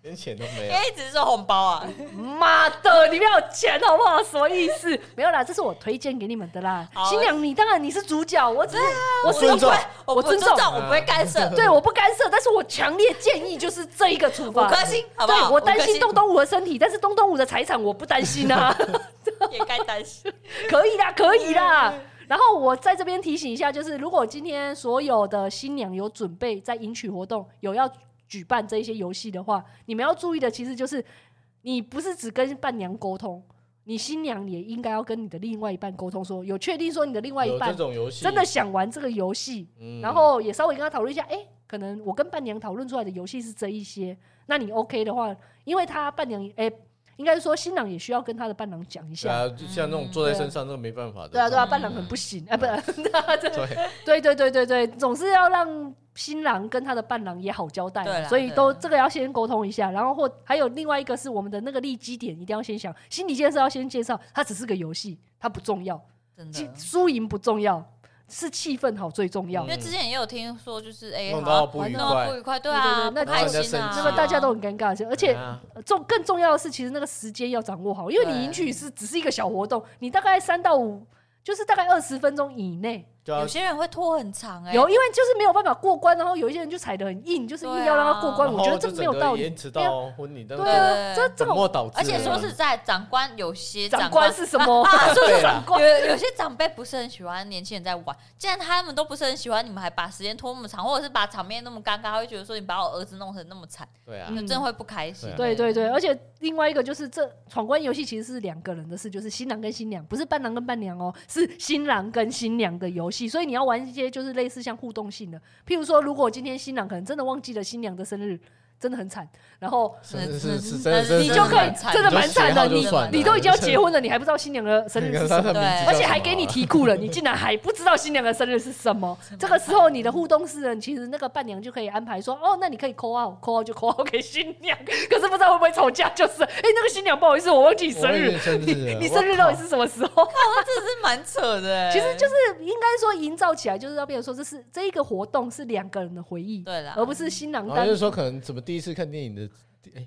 [SPEAKER 3] 连钱都没
[SPEAKER 1] 因
[SPEAKER 3] 有。
[SPEAKER 1] 为只是说红包啊。
[SPEAKER 2] 妈的，里面有钱好不好？什么意思？没有啦，这是我推荐给你们的啦。
[SPEAKER 1] 好啊
[SPEAKER 2] 新娘，你当然你是主角，我只是我
[SPEAKER 1] 我
[SPEAKER 2] 是
[SPEAKER 3] 尊重
[SPEAKER 1] 不会我不
[SPEAKER 2] 我尊重嗯
[SPEAKER 1] 我不会干涉。
[SPEAKER 2] 对，我不干涉，但是我强烈建议就是这一个处
[SPEAKER 1] 五
[SPEAKER 2] 罚。
[SPEAKER 1] 颗星，好不
[SPEAKER 2] 对
[SPEAKER 1] 好？
[SPEAKER 2] 我担心
[SPEAKER 1] 五
[SPEAKER 2] 东东五的身体，但是东东五的财产我不担 心啊，
[SPEAKER 1] 颗 星也该担心。
[SPEAKER 2] 可以啦，可以啦。然后我在这边提醒一下，就是如果今天所有的新娘有准备在迎娶活动有要举办这一些游戏的话，你们要注意的其实就是，你不是只跟伴娘沟通，你新娘也应该要跟你的另外一半沟通说有确定说你的另外一
[SPEAKER 3] 有这
[SPEAKER 2] 半
[SPEAKER 3] 种游戏，
[SPEAKER 2] 真的想玩这个游戏，
[SPEAKER 3] 嗯
[SPEAKER 2] 然后也稍微跟他讨论一下，哎、可能我跟伴娘讨论出来的游戏是这一些，那你 OK 的话，因为他伴娘，哎、应该是说新郎也需要跟他的伴郎讲一
[SPEAKER 3] 对
[SPEAKER 2] 下。
[SPEAKER 3] 啊，就像那种坐在身上，那个没办法的。嗯
[SPEAKER 2] 对啊，对啊，
[SPEAKER 1] 嗯
[SPEAKER 2] 伴郎很不行，啊，不，
[SPEAKER 3] 对，啊
[SPEAKER 2] 对对对对对，总是要让呃新郎跟他的伴郎也好交代
[SPEAKER 1] 对
[SPEAKER 2] 嘛，
[SPEAKER 1] 啦
[SPEAKER 2] 所以都
[SPEAKER 1] 对啦
[SPEAKER 2] 这个要先沟通一下，然后或还有另外一个是我们的那个立基点一定要先想，心理建设要先介绍，它只是个游戏，它不重要，
[SPEAKER 1] 真
[SPEAKER 2] 其
[SPEAKER 1] 的，
[SPEAKER 2] 输赢不重要，是气氛好最重要
[SPEAKER 1] 因。为之前也有听说，就是哎，
[SPEAKER 3] 弄
[SPEAKER 1] 好
[SPEAKER 3] 到
[SPEAKER 1] 啊
[SPEAKER 3] 不愉
[SPEAKER 1] 弄到不
[SPEAKER 3] 快，
[SPEAKER 1] 愉快，对啊，
[SPEAKER 2] 对对对那
[SPEAKER 1] 不开心啊，
[SPEAKER 3] 然后人家生气
[SPEAKER 2] 那个大家都很尴尬，而且
[SPEAKER 3] 啊
[SPEAKER 2] 重更重要的是，其实那个时间要掌握好，因为你
[SPEAKER 1] 嗯对
[SPEAKER 2] 迎娶是只是一个小活动，你大概三到五，就是大概二十分钟以内。
[SPEAKER 3] 就要
[SPEAKER 1] 有些人会拖很长哎，
[SPEAKER 2] 有，因为就是没有办法过关，然后有一些人就踩得很硬，就是硬要让他过关，
[SPEAKER 3] 然
[SPEAKER 2] 我觉得
[SPEAKER 3] 后
[SPEAKER 2] 这
[SPEAKER 3] 就
[SPEAKER 2] 没
[SPEAKER 3] 整
[SPEAKER 2] 有道
[SPEAKER 3] 个
[SPEAKER 2] 理
[SPEAKER 3] 延。迟到婚礼，对
[SPEAKER 2] 对
[SPEAKER 1] 对
[SPEAKER 3] 对？
[SPEAKER 2] 啊，这这
[SPEAKER 3] 本
[SPEAKER 2] 种
[SPEAKER 3] 末倒置了。
[SPEAKER 1] 而且说是在长官有些
[SPEAKER 2] 长
[SPEAKER 1] 官
[SPEAKER 2] 官是什么？啊
[SPEAKER 3] 对 啦
[SPEAKER 2] 长官
[SPEAKER 1] 有有些长辈不是很喜欢年轻人在玩，既然他们都不是很喜欢，你们还把时间拖那么长，或者是把场面那么尴尬，他会觉得说你把我儿子弄成那么惨，
[SPEAKER 3] 对啊
[SPEAKER 1] 就，真的会不开心。
[SPEAKER 2] 对对哦对，而且另外一个就是这闯关游戏其实是两个人的事，就是新郎跟新娘，不是伴郎跟伴娘哦，是新郎跟新娘的游戏，所以你要玩一些就是类似像互动性的，譬如说，如果今天新郎可能真的忘记了新娘的生日，真的很惨，然后
[SPEAKER 3] 是是是
[SPEAKER 1] 嗯
[SPEAKER 3] 真的真的
[SPEAKER 1] 你
[SPEAKER 2] 你就
[SPEAKER 3] 真的
[SPEAKER 1] 就
[SPEAKER 2] 可
[SPEAKER 1] 可
[SPEAKER 2] 以
[SPEAKER 1] 以
[SPEAKER 2] 真
[SPEAKER 1] 真的
[SPEAKER 2] 的蛮
[SPEAKER 1] 蛮
[SPEAKER 2] 惨
[SPEAKER 1] 惨
[SPEAKER 2] 的，
[SPEAKER 1] 的
[SPEAKER 2] 你
[SPEAKER 1] 你
[SPEAKER 2] 你
[SPEAKER 1] 你
[SPEAKER 2] 都
[SPEAKER 1] 都
[SPEAKER 2] 已
[SPEAKER 1] 已经
[SPEAKER 2] 经要
[SPEAKER 1] 要
[SPEAKER 2] 结
[SPEAKER 1] 结
[SPEAKER 2] 婚了，你还不知道新娘的生日
[SPEAKER 3] 你
[SPEAKER 2] 是
[SPEAKER 3] 看
[SPEAKER 2] 什
[SPEAKER 3] 他
[SPEAKER 2] 么
[SPEAKER 3] 的？
[SPEAKER 1] 对
[SPEAKER 3] 名字
[SPEAKER 2] 而
[SPEAKER 3] 叫
[SPEAKER 2] 且
[SPEAKER 3] 什
[SPEAKER 2] 还
[SPEAKER 3] 么
[SPEAKER 2] 给你
[SPEAKER 3] 啊
[SPEAKER 2] 题库了，你竟然还不知道新娘的生日是什么？这个时候你的互动式人，其实那个伴娘就可以安排说，哦，那你可以 call out，call out 就 call out 给新娘， 可是不知道会不会吵架，就是，哎、那个新娘不好意思，我忘记你生
[SPEAKER 3] 我忘记
[SPEAKER 2] 日
[SPEAKER 3] 你生，日
[SPEAKER 2] 你
[SPEAKER 3] 了
[SPEAKER 2] 你
[SPEAKER 3] 我
[SPEAKER 2] 生日到底是什么时候？
[SPEAKER 1] 这是蛮扯的欸。
[SPEAKER 2] 其实就是应该说营造起来，就是要变成说这是这一个活动是两个人的回忆，
[SPEAKER 1] 对啊啦
[SPEAKER 2] 而不是新郎
[SPEAKER 3] 然后
[SPEAKER 2] 单
[SPEAKER 3] 哦就是说可能怎么第一次看电影的地哎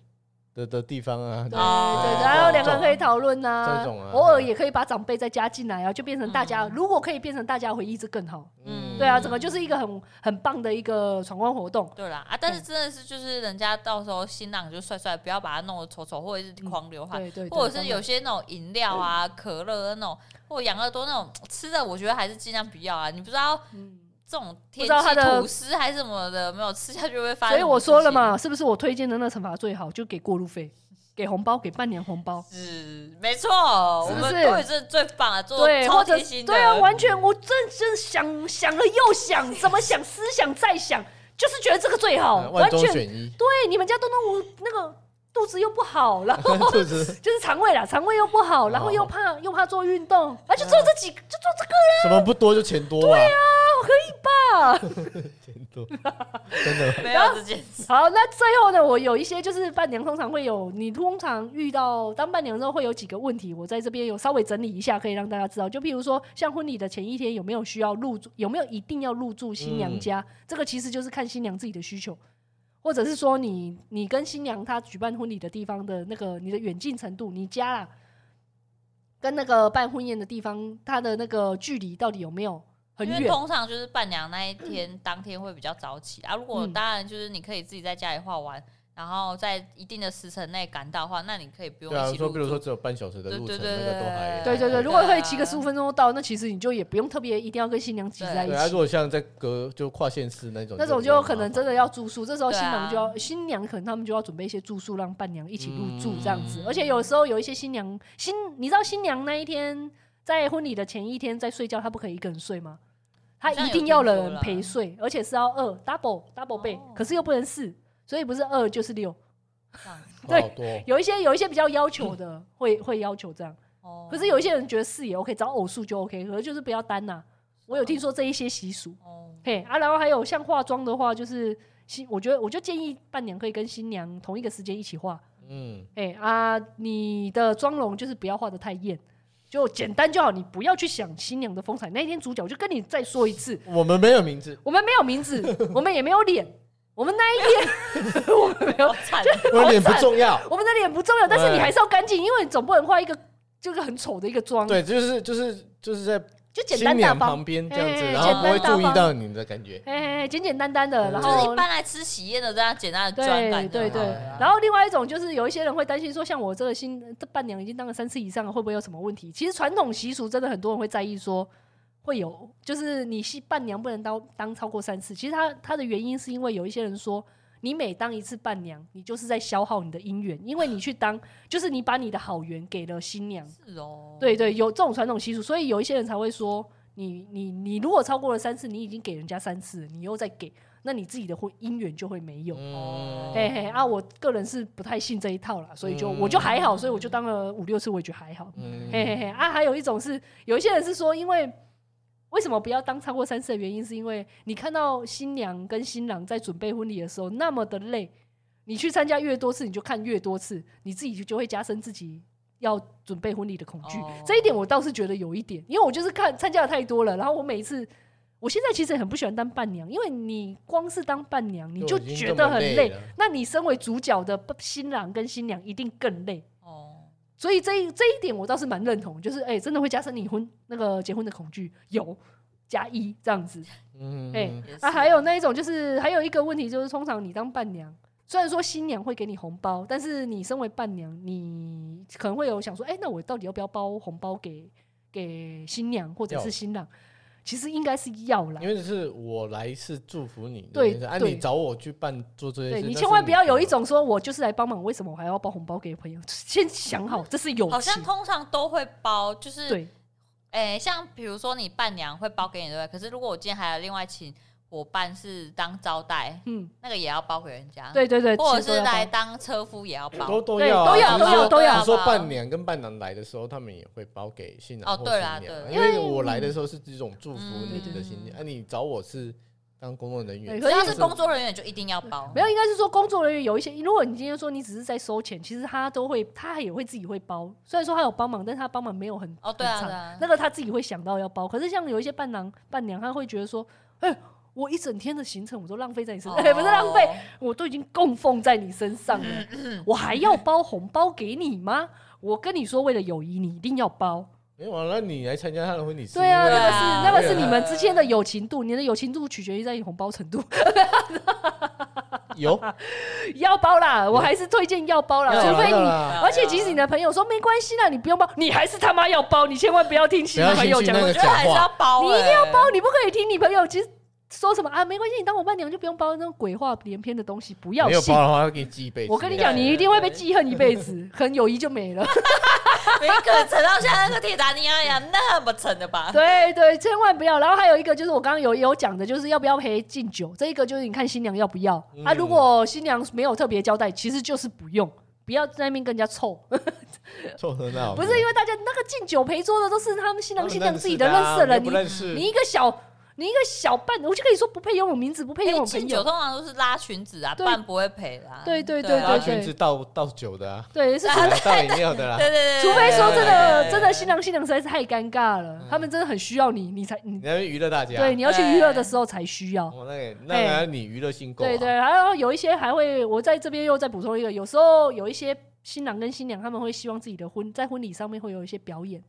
[SPEAKER 3] 的的地方啊，
[SPEAKER 2] 对
[SPEAKER 1] 哦
[SPEAKER 2] 对，
[SPEAKER 1] 对
[SPEAKER 2] 然后
[SPEAKER 1] 这
[SPEAKER 2] 两个人可以讨论呐
[SPEAKER 3] 这种啊，
[SPEAKER 2] 偶尔也可以把长辈再加进来啊，就变成大家
[SPEAKER 1] 嗯
[SPEAKER 2] 如果可以变成大家回忆，这更好。
[SPEAKER 1] 嗯
[SPEAKER 2] 对啊，整个就是一个很很棒的一个闯关活动。
[SPEAKER 1] 对啦啊，但是真的是就是人家到时候新郎就帅帅，不要把他弄得丑丑，或者是狂流汗，
[SPEAKER 2] 对对，对
[SPEAKER 1] 或者是有些那种饮料啊、可乐那种，或养乐多那种吃的，我觉得还是尽量不要啊。你不知道
[SPEAKER 2] 嗯
[SPEAKER 1] 这种
[SPEAKER 2] 不
[SPEAKER 1] 天
[SPEAKER 2] 知道它
[SPEAKER 1] 气
[SPEAKER 2] 的
[SPEAKER 1] 吐司还是什么的，没有吃下去会发生。
[SPEAKER 2] 嗯所以我说了，嘛，是不是我推荐的那惩罚最好？就给过路费，给红包，给伴娘红包。
[SPEAKER 1] 是没错，我
[SPEAKER 2] 是不
[SPEAKER 1] 们
[SPEAKER 2] 是
[SPEAKER 1] 对这最棒了，做
[SPEAKER 2] 对，
[SPEAKER 1] 超
[SPEAKER 2] 或者
[SPEAKER 1] 贴心的，
[SPEAKER 2] 对啊，完全我真真想想了 又想，怎么想，思想再想，就是觉得这个最好，
[SPEAKER 3] 嗯
[SPEAKER 2] 哦
[SPEAKER 3] 万
[SPEAKER 2] 完
[SPEAKER 3] 中
[SPEAKER 2] 全
[SPEAKER 3] 选一，
[SPEAKER 2] 对。你们家东东我那个肚子又不好，然 后
[SPEAKER 3] 肚子
[SPEAKER 2] 哦就是啊肠胃啦，肠胃又不好，然后又怕、又怕做运动，啊，就做
[SPEAKER 3] 嗯
[SPEAKER 2] 这几，就做这个
[SPEAKER 3] 什么不多就钱多啊，
[SPEAKER 2] 啦。
[SPEAKER 3] 钱多真的
[SPEAKER 1] 没有这件事。
[SPEAKER 2] 好，那最后呢，我有一些就是伴娘通常会有，你通常遇到当伴娘之后会有几个问题，我在这边有稍微整理一下，可以让大家知道。就譬如说，像婚礼的前一天有没有需要入住，有没有一定要入住新娘家，这个其实就是看新娘自己的需求。或者是说你你跟新娘她举办婚礼的地方的那个你的远近程度，你家啦，跟那个办婚宴的地方，它的那个距离到底有没有很
[SPEAKER 1] 因
[SPEAKER 2] 远？
[SPEAKER 1] 为通常就是伴娘那一天当天会比较早起啊。如果
[SPEAKER 2] 嗯
[SPEAKER 1] 当然就是你可以自己在家里画完，然后在一定的时辰内赶到的话，那你可以不用
[SPEAKER 3] 对啊，
[SPEAKER 1] 一起
[SPEAKER 3] 说
[SPEAKER 1] 入
[SPEAKER 3] 比如说
[SPEAKER 1] 住。
[SPEAKER 3] 只有半小时的路程，
[SPEAKER 1] 对对
[SPEAKER 3] 那
[SPEAKER 1] 对
[SPEAKER 3] 个都还
[SPEAKER 2] 对对
[SPEAKER 1] 对
[SPEAKER 2] 对，
[SPEAKER 1] 啊
[SPEAKER 2] 如果会骑个十五分钟到，那其实你就也不用特别一定要跟新娘挤在一
[SPEAKER 3] 对啊，如
[SPEAKER 2] 起。
[SPEAKER 3] 果像在隔就跨县市那种，
[SPEAKER 2] 那种就可能真的要住宿，这时候
[SPEAKER 1] 对
[SPEAKER 2] 新
[SPEAKER 1] 啊
[SPEAKER 2] 郎就要新娘可能他们就要准备一些住宿，让伴娘一起入住这样子。
[SPEAKER 1] 嗯
[SPEAKER 2] 而且有时候有一些新娘新，你知道新娘那一天在婚礼的前一天在睡觉，她不可以一个人睡吗？她一定要有人陪睡，而且是要二 double double 倍
[SPEAKER 1] 哦，
[SPEAKER 2] 可是又不能四，所以不是二就是六。
[SPEAKER 1] 这样子
[SPEAKER 3] 对好多哦。
[SPEAKER 2] 有一些有一些比较要求的会会要求这样。
[SPEAKER 1] 哦
[SPEAKER 2] 可是有一些人觉得四也 OK，只要偶数就 OK，可是就是不要单呐、啊我有听说这一些习俗，
[SPEAKER 1] 哦，
[SPEAKER 2] 嘿啊，然后还有像化妆的话，就是新，我觉得我就建议伴娘可以跟新娘同一个时间一起化，
[SPEAKER 3] 嗯，
[SPEAKER 2] 哎啊，你的妆容就是不要画的太艳，就简单就好，你不要去想新娘的风采。那一天主角我就跟你再说一次，
[SPEAKER 3] 我们没有名字，
[SPEAKER 2] 我们没有名字，我们也没有脸，我们那一天 我们没有
[SPEAKER 1] 好哦惨，
[SPEAKER 3] 我的脸不 重要。
[SPEAKER 2] 我们的脸不重要，但是你
[SPEAKER 3] 对
[SPEAKER 2] 还是要干净，因为你总不能画一个就是很丑的一个妆，
[SPEAKER 3] 对，就是就是就是在
[SPEAKER 2] 就简
[SPEAKER 3] 新
[SPEAKER 2] 单大
[SPEAKER 3] 娘
[SPEAKER 2] 方。
[SPEAKER 3] 旁边这样子，
[SPEAKER 2] 哎
[SPEAKER 3] 然后不会
[SPEAKER 1] 简单
[SPEAKER 2] 大方
[SPEAKER 3] 注意到你的感觉。
[SPEAKER 2] 哎、简简单单的，
[SPEAKER 3] 嗯
[SPEAKER 2] 然
[SPEAKER 1] 就是
[SPEAKER 2] 后
[SPEAKER 1] 一般来吃喜宴的这样简单的专
[SPEAKER 2] 对
[SPEAKER 1] 感哦
[SPEAKER 2] 对对
[SPEAKER 3] 对啊，
[SPEAKER 2] 然后另外一种就是有一些人会担心说，像我这个新这伴娘已经当了三次以上了，会不会有什么问题？其实传统习俗真的很多人会在意说。会有，就是你是伴娘不能当当超过三次。其实它它的原因是因为有一些人说，你每当一次伴娘，你就是在消耗你的姻缘，因为你去当，就是你把你的好缘给了新娘。
[SPEAKER 1] 是哦，
[SPEAKER 2] 对对，有这种传统习俗，所以有一些人才会说，你你你如果超过了三次，你已经给人家三次，你又再给，那你自己的婚姻缘就会没有。
[SPEAKER 3] 嗯，
[SPEAKER 2] 嘿嘿啊，我个人是不太信这一套啦，所以就、
[SPEAKER 3] 嗯
[SPEAKER 2] 我就还好，所以我就当了五六次，我也觉得还好。
[SPEAKER 3] 嗯
[SPEAKER 2] 嘿嘿嘿啊，还有一种是有一些人是说，因为为什么不要当超过三次的原因，是因为你看到新娘跟新郎在准备婚礼的时候那么的累，你去参加越多次，你就看越多次，你自己就会加深自己要准备婚礼的恐惧。
[SPEAKER 1] 哦
[SPEAKER 2] 这一点我倒是觉得有一点，因为我就是看参加的太多了，然后我每一次。我现在其实也很不喜欢当伴娘，因为你光是当伴娘，你就
[SPEAKER 3] 已经
[SPEAKER 2] 觉
[SPEAKER 3] 这
[SPEAKER 2] 得
[SPEAKER 3] 么
[SPEAKER 2] 很
[SPEAKER 3] 累
[SPEAKER 2] 累
[SPEAKER 3] 了。
[SPEAKER 2] 那你身为主角的新郎跟新娘一定更累，
[SPEAKER 1] 哦，
[SPEAKER 2] 所以这一这一点我倒是蛮认同，就是哎、真的会加深你婚那个结婚的恐惧，有加一这样子。
[SPEAKER 3] 嗯，
[SPEAKER 2] 哎
[SPEAKER 3] 嗯
[SPEAKER 1] 也是
[SPEAKER 2] 啊，还有那一种就是还有一个问题就是，通常你当伴娘，虽然说新娘会给你红包，但是你身为伴娘，你可能会有想说，哎、那我到底要不要包红包给给新娘或者是新郎？其实应该是要啦
[SPEAKER 3] 因。为是我来是祝福你的
[SPEAKER 2] 对
[SPEAKER 3] 意思，啊，
[SPEAKER 2] 对
[SPEAKER 3] 你找我去办做这些事，
[SPEAKER 2] 对你
[SPEAKER 3] 那
[SPEAKER 2] 千
[SPEAKER 3] 是
[SPEAKER 2] 万不要有一
[SPEAKER 3] 的
[SPEAKER 2] 种说我就是来帮忙，为什么我还 要包红包给朋友？先想好，这是友
[SPEAKER 1] 好
[SPEAKER 2] 情
[SPEAKER 1] 像。通常都会包，就是
[SPEAKER 2] 对，
[SPEAKER 1] 诶、像比如说你伴娘会包给你对不对？可是如果我今天还有另外请伙伴是当招待，
[SPEAKER 2] 嗯，
[SPEAKER 1] 那个也要包给人家，，
[SPEAKER 2] 对对对，
[SPEAKER 1] 或者
[SPEAKER 2] 其实都
[SPEAKER 1] 是
[SPEAKER 2] 要包
[SPEAKER 1] 来当车夫也要包。
[SPEAKER 3] 都都
[SPEAKER 2] 对
[SPEAKER 3] 要啊
[SPEAKER 2] 都要
[SPEAKER 3] 你
[SPEAKER 1] 都要
[SPEAKER 3] 说
[SPEAKER 1] 都要
[SPEAKER 3] 你说
[SPEAKER 1] 吧
[SPEAKER 3] 伴娘跟伴郎来的时候，他们也会包给新郎
[SPEAKER 1] 哦
[SPEAKER 3] 或
[SPEAKER 1] 对啦
[SPEAKER 3] 新娘啊，
[SPEAKER 1] 对
[SPEAKER 3] 因为我来的时候是这种祝福
[SPEAKER 1] 嗯
[SPEAKER 3] 你的新娘，啊，你找我是当工作人员
[SPEAKER 2] 对，
[SPEAKER 1] 只
[SPEAKER 2] 可
[SPEAKER 1] 要
[SPEAKER 2] 是
[SPEAKER 1] 是工作人员就一定要包
[SPEAKER 2] 没。有，应该是说工作人员有一些，如果你今天说你只是在收钱，其实他都会，他也会自己会包。虽然说他有帮忙，但是他帮忙没有很
[SPEAKER 1] 哦，对啊，
[SPEAKER 2] 很
[SPEAKER 1] 对
[SPEAKER 2] 长
[SPEAKER 1] 啊，
[SPEAKER 2] 那个他自己会想到要包。可是像有一些伴郎伴娘，他会觉得说，哎、我一整天的行程我都浪费在你身
[SPEAKER 1] 哦
[SPEAKER 2] 上，哎、不是 浪费，我都已经供奉在你身上
[SPEAKER 1] 嗯
[SPEAKER 2] 了，我还要包红包给你吗？我跟你说，为了友谊，你一定要包。
[SPEAKER 3] 没有啊，那你来参加他的婚礼是因
[SPEAKER 2] 对啊，
[SPEAKER 3] 为
[SPEAKER 1] 对
[SPEAKER 2] 那
[SPEAKER 1] 啊
[SPEAKER 2] 个是那个是
[SPEAKER 3] 对
[SPEAKER 2] 你们之间的友情度，你的友情度取决于在你红包程度。
[SPEAKER 3] 有
[SPEAKER 2] 要包啦，我还是推荐要包啦，
[SPEAKER 3] 要 啦
[SPEAKER 2] 除非
[SPEAKER 3] 要
[SPEAKER 2] 你
[SPEAKER 1] 啊
[SPEAKER 3] 啦，
[SPEAKER 2] 而且即使你的朋友说没关系啦，你不用包，你还是他妈要包，你千万不要听其
[SPEAKER 3] 不
[SPEAKER 2] 他
[SPEAKER 3] 要
[SPEAKER 2] 朋友
[SPEAKER 3] 信
[SPEAKER 2] 讲
[SPEAKER 3] 那
[SPEAKER 1] 啊我
[SPEAKER 3] 个
[SPEAKER 1] 觉得还是要包、欸，
[SPEAKER 2] 你一定要包，你不可以听你朋友其实说什么啊，没关系，你当我伴娘就不用包那种鬼话连篇的东西，不要
[SPEAKER 3] 没有
[SPEAKER 2] 信
[SPEAKER 3] 包。的话，要给你记一辈子。
[SPEAKER 2] 我跟你
[SPEAKER 1] 对
[SPEAKER 2] 讲，
[SPEAKER 1] 对
[SPEAKER 2] 你一定会被
[SPEAKER 1] 对
[SPEAKER 2] 记恨一辈子，可能友谊就没 了。
[SPEAKER 1] 没可能沉到像那个铁达尼亚一样那么沉的吧？
[SPEAKER 2] 对对，千万不要。然后还有一个就是我刚刚有有讲的，就是要不要陪敬酒，这一个就是你看新娘要不要、啊。
[SPEAKER 3] 嗯
[SPEAKER 2] 如果新娘没有特别交代，其实就是不用，不要在那边跟人家凑。
[SPEAKER 3] 哦凑热闹，
[SPEAKER 2] 不是因为大家那个敬酒陪桌的都是他们新
[SPEAKER 3] 他
[SPEAKER 2] 郎
[SPEAKER 3] 们
[SPEAKER 2] 新娘自己
[SPEAKER 3] 哦的
[SPEAKER 2] 的认识的
[SPEAKER 3] 啊
[SPEAKER 2] 人，
[SPEAKER 3] 你又不
[SPEAKER 2] 你
[SPEAKER 3] 认识，
[SPEAKER 2] 你一个小你一个小伴，我就跟你说不配拥有名字，不配拥
[SPEAKER 1] 哎
[SPEAKER 2] 有
[SPEAKER 1] 敬
[SPEAKER 2] 朋
[SPEAKER 1] 酒
[SPEAKER 2] 友。
[SPEAKER 1] 通常都是拉裙子啊，
[SPEAKER 2] 对
[SPEAKER 1] 伴不会陪啦。
[SPEAKER 2] 对对对
[SPEAKER 1] 啊
[SPEAKER 3] 拉
[SPEAKER 2] 对对
[SPEAKER 3] 裙子倒倒酒的 啊，
[SPEAKER 2] 对，是
[SPEAKER 3] 对啊倒饮料的啦，
[SPEAKER 1] 对对对，
[SPEAKER 2] 除非说真的
[SPEAKER 1] 对
[SPEAKER 2] 真的新，郎新娘实在是太尴尬了，他们真的很需要你，你才
[SPEAKER 3] 你
[SPEAKER 2] 你
[SPEAKER 3] 在那边娱乐大家。
[SPEAKER 2] 对你要去娱乐的时候才需要。
[SPEAKER 3] 哦，那个那个要你娱乐性够啊。
[SPEAKER 2] 对对，然后有一些还会，我在这边又再补充一个，有时候有一些新郎跟新娘他们会希望自己的婚在婚礼上面会有一些表演，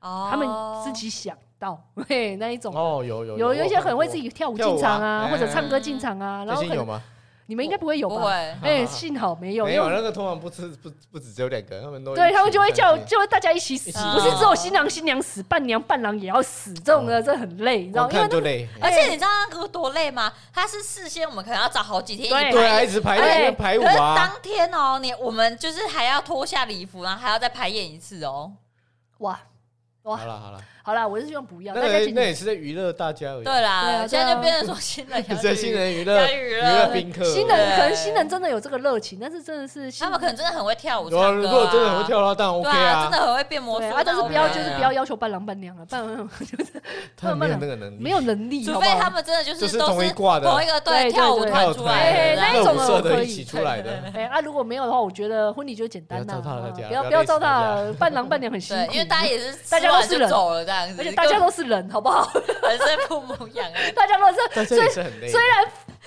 [SPEAKER 1] 哦
[SPEAKER 2] 他们自己想到 嘿那一种，
[SPEAKER 3] 哦，有有
[SPEAKER 2] 有有一些很会自
[SPEAKER 3] 己，
[SPEAKER 2] 己跳舞
[SPEAKER 3] 跳舞
[SPEAKER 2] 进场
[SPEAKER 3] 啊
[SPEAKER 2] 啊，
[SPEAKER 3] 哎
[SPEAKER 2] 或者唱歌进场啊，
[SPEAKER 3] 最
[SPEAKER 2] 然后
[SPEAKER 3] 近
[SPEAKER 2] 可
[SPEAKER 3] 有
[SPEAKER 2] 能
[SPEAKER 3] 吗？
[SPEAKER 2] 你们应该不会有
[SPEAKER 1] 不
[SPEAKER 2] 吧？
[SPEAKER 1] 会。
[SPEAKER 2] 哎，幸好没有，
[SPEAKER 3] 没
[SPEAKER 2] 因
[SPEAKER 3] 有，啊
[SPEAKER 2] 为
[SPEAKER 3] 那个通常不是不不只只有两个，他们都
[SPEAKER 2] 对他们就会叫，
[SPEAKER 3] 哦一起
[SPEAKER 2] 就会大家一起死，
[SPEAKER 3] 一起
[SPEAKER 2] 不是只有新郎新娘死，伴娘伴郎也要死，这种的这很累，你知道
[SPEAKER 3] 哦光
[SPEAKER 2] 吗？因为
[SPEAKER 3] 看就累。哎
[SPEAKER 1] 而且你知道那个多累吗？他是事先我们可能要找好几天，
[SPEAKER 2] 对
[SPEAKER 1] 一排
[SPEAKER 3] 对啊，一直排队
[SPEAKER 2] 哎
[SPEAKER 3] 排舞
[SPEAKER 1] 可是
[SPEAKER 3] 啊，
[SPEAKER 1] 当天哦，你我们就是还要脱下礼服，然后还要再排演一次哦。
[SPEAKER 2] 哇哇
[SPEAKER 3] 好，了好了，
[SPEAKER 2] 好啦，我是希望不要
[SPEAKER 3] 那
[SPEAKER 2] 大家
[SPEAKER 3] 个
[SPEAKER 2] 尽
[SPEAKER 3] 那也是在娱乐大家而已，
[SPEAKER 1] 对啦，
[SPEAKER 2] 对啊对啊
[SPEAKER 1] 现在就变成说新人要
[SPEAKER 3] 这 新人娱
[SPEAKER 1] 要
[SPEAKER 3] 乐
[SPEAKER 1] 娱
[SPEAKER 3] 娱
[SPEAKER 1] 乐
[SPEAKER 3] 乐，宾客。
[SPEAKER 2] 新人
[SPEAKER 1] 对
[SPEAKER 2] 可能新人真的有这个热情，但是真的是新
[SPEAKER 1] 他们可能真的很会跳舞，
[SPEAKER 3] 如果
[SPEAKER 1] 唱歌啊
[SPEAKER 3] 哦如果真的很会跳的话，当然
[SPEAKER 1] 对
[SPEAKER 3] OK
[SPEAKER 1] 啊，真的很会变魔术
[SPEAKER 2] 对啊，但是不要就是
[SPEAKER 3] 对啊
[SPEAKER 2] 不要要求伴郎伴娘了，伴郎就是
[SPEAKER 3] 他们没有那个能 力，
[SPEAKER 2] 没有能力，
[SPEAKER 1] 除
[SPEAKER 2] 好不
[SPEAKER 1] 非
[SPEAKER 2] 好
[SPEAKER 1] 他们真的就
[SPEAKER 3] 就是是
[SPEAKER 1] 都
[SPEAKER 3] 同一挂的啊
[SPEAKER 1] 同一个
[SPEAKER 2] 对
[SPEAKER 1] 对
[SPEAKER 2] 对
[SPEAKER 1] 跳舞
[SPEAKER 2] 对
[SPEAKER 1] 团出来
[SPEAKER 2] 哎
[SPEAKER 1] 的，
[SPEAKER 2] 那一
[SPEAKER 3] 热
[SPEAKER 2] 种
[SPEAKER 3] 舞
[SPEAKER 2] 的
[SPEAKER 3] 社
[SPEAKER 2] 我可
[SPEAKER 3] 的
[SPEAKER 2] 以
[SPEAKER 3] 一起出 来的，
[SPEAKER 2] 哎啊，如果没有的话，我觉得婚礼就简单
[SPEAKER 3] 不要
[SPEAKER 2] 啦，
[SPEAKER 3] 糟蹋大
[SPEAKER 2] 啊
[SPEAKER 3] 家
[SPEAKER 2] 不要
[SPEAKER 3] 不要
[SPEAKER 2] 不要
[SPEAKER 3] 累死
[SPEAKER 2] 糟
[SPEAKER 3] 大
[SPEAKER 2] 蹋伴郎伴娘很辛
[SPEAKER 1] 对，
[SPEAKER 2] 苦，
[SPEAKER 1] 因为大家也是
[SPEAKER 2] 大家都
[SPEAKER 1] 吃完
[SPEAKER 2] 是
[SPEAKER 1] 就
[SPEAKER 2] 人
[SPEAKER 1] 走了这样子，
[SPEAKER 2] 而且大家都是人，好 不好？。
[SPEAKER 1] 人生父母养哎
[SPEAKER 2] 大家都是
[SPEAKER 3] 但这也是很累的。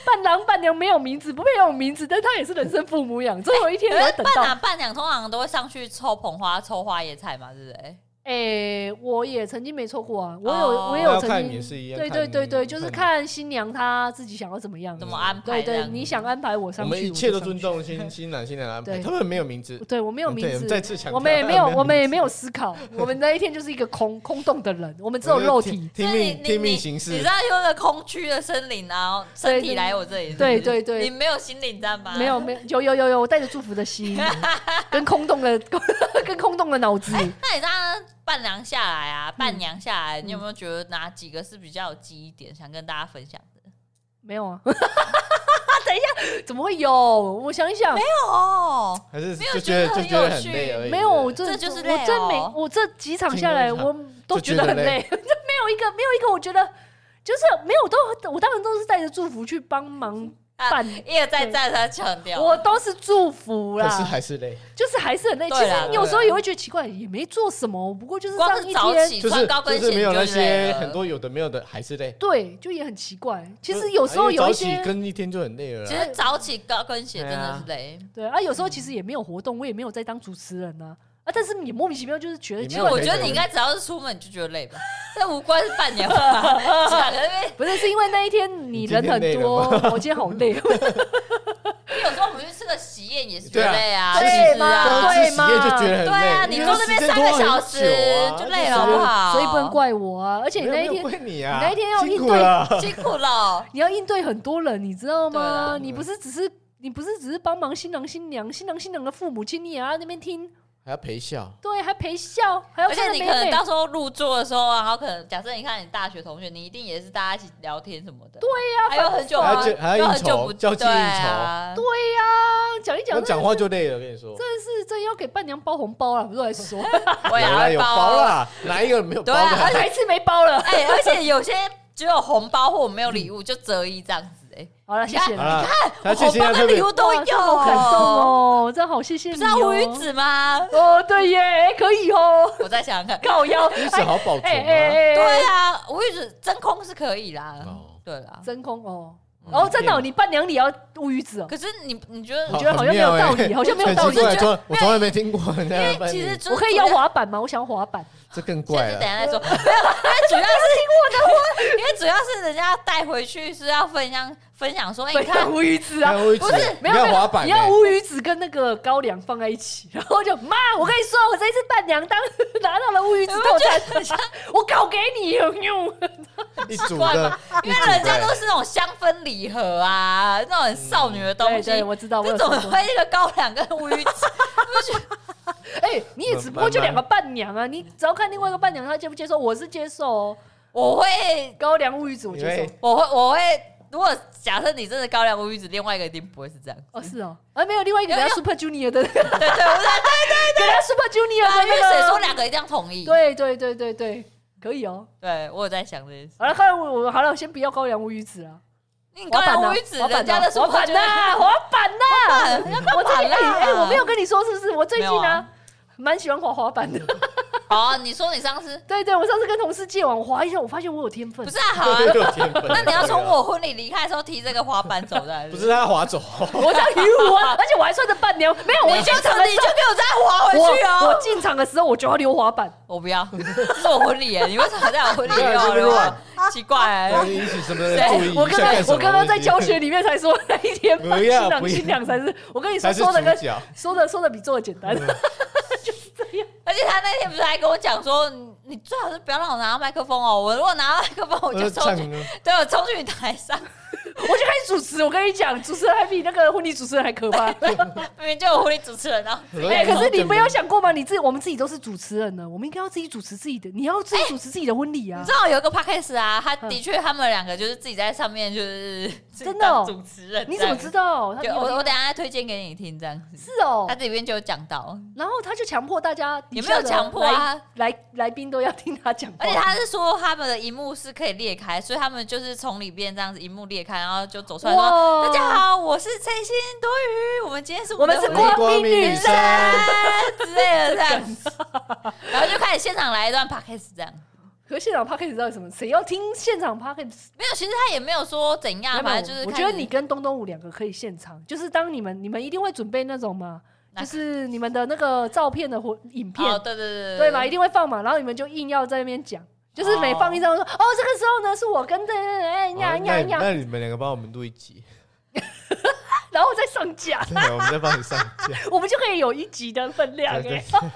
[SPEAKER 2] 伴郎伴娘没有名字，不配有名字，但他也是人生父母养，总有一天
[SPEAKER 1] 可
[SPEAKER 2] 我会
[SPEAKER 1] 是
[SPEAKER 2] 等
[SPEAKER 1] 伴
[SPEAKER 2] 到。
[SPEAKER 1] 郎伴娘通常都会上去抽捧花、抽花野菜嘛，对不对？
[SPEAKER 2] 诶、我也曾经没错过啊，我有、
[SPEAKER 1] 哦
[SPEAKER 2] 我也
[SPEAKER 3] 那要
[SPEAKER 2] 有曾
[SPEAKER 3] 看也
[SPEAKER 2] 经，
[SPEAKER 3] 是一样，
[SPEAKER 2] 对对对对，就是
[SPEAKER 3] 看
[SPEAKER 2] 看新娘她自己想要怎么样，
[SPEAKER 1] 怎么安
[SPEAKER 2] 对
[SPEAKER 1] 排这样
[SPEAKER 2] 对，
[SPEAKER 1] 子？
[SPEAKER 2] 你想安排我
[SPEAKER 3] 我
[SPEAKER 2] 上去，
[SPEAKER 3] 们一
[SPEAKER 2] 就
[SPEAKER 3] 切都
[SPEAKER 2] 上去。
[SPEAKER 3] 尊重 新新郎新娘的安排，
[SPEAKER 2] 对
[SPEAKER 3] 他们没有名字，
[SPEAKER 2] 对我没有
[SPEAKER 3] 呃对
[SPEAKER 2] 名
[SPEAKER 3] 我们
[SPEAKER 2] 字，
[SPEAKER 3] 再次强调
[SPEAKER 2] 我们 也没有，
[SPEAKER 3] 他们没有名字
[SPEAKER 2] 我们也没有思考，我们那一天就是一个空空洞的人，我们只有肉体。
[SPEAKER 3] 听
[SPEAKER 1] 所以
[SPEAKER 3] 命
[SPEAKER 1] 你
[SPEAKER 3] 听命
[SPEAKER 1] 你
[SPEAKER 3] 行
[SPEAKER 1] 你
[SPEAKER 3] 事
[SPEAKER 1] 知。道用个空虚的森林，然后身体来我这里，
[SPEAKER 2] 对
[SPEAKER 1] 是不是
[SPEAKER 2] 对对
[SPEAKER 1] 你没有心灵战吗？
[SPEAKER 2] 没有没有有有有有，我带着祝福的心，跟空洞的 跟空洞的脑子。
[SPEAKER 1] 那你知道伴郎下来啊，
[SPEAKER 2] 嗯
[SPEAKER 1] 伴娘下来，你有没有觉得哪几个是比较有记忆点，想跟大家分享
[SPEAKER 2] 嗯
[SPEAKER 1] 的？
[SPEAKER 2] 没有啊，等 一下，怎么会有？我想一想，没
[SPEAKER 1] 哦，
[SPEAKER 3] 还是
[SPEAKER 1] 没有
[SPEAKER 3] 就
[SPEAKER 1] 觉
[SPEAKER 3] 得
[SPEAKER 1] 得
[SPEAKER 3] 就
[SPEAKER 1] 很
[SPEAKER 3] 觉得
[SPEAKER 1] 有
[SPEAKER 3] 很
[SPEAKER 1] 趣
[SPEAKER 3] 累而已。
[SPEAKER 2] 有，没有，我
[SPEAKER 3] 对
[SPEAKER 2] 这
[SPEAKER 1] 这就是累哦
[SPEAKER 2] 我这每我这几场下来，
[SPEAKER 3] 经过
[SPEAKER 2] 我都觉得很累， 这没有一个没有一个，我觉得就是没有都，我当然都是带着祝福去帮忙
[SPEAKER 1] 啊
[SPEAKER 2] 办，
[SPEAKER 1] 一而再再三强调，
[SPEAKER 2] 我都是祝福
[SPEAKER 3] 不可是
[SPEAKER 2] 啦，
[SPEAKER 3] 还是累，
[SPEAKER 2] 就是还是很累。其
[SPEAKER 1] 对啦
[SPEAKER 2] 实有时候
[SPEAKER 1] 对啦
[SPEAKER 2] 也会觉得奇怪，也没做什么，不过就是
[SPEAKER 1] 光
[SPEAKER 2] 上
[SPEAKER 1] 是
[SPEAKER 2] 一
[SPEAKER 1] 早
[SPEAKER 2] 天，
[SPEAKER 1] 起
[SPEAKER 3] 就
[SPEAKER 1] 穿
[SPEAKER 3] 是
[SPEAKER 1] 高跟
[SPEAKER 3] 就是
[SPEAKER 1] 鞋
[SPEAKER 3] 没有
[SPEAKER 1] 你就
[SPEAKER 3] 那
[SPEAKER 1] 累
[SPEAKER 3] 些
[SPEAKER 1] 了
[SPEAKER 3] 很多有的没有的还是累。
[SPEAKER 2] 对，就也很奇怪。其
[SPEAKER 3] 就
[SPEAKER 2] 实有时候
[SPEAKER 3] 嗯啊因为
[SPEAKER 2] 有一
[SPEAKER 3] 早起
[SPEAKER 2] 些
[SPEAKER 3] 跟一天就很累了
[SPEAKER 1] 其
[SPEAKER 3] 啦。
[SPEAKER 1] 实早起高跟鞋真的是累，
[SPEAKER 2] 对啊，有
[SPEAKER 3] 嗯
[SPEAKER 2] 时候其实也没有活动，我也没有在当主持人啊啊，但是也莫名其妙就是觉得
[SPEAKER 3] 也没
[SPEAKER 2] 奇
[SPEAKER 3] 有
[SPEAKER 2] 怪
[SPEAKER 1] 我觉得你应该只要是出门你就觉得累吧，这无关是伴娘吧，讲的那边
[SPEAKER 2] 不是，是因为那一天你
[SPEAKER 3] 你
[SPEAKER 2] 人
[SPEAKER 3] 今天
[SPEAKER 2] 很
[SPEAKER 3] 累了
[SPEAKER 2] 多，
[SPEAKER 3] 吗
[SPEAKER 2] 我今天好累，哦
[SPEAKER 1] 因为有时候我们去吃个喜宴也是觉得累啊，
[SPEAKER 2] 对啊
[SPEAKER 1] 是不是
[SPEAKER 2] 对嘛
[SPEAKER 1] 啊？
[SPEAKER 3] 光吃喜宴就觉得很累。
[SPEAKER 1] 对啊，你
[SPEAKER 3] 因为
[SPEAKER 1] 坐这边
[SPEAKER 3] 时间
[SPEAKER 1] 三
[SPEAKER 3] 拖
[SPEAKER 1] 个
[SPEAKER 3] 很
[SPEAKER 1] 小
[SPEAKER 3] 久
[SPEAKER 1] 时
[SPEAKER 3] 啊
[SPEAKER 1] 就
[SPEAKER 3] 就
[SPEAKER 1] 累
[SPEAKER 3] 是
[SPEAKER 1] 了，好不好？
[SPEAKER 2] 所以不能怪我啊。而且
[SPEAKER 3] 没
[SPEAKER 2] 你那一天，
[SPEAKER 3] 有没有怪你啊，
[SPEAKER 2] 你那一天要
[SPEAKER 3] 辛苦
[SPEAKER 2] 应对
[SPEAKER 3] 了。
[SPEAKER 1] 辛苦了。
[SPEAKER 2] 你要应对很多人，你知道
[SPEAKER 1] 对
[SPEAKER 2] 吗？
[SPEAKER 1] 啊
[SPEAKER 2] 你不是只是你不是只是帮忙新郎新娘、新郎新娘的父母亲，你也要在那边听
[SPEAKER 3] 还要陪笑，
[SPEAKER 2] 对，还陪笑，还要
[SPEAKER 1] 而且
[SPEAKER 2] 看着
[SPEAKER 1] 你
[SPEAKER 2] 美
[SPEAKER 1] 可能
[SPEAKER 2] 美
[SPEAKER 1] 到时候入座的时候啊，然后可能假设你看你大学同学，你一定也是大家一起聊天什么的。对呀、还有很久
[SPEAKER 3] 还要
[SPEAKER 1] 啊
[SPEAKER 3] 见，还
[SPEAKER 1] 有
[SPEAKER 3] 要
[SPEAKER 1] 很
[SPEAKER 3] 应
[SPEAKER 1] 久不
[SPEAKER 3] 酬，交际
[SPEAKER 1] 对
[SPEAKER 3] 应酬，
[SPEAKER 1] 啊。
[SPEAKER 2] 对呀、讲一讲
[SPEAKER 3] 我
[SPEAKER 2] 真的
[SPEAKER 3] 讲话就累了。我跟你说，
[SPEAKER 2] 真的是真要给伴娘包红包了，我来说，
[SPEAKER 1] 我也
[SPEAKER 3] 有啦
[SPEAKER 1] 要
[SPEAKER 3] 有
[SPEAKER 1] 包
[SPEAKER 3] 包
[SPEAKER 1] 啊。
[SPEAKER 3] 啦，哪一个没有包
[SPEAKER 1] 对啊
[SPEAKER 3] 的？
[SPEAKER 1] 而且
[SPEAKER 2] 哪一次没包了？
[SPEAKER 1] 哎、而且有些只有红包或没有礼物，就折一这样子、
[SPEAKER 2] 好了，谢谢
[SPEAKER 3] 好
[SPEAKER 2] 了，
[SPEAKER 3] 啦，
[SPEAKER 1] 哎，
[SPEAKER 3] 他谢谢
[SPEAKER 1] 红包
[SPEAKER 3] 他特
[SPEAKER 1] 跟
[SPEAKER 3] 别
[SPEAKER 1] 礼物都
[SPEAKER 2] 哇这好
[SPEAKER 1] 有，
[SPEAKER 2] 感动。哦，真好，谢谢
[SPEAKER 1] 不
[SPEAKER 2] 你、
[SPEAKER 1] 知道
[SPEAKER 2] 哦。
[SPEAKER 1] 无语子吗？
[SPEAKER 2] 哦，对耶，哎可以哦，
[SPEAKER 1] 我再想想看。
[SPEAKER 2] 靠腰，
[SPEAKER 3] 一直好 保存啊。
[SPEAKER 2] 哎
[SPEAKER 1] 对啊，无语子真空是可以啦。
[SPEAKER 3] 哦
[SPEAKER 1] 对啦，
[SPEAKER 2] 真空哦，
[SPEAKER 3] 嗯
[SPEAKER 2] 哦，真的哦、你伴娘你要乌鱼子哦，
[SPEAKER 1] 可是你你觉得
[SPEAKER 2] 我觉得好像没有道理，好像没有
[SPEAKER 3] 很
[SPEAKER 2] 道
[SPEAKER 3] 奇
[SPEAKER 2] 理。
[SPEAKER 3] 怪，从我从来没听过人家
[SPEAKER 1] 因
[SPEAKER 3] 的
[SPEAKER 1] 为
[SPEAKER 3] 翻译
[SPEAKER 1] 其实就是
[SPEAKER 2] 我可以要滑板吗？我想要滑板。
[SPEAKER 3] 这更
[SPEAKER 1] 这
[SPEAKER 3] 怪
[SPEAKER 1] 是等
[SPEAKER 3] 了。
[SPEAKER 1] 一下再说，没有，因为主要是因为主要是人家带回去是要分享分享 说，哎、你看
[SPEAKER 2] 乌鱼子啊，
[SPEAKER 3] 看乌鱼子
[SPEAKER 2] 不是没有
[SPEAKER 3] 你看
[SPEAKER 2] 没有
[SPEAKER 3] 滑板
[SPEAKER 2] 你要
[SPEAKER 3] 欸
[SPEAKER 2] 乌鱼子跟那个高粱放在一起， 然后就妈，我跟你说，我这一次伴娘当 拿到了乌鱼子套餐， 我搞给你用。
[SPEAKER 3] 一组
[SPEAKER 1] 怪
[SPEAKER 3] 的
[SPEAKER 1] 吧，因为人家都是那种香氛礼盒啊，那种很少女的 东
[SPEAKER 2] 对
[SPEAKER 1] 西，
[SPEAKER 2] 对，我知道，我
[SPEAKER 1] 这
[SPEAKER 2] 有
[SPEAKER 1] 种
[SPEAKER 2] 听过
[SPEAKER 1] 会一个高粱跟乌鱼 子，
[SPEAKER 2] 哎，你也只不过就两个伴娘啊，你只要看另外一个伴娘她接不接受，我是接受哦。
[SPEAKER 1] 我会
[SPEAKER 2] 高粱乌鱼子我接
[SPEAKER 3] 因
[SPEAKER 2] 受
[SPEAKER 3] 为。
[SPEAKER 1] 我会我会，如果假设你真的高粱乌鱼子，另外一个一定不会是这样。
[SPEAKER 2] 哦，是哦，啊，没有，另外一个
[SPEAKER 1] 没有
[SPEAKER 2] 给他 Super Junior 的，给
[SPEAKER 1] 对对，我 在
[SPEAKER 2] 他 Super Junior
[SPEAKER 1] 对，
[SPEAKER 2] 的
[SPEAKER 1] 因
[SPEAKER 2] 那
[SPEAKER 1] 为
[SPEAKER 2] 个，
[SPEAKER 1] 谁说两个一定要同意？
[SPEAKER 2] 啊对对对对对，可以哦。
[SPEAKER 1] 对，我有在想这件事。
[SPEAKER 2] 好了，看来我我好了，先不要高粱乌鱼子了。
[SPEAKER 1] 你高
[SPEAKER 2] 滑板
[SPEAKER 1] 粱
[SPEAKER 2] 呢
[SPEAKER 1] 乌鱼子，
[SPEAKER 2] 滑板啊
[SPEAKER 1] 人家的
[SPEAKER 2] 呢滑板呐，滑板
[SPEAKER 1] 啊
[SPEAKER 2] 呐， 我最近哎哎，我没有跟你说是不是？我最近
[SPEAKER 1] 没有
[SPEAKER 2] 呢
[SPEAKER 1] 啊，
[SPEAKER 2] 蛮喜欢滑滑板的。
[SPEAKER 1] 哦，你说你上次
[SPEAKER 2] 对对，我上次跟同事借网我滑一下，我发现我有天 分
[SPEAKER 1] 不。是啊？好啊，
[SPEAKER 3] 有天分
[SPEAKER 1] 那你要从我婚礼离开的时候提这个滑板走的，
[SPEAKER 3] 不是他滑走，
[SPEAKER 2] 我在礼物啊， 而且我还穿着伴娘，没有，我
[SPEAKER 1] 你
[SPEAKER 2] 进
[SPEAKER 1] 就
[SPEAKER 2] 场的
[SPEAKER 1] 你
[SPEAKER 2] 时
[SPEAKER 1] 就给我再滑
[SPEAKER 2] 候，
[SPEAKER 1] 回去
[SPEAKER 2] 我我
[SPEAKER 1] 哦！
[SPEAKER 2] 进场的时候我就要溜滑板，
[SPEAKER 1] 我不要，这是我婚礼耶，你为什么在我 婚礼
[SPEAKER 3] 对是不是
[SPEAKER 1] 又
[SPEAKER 3] 乱
[SPEAKER 1] 哦奇怪
[SPEAKER 3] 我
[SPEAKER 1] 耶，
[SPEAKER 3] 们一起什么人
[SPEAKER 1] 对
[SPEAKER 3] 注意
[SPEAKER 2] 我
[SPEAKER 3] 一
[SPEAKER 2] 刚
[SPEAKER 3] 下干什
[SPEAKER 2] 刚
[SPEAKER 3] 么？
[SPEAKER 2] 我刚刚在教学里面才说那一天吧，
[SPEAKER 3] 不
[SPEAKER 2] 新
[SPEAKER 3] 要
[SPEAKER 2] 郎
[SPEAKER 3] 不
[SPEAKER 2] 新
[SPEAKER 3] 要
[SPEAKER 2] 娘才是，我跟你说
[SPEAKER 3] 才是
[SPEAKER 2] 说的跟
[SPEAKER 3] 主角，
[SPEAKER 2] 说的说的比做的简单，就是这样。
[SPEAKER 1] 而且他那天不是还跟我讲说，你你最好是不要让我拿到麦克风哦，我如果拿到麦克风，我
[SPEAKER 3] 我
[SPEAKER 1] 就
[SPEAKER 3] 就
[SPEAKER 1] 冲
[SPEAKER 3] 唱
[SPEAKER 1] 去，
[SPEAKER 3] 歌，
[SPEAKER 1] 对我冲去台上，
[SPEAKER 2] 我就开始主持，我跟你讲，主持人还比那个婚礼主持人还 可怕。
[SPEAKER 1] 明明就有婚礼主持人哦，
[SPEAKER 2] 哎、可是你没有想过吗？你自己我们自己都是主持人呢，我们应该要自己主持自己的，你要自己主持自己的婚礼啊。
[SPEAKER 1] 你知道有一个 podcast 啊，他的确他们两个就是自己在上面就是
[SPEAKER 2] 嗯 真的哦
[SPEAKER 1] 自己当主持人，
[SPEAKER 2] 你怎么知？道？他
[SPEAKER 1] 就我我
[SPEAKER 2] 有
[SPEAKER 1] 等一下再推荐给你听，这样子，
[SPEAKER 2] 是哦
[SPEAKER 1] 他，这里面就有讲到，
[SPEAKER 2] 然后他就强迫大家底
[SPEAKER 1] 也没
[SPEAKER 2] 下
[SPEAKER 1] 有
[SPEAKER 2] 的哦
[SPEAKER 1] 强迫啊。
[SPEAKER 2] 来来来宾都要听他讲话，
[SPEAKER 1] 而且他是说他们的荧幕是可以裂开，所以他们就是从里边这样子荧幕裂开，然后就走出来说：“
[SPEAKER 2] 哇
[SPEAKER 1] 大家好，我是崔心多余，我们今天是
[SPEAKER 2] 我们是
[SPEAKER 1] 的
[SPEAKER 2] 光
[SPEAKER 1] 婚
[SPEAKER 2] 明
[SPEAKER 3] 光明
[SPEAKER 2] 女
[SPEAKER 3] 女
[SPEAKER 2] 神
[SPEAKER 3] 神。
[SPEAKER 1] 礼之类的这样子， 然后就开始现场来一段 podcast 这样。
[SPEAKER 2] 可是现场 p o d c a s 到底什么？谁要听现场 p o d c a s
[SPEAKER 1] 没有，其实他也没有说怎样，反正就是
[SPEAKER 2] 我
[SPEAKER 1] 开
[SPEAKER 2] 觉
[SPEAKER 1] 始
[SPEAKER 2] 得你跟东东武两个可以现场，就是当你们你们一定会准备那种嘛，
[SPEAKER 1] 哪
[SPEAKER 2] 就
[SPEAKER 1] 个
[SPEAKER 2] 是你们的那个照片的或影片
[SPEAKER 1] 哦，，对对对
[SPEAKER 2] 对嘛，一定会放嘛，然后你们就硬要在那边讲，就是每放一张说，哦，这个时候呢是我跟的，哎呀
[SPEAKER 3] 哦那
[SPEAKER 2] 呀
[SPEAKER 3] 那
[SPEAKER 2] 呀，
[SPEAKER 3] 那你们两个帮我们录一集，
[SPEAKER 2] 然后再上架，
[SPEAKER 3] 对，我们再帮你上架。
[SPEAKER 2] 我们就可以有一集的分量
[SPEAKER 3] 对
[SPEAKER 2] 哎
[SPEAKER 3] 对，，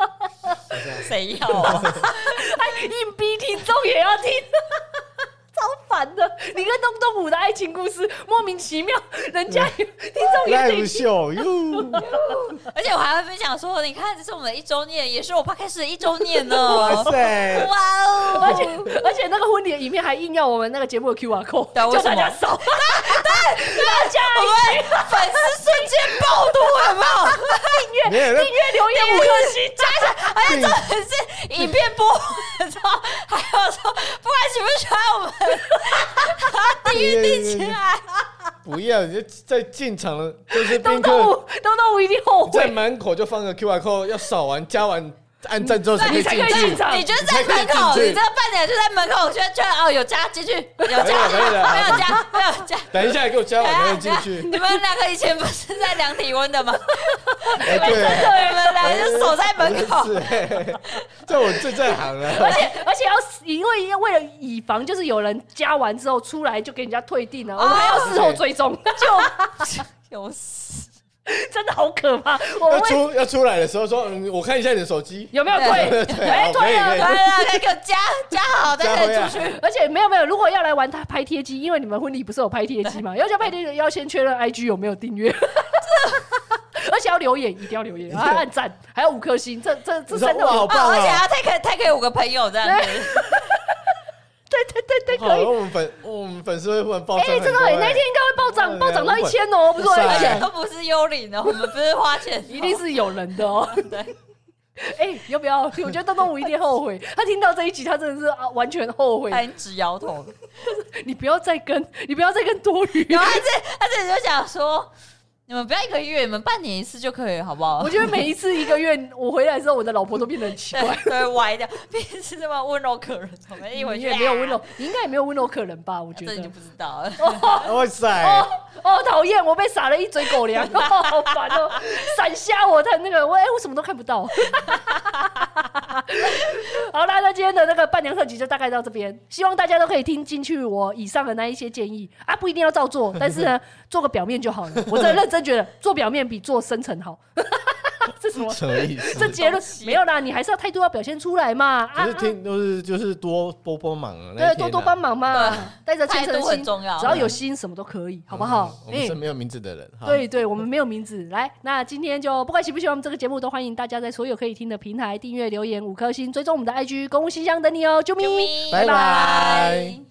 [SPEAKER 1] 谁要啊？
[SPEAKER 2] 哎硬逼听众也要听。 超烦的，你跟东东武的爱情故事莫名其妙，人家也听众也得
[SPEAKER 3] ，live
[SPEAKER 2] 听，
[SPEAKER 3] 秀哟，
[SPEAKER 1] 而且我还会分享说，你看这是我们的一周年，也是我 podcast 的一周年呢。
[SPEAKER 3] 哇塞！
[SPEAKER 1] 哇哦！
[SPEAKER 2] 而且而且那个婚礼的影片还硬要我们那个节目的 QR code，
[SPEAKER 1] 对为
[SPEAKER 2] 叫
[SPEAKER 1] 什么
[SPEAKER 2] 大家 扫，对，大家
[SPEAKER 1] 我们粉丝瞬间爆多，有没有？
[SPEAKER 3] 没有那
[SPEAKER 2] 订阅留言五颗星，
[SPEAKER 1] 加上，而且重点是影片播完之后，还有说不管喜不喜欢我们，订阅订起来。
[SPEAKER 3] 不要，你就在进场了，就是
[SPEAKER 2] 东
[SPEAKER 3] 宾
[SPEAKER 2] 东武
[SPEAKER 3] 客
[SPEAKER 2] 东东武一定后
[SPEAKER 3] 在
[SPEAKER 2] 悔，
[SPEAKER 3] 门口就放个 QR code，要扫完加完按赞之后才可
[SPEAKER 2] 你
[SPEAKER 3] 以
[SPEAKER 2] 才
[SPEAKER 3] 进
[SPEAKER 2] 可以进
[SPEAKER 3] 去。
[SPEAKER 2] 场，
[SPEAKER 1] 你就是在门口，你这半点就在门口圈圈哦，有加进去，有加，
[SPEAKER 3] 没有没有
[SPEAKER 1] 没有加，没有加。
[SPEAKER 3] 等一下给我加完才能进去。
[SPEAKER 1] 你们两个以前不是在量体温的吗？
[SPEAKER 3] 哎，
[SPEAKER 1] 对，
[SPEAKER 3] 对，
[SPEAKER 1] 你们两个就守在门口。
[SPEAKER 3] 是，哎这我最在行了
[SPEAKER 2] 而。且 而且要因为为了以防就是有人加完之后出来就给人家退订了，啊
[SPEAKER 3] 哦
[SPEAKER 2] 我们还要事后追 踪，
[SPEAKER 1] 有事，
[SPEAKER 2] 真的好可怕。我
[SPEAKER 3] 要
[SPEAKER 2] 会
[SPEAKER 3] 出要出来的时候说，嗯，我看一下你的手机。
[SPEAKER 2] 有没有退？哎，
[SPEAKER 3] 好可
[SPEAKER 2] 退
[SPEAKER 3] 以可
[SPEAKER 1] 来
[SPEAKER 3] 以
[SPEAKER 2] 了。
[SPEAKER 1] 来来，给我加加好，再可以出去。
[SPEAKER 2] 而且没有没有，如果要来玩他拍贴机，因为 你们婚礼不是有拍贴机嘛，要叫拍贴机要先确认 IG 有没有订阅。而而且要留言，一定要留 言，还要按赞，还有五颗星，这这这三
[SPEAKER 3] 哇，好
[SPEAKER 2] 种，
[SPEAKER 1] 啊，
[SPEAKER 3] 棒
[SPEAKER 1] 而且
[SPEAKER 3] 啊！
[SPEAKER 1] 还 take take 五个朋友这样子，
[SPEAKER 2] 对对对对，
[SPEAKER 3] 好，
[SPEAKER 2] 可以。
[SPEAKER 3] 我们粉我们粉丝会忽然暴
[SPEAKER 2] 哎
[SPEAKER 3] 增很，多。
[SPEAKER 2] 真的，那天应该会暴
[SPEAKER 3] 对
[SPEAKER 2] 涨，
[SPEAKER 3] 啊
[SPEAKER 2] 暴涨到
[SPEAKER 3] 如
[SPEAKER 2] 一
[SPEAKER 3] 果
[SPEAKER 2] 千哦，不是一
[SPEAKER 3] 是啊
[SPEAKER 1] 而且
[SPEAKER 2] 千，
[SPEAKER 1] 都不是幽灵的，我们不是花钱，
[SPEAKER 2] 一定是有人的哦。
[SPEAKER 1] 对。
[SPEAKER 2] 哎、要 不要？我觉得东东武一定后悔，他听到这一集，他真的是啊，完全后悔。
[SPEAKER 1] 他已经直摇头，
[SPEAKER 2] 你不要再跟，你不要再跟多 余。
[SPEAKER 1] 然后他这他这里就想说，你们不要一个月，你们半年一次就可以，好不好
[SPEAKER 2] 我？觉得每一次一个月我回来之后，我的老婆都变得很奇 怪。
[SPEAKER 1] 对，对歪掉，平时这么温柔可人，我们一回
[SPEAKER 2] 你
[SPEAKER 1] 去
[SPEAKER 2] 也没有温，
[SPEAKER 1] 啊
[SPEAKER 2] 柔，你应该也没有温柔可人吧？我觉
[SPEAKER 1] 这你就
[SPEAKER 2] 得。
[SPEAKER 1] 不知道了。
[SPEAKER 3] 哇塞，
[SPEAKER 2] 哦，讨厌！我被撒了一嘴狗粮，哦好烦哦！闪瞎我的那个，我哎、我什么都看不到。 好啦，那今天的那个伴娘特辑就大概到这边，希望大家都可以听进去我以上的那一些建议啊，不一定要照做，但是呢， 做个表面就好了。我真的认真觉得做表面比做深层好。 这 什么？
[SPEAKER 3] 什么意思？
[SPEAKER 2] 这结论
[SPEAKER 1] 东西
[SPEAKER 2] 没有啦，你还是要态度要表现出来嘛。
[SPEAKER 3] 可
[SPEAKER 2] 啊
[SPEAKER 3] 是，听都是就是多多帮忙啊，那
[SPEAKER 2] 对，
[SPEAKER 3] 一天
[SPEAKER 2] 多
[SPEAKER 3] 啊
[SPEAKER 2] 多帮忙嘛
[SPEAKER 1] 对，
[SPEAKER 2] 带着
[SPEAKER 1] 态
[SPEAKER 2] 虔诚的
[SPEAKER 1] 度很
[SPEAKER 2] 心，
[SPEAKER 1] 重要，
[SPEAKER 2] 只要有心，什么都可以，好不好
[SPEAKER 3] 嗯？我们
[SPEAKER 2] 哎
[SPEAKER 3] 是没有名字的人，哈，
[SPEAKER 2] 对对，我们没有名字。来，那今天就不管喜不喜欢我们这个节目，都欢迎大家在所有可以听的平台订阅、留言、五颗星，追踪我们的 IG 公务信箱等你哦，啾咪。
[SPEAKER 1] 啾咪，
[SPEAKER 3] 拜拜
[SPEAKER 1] 拜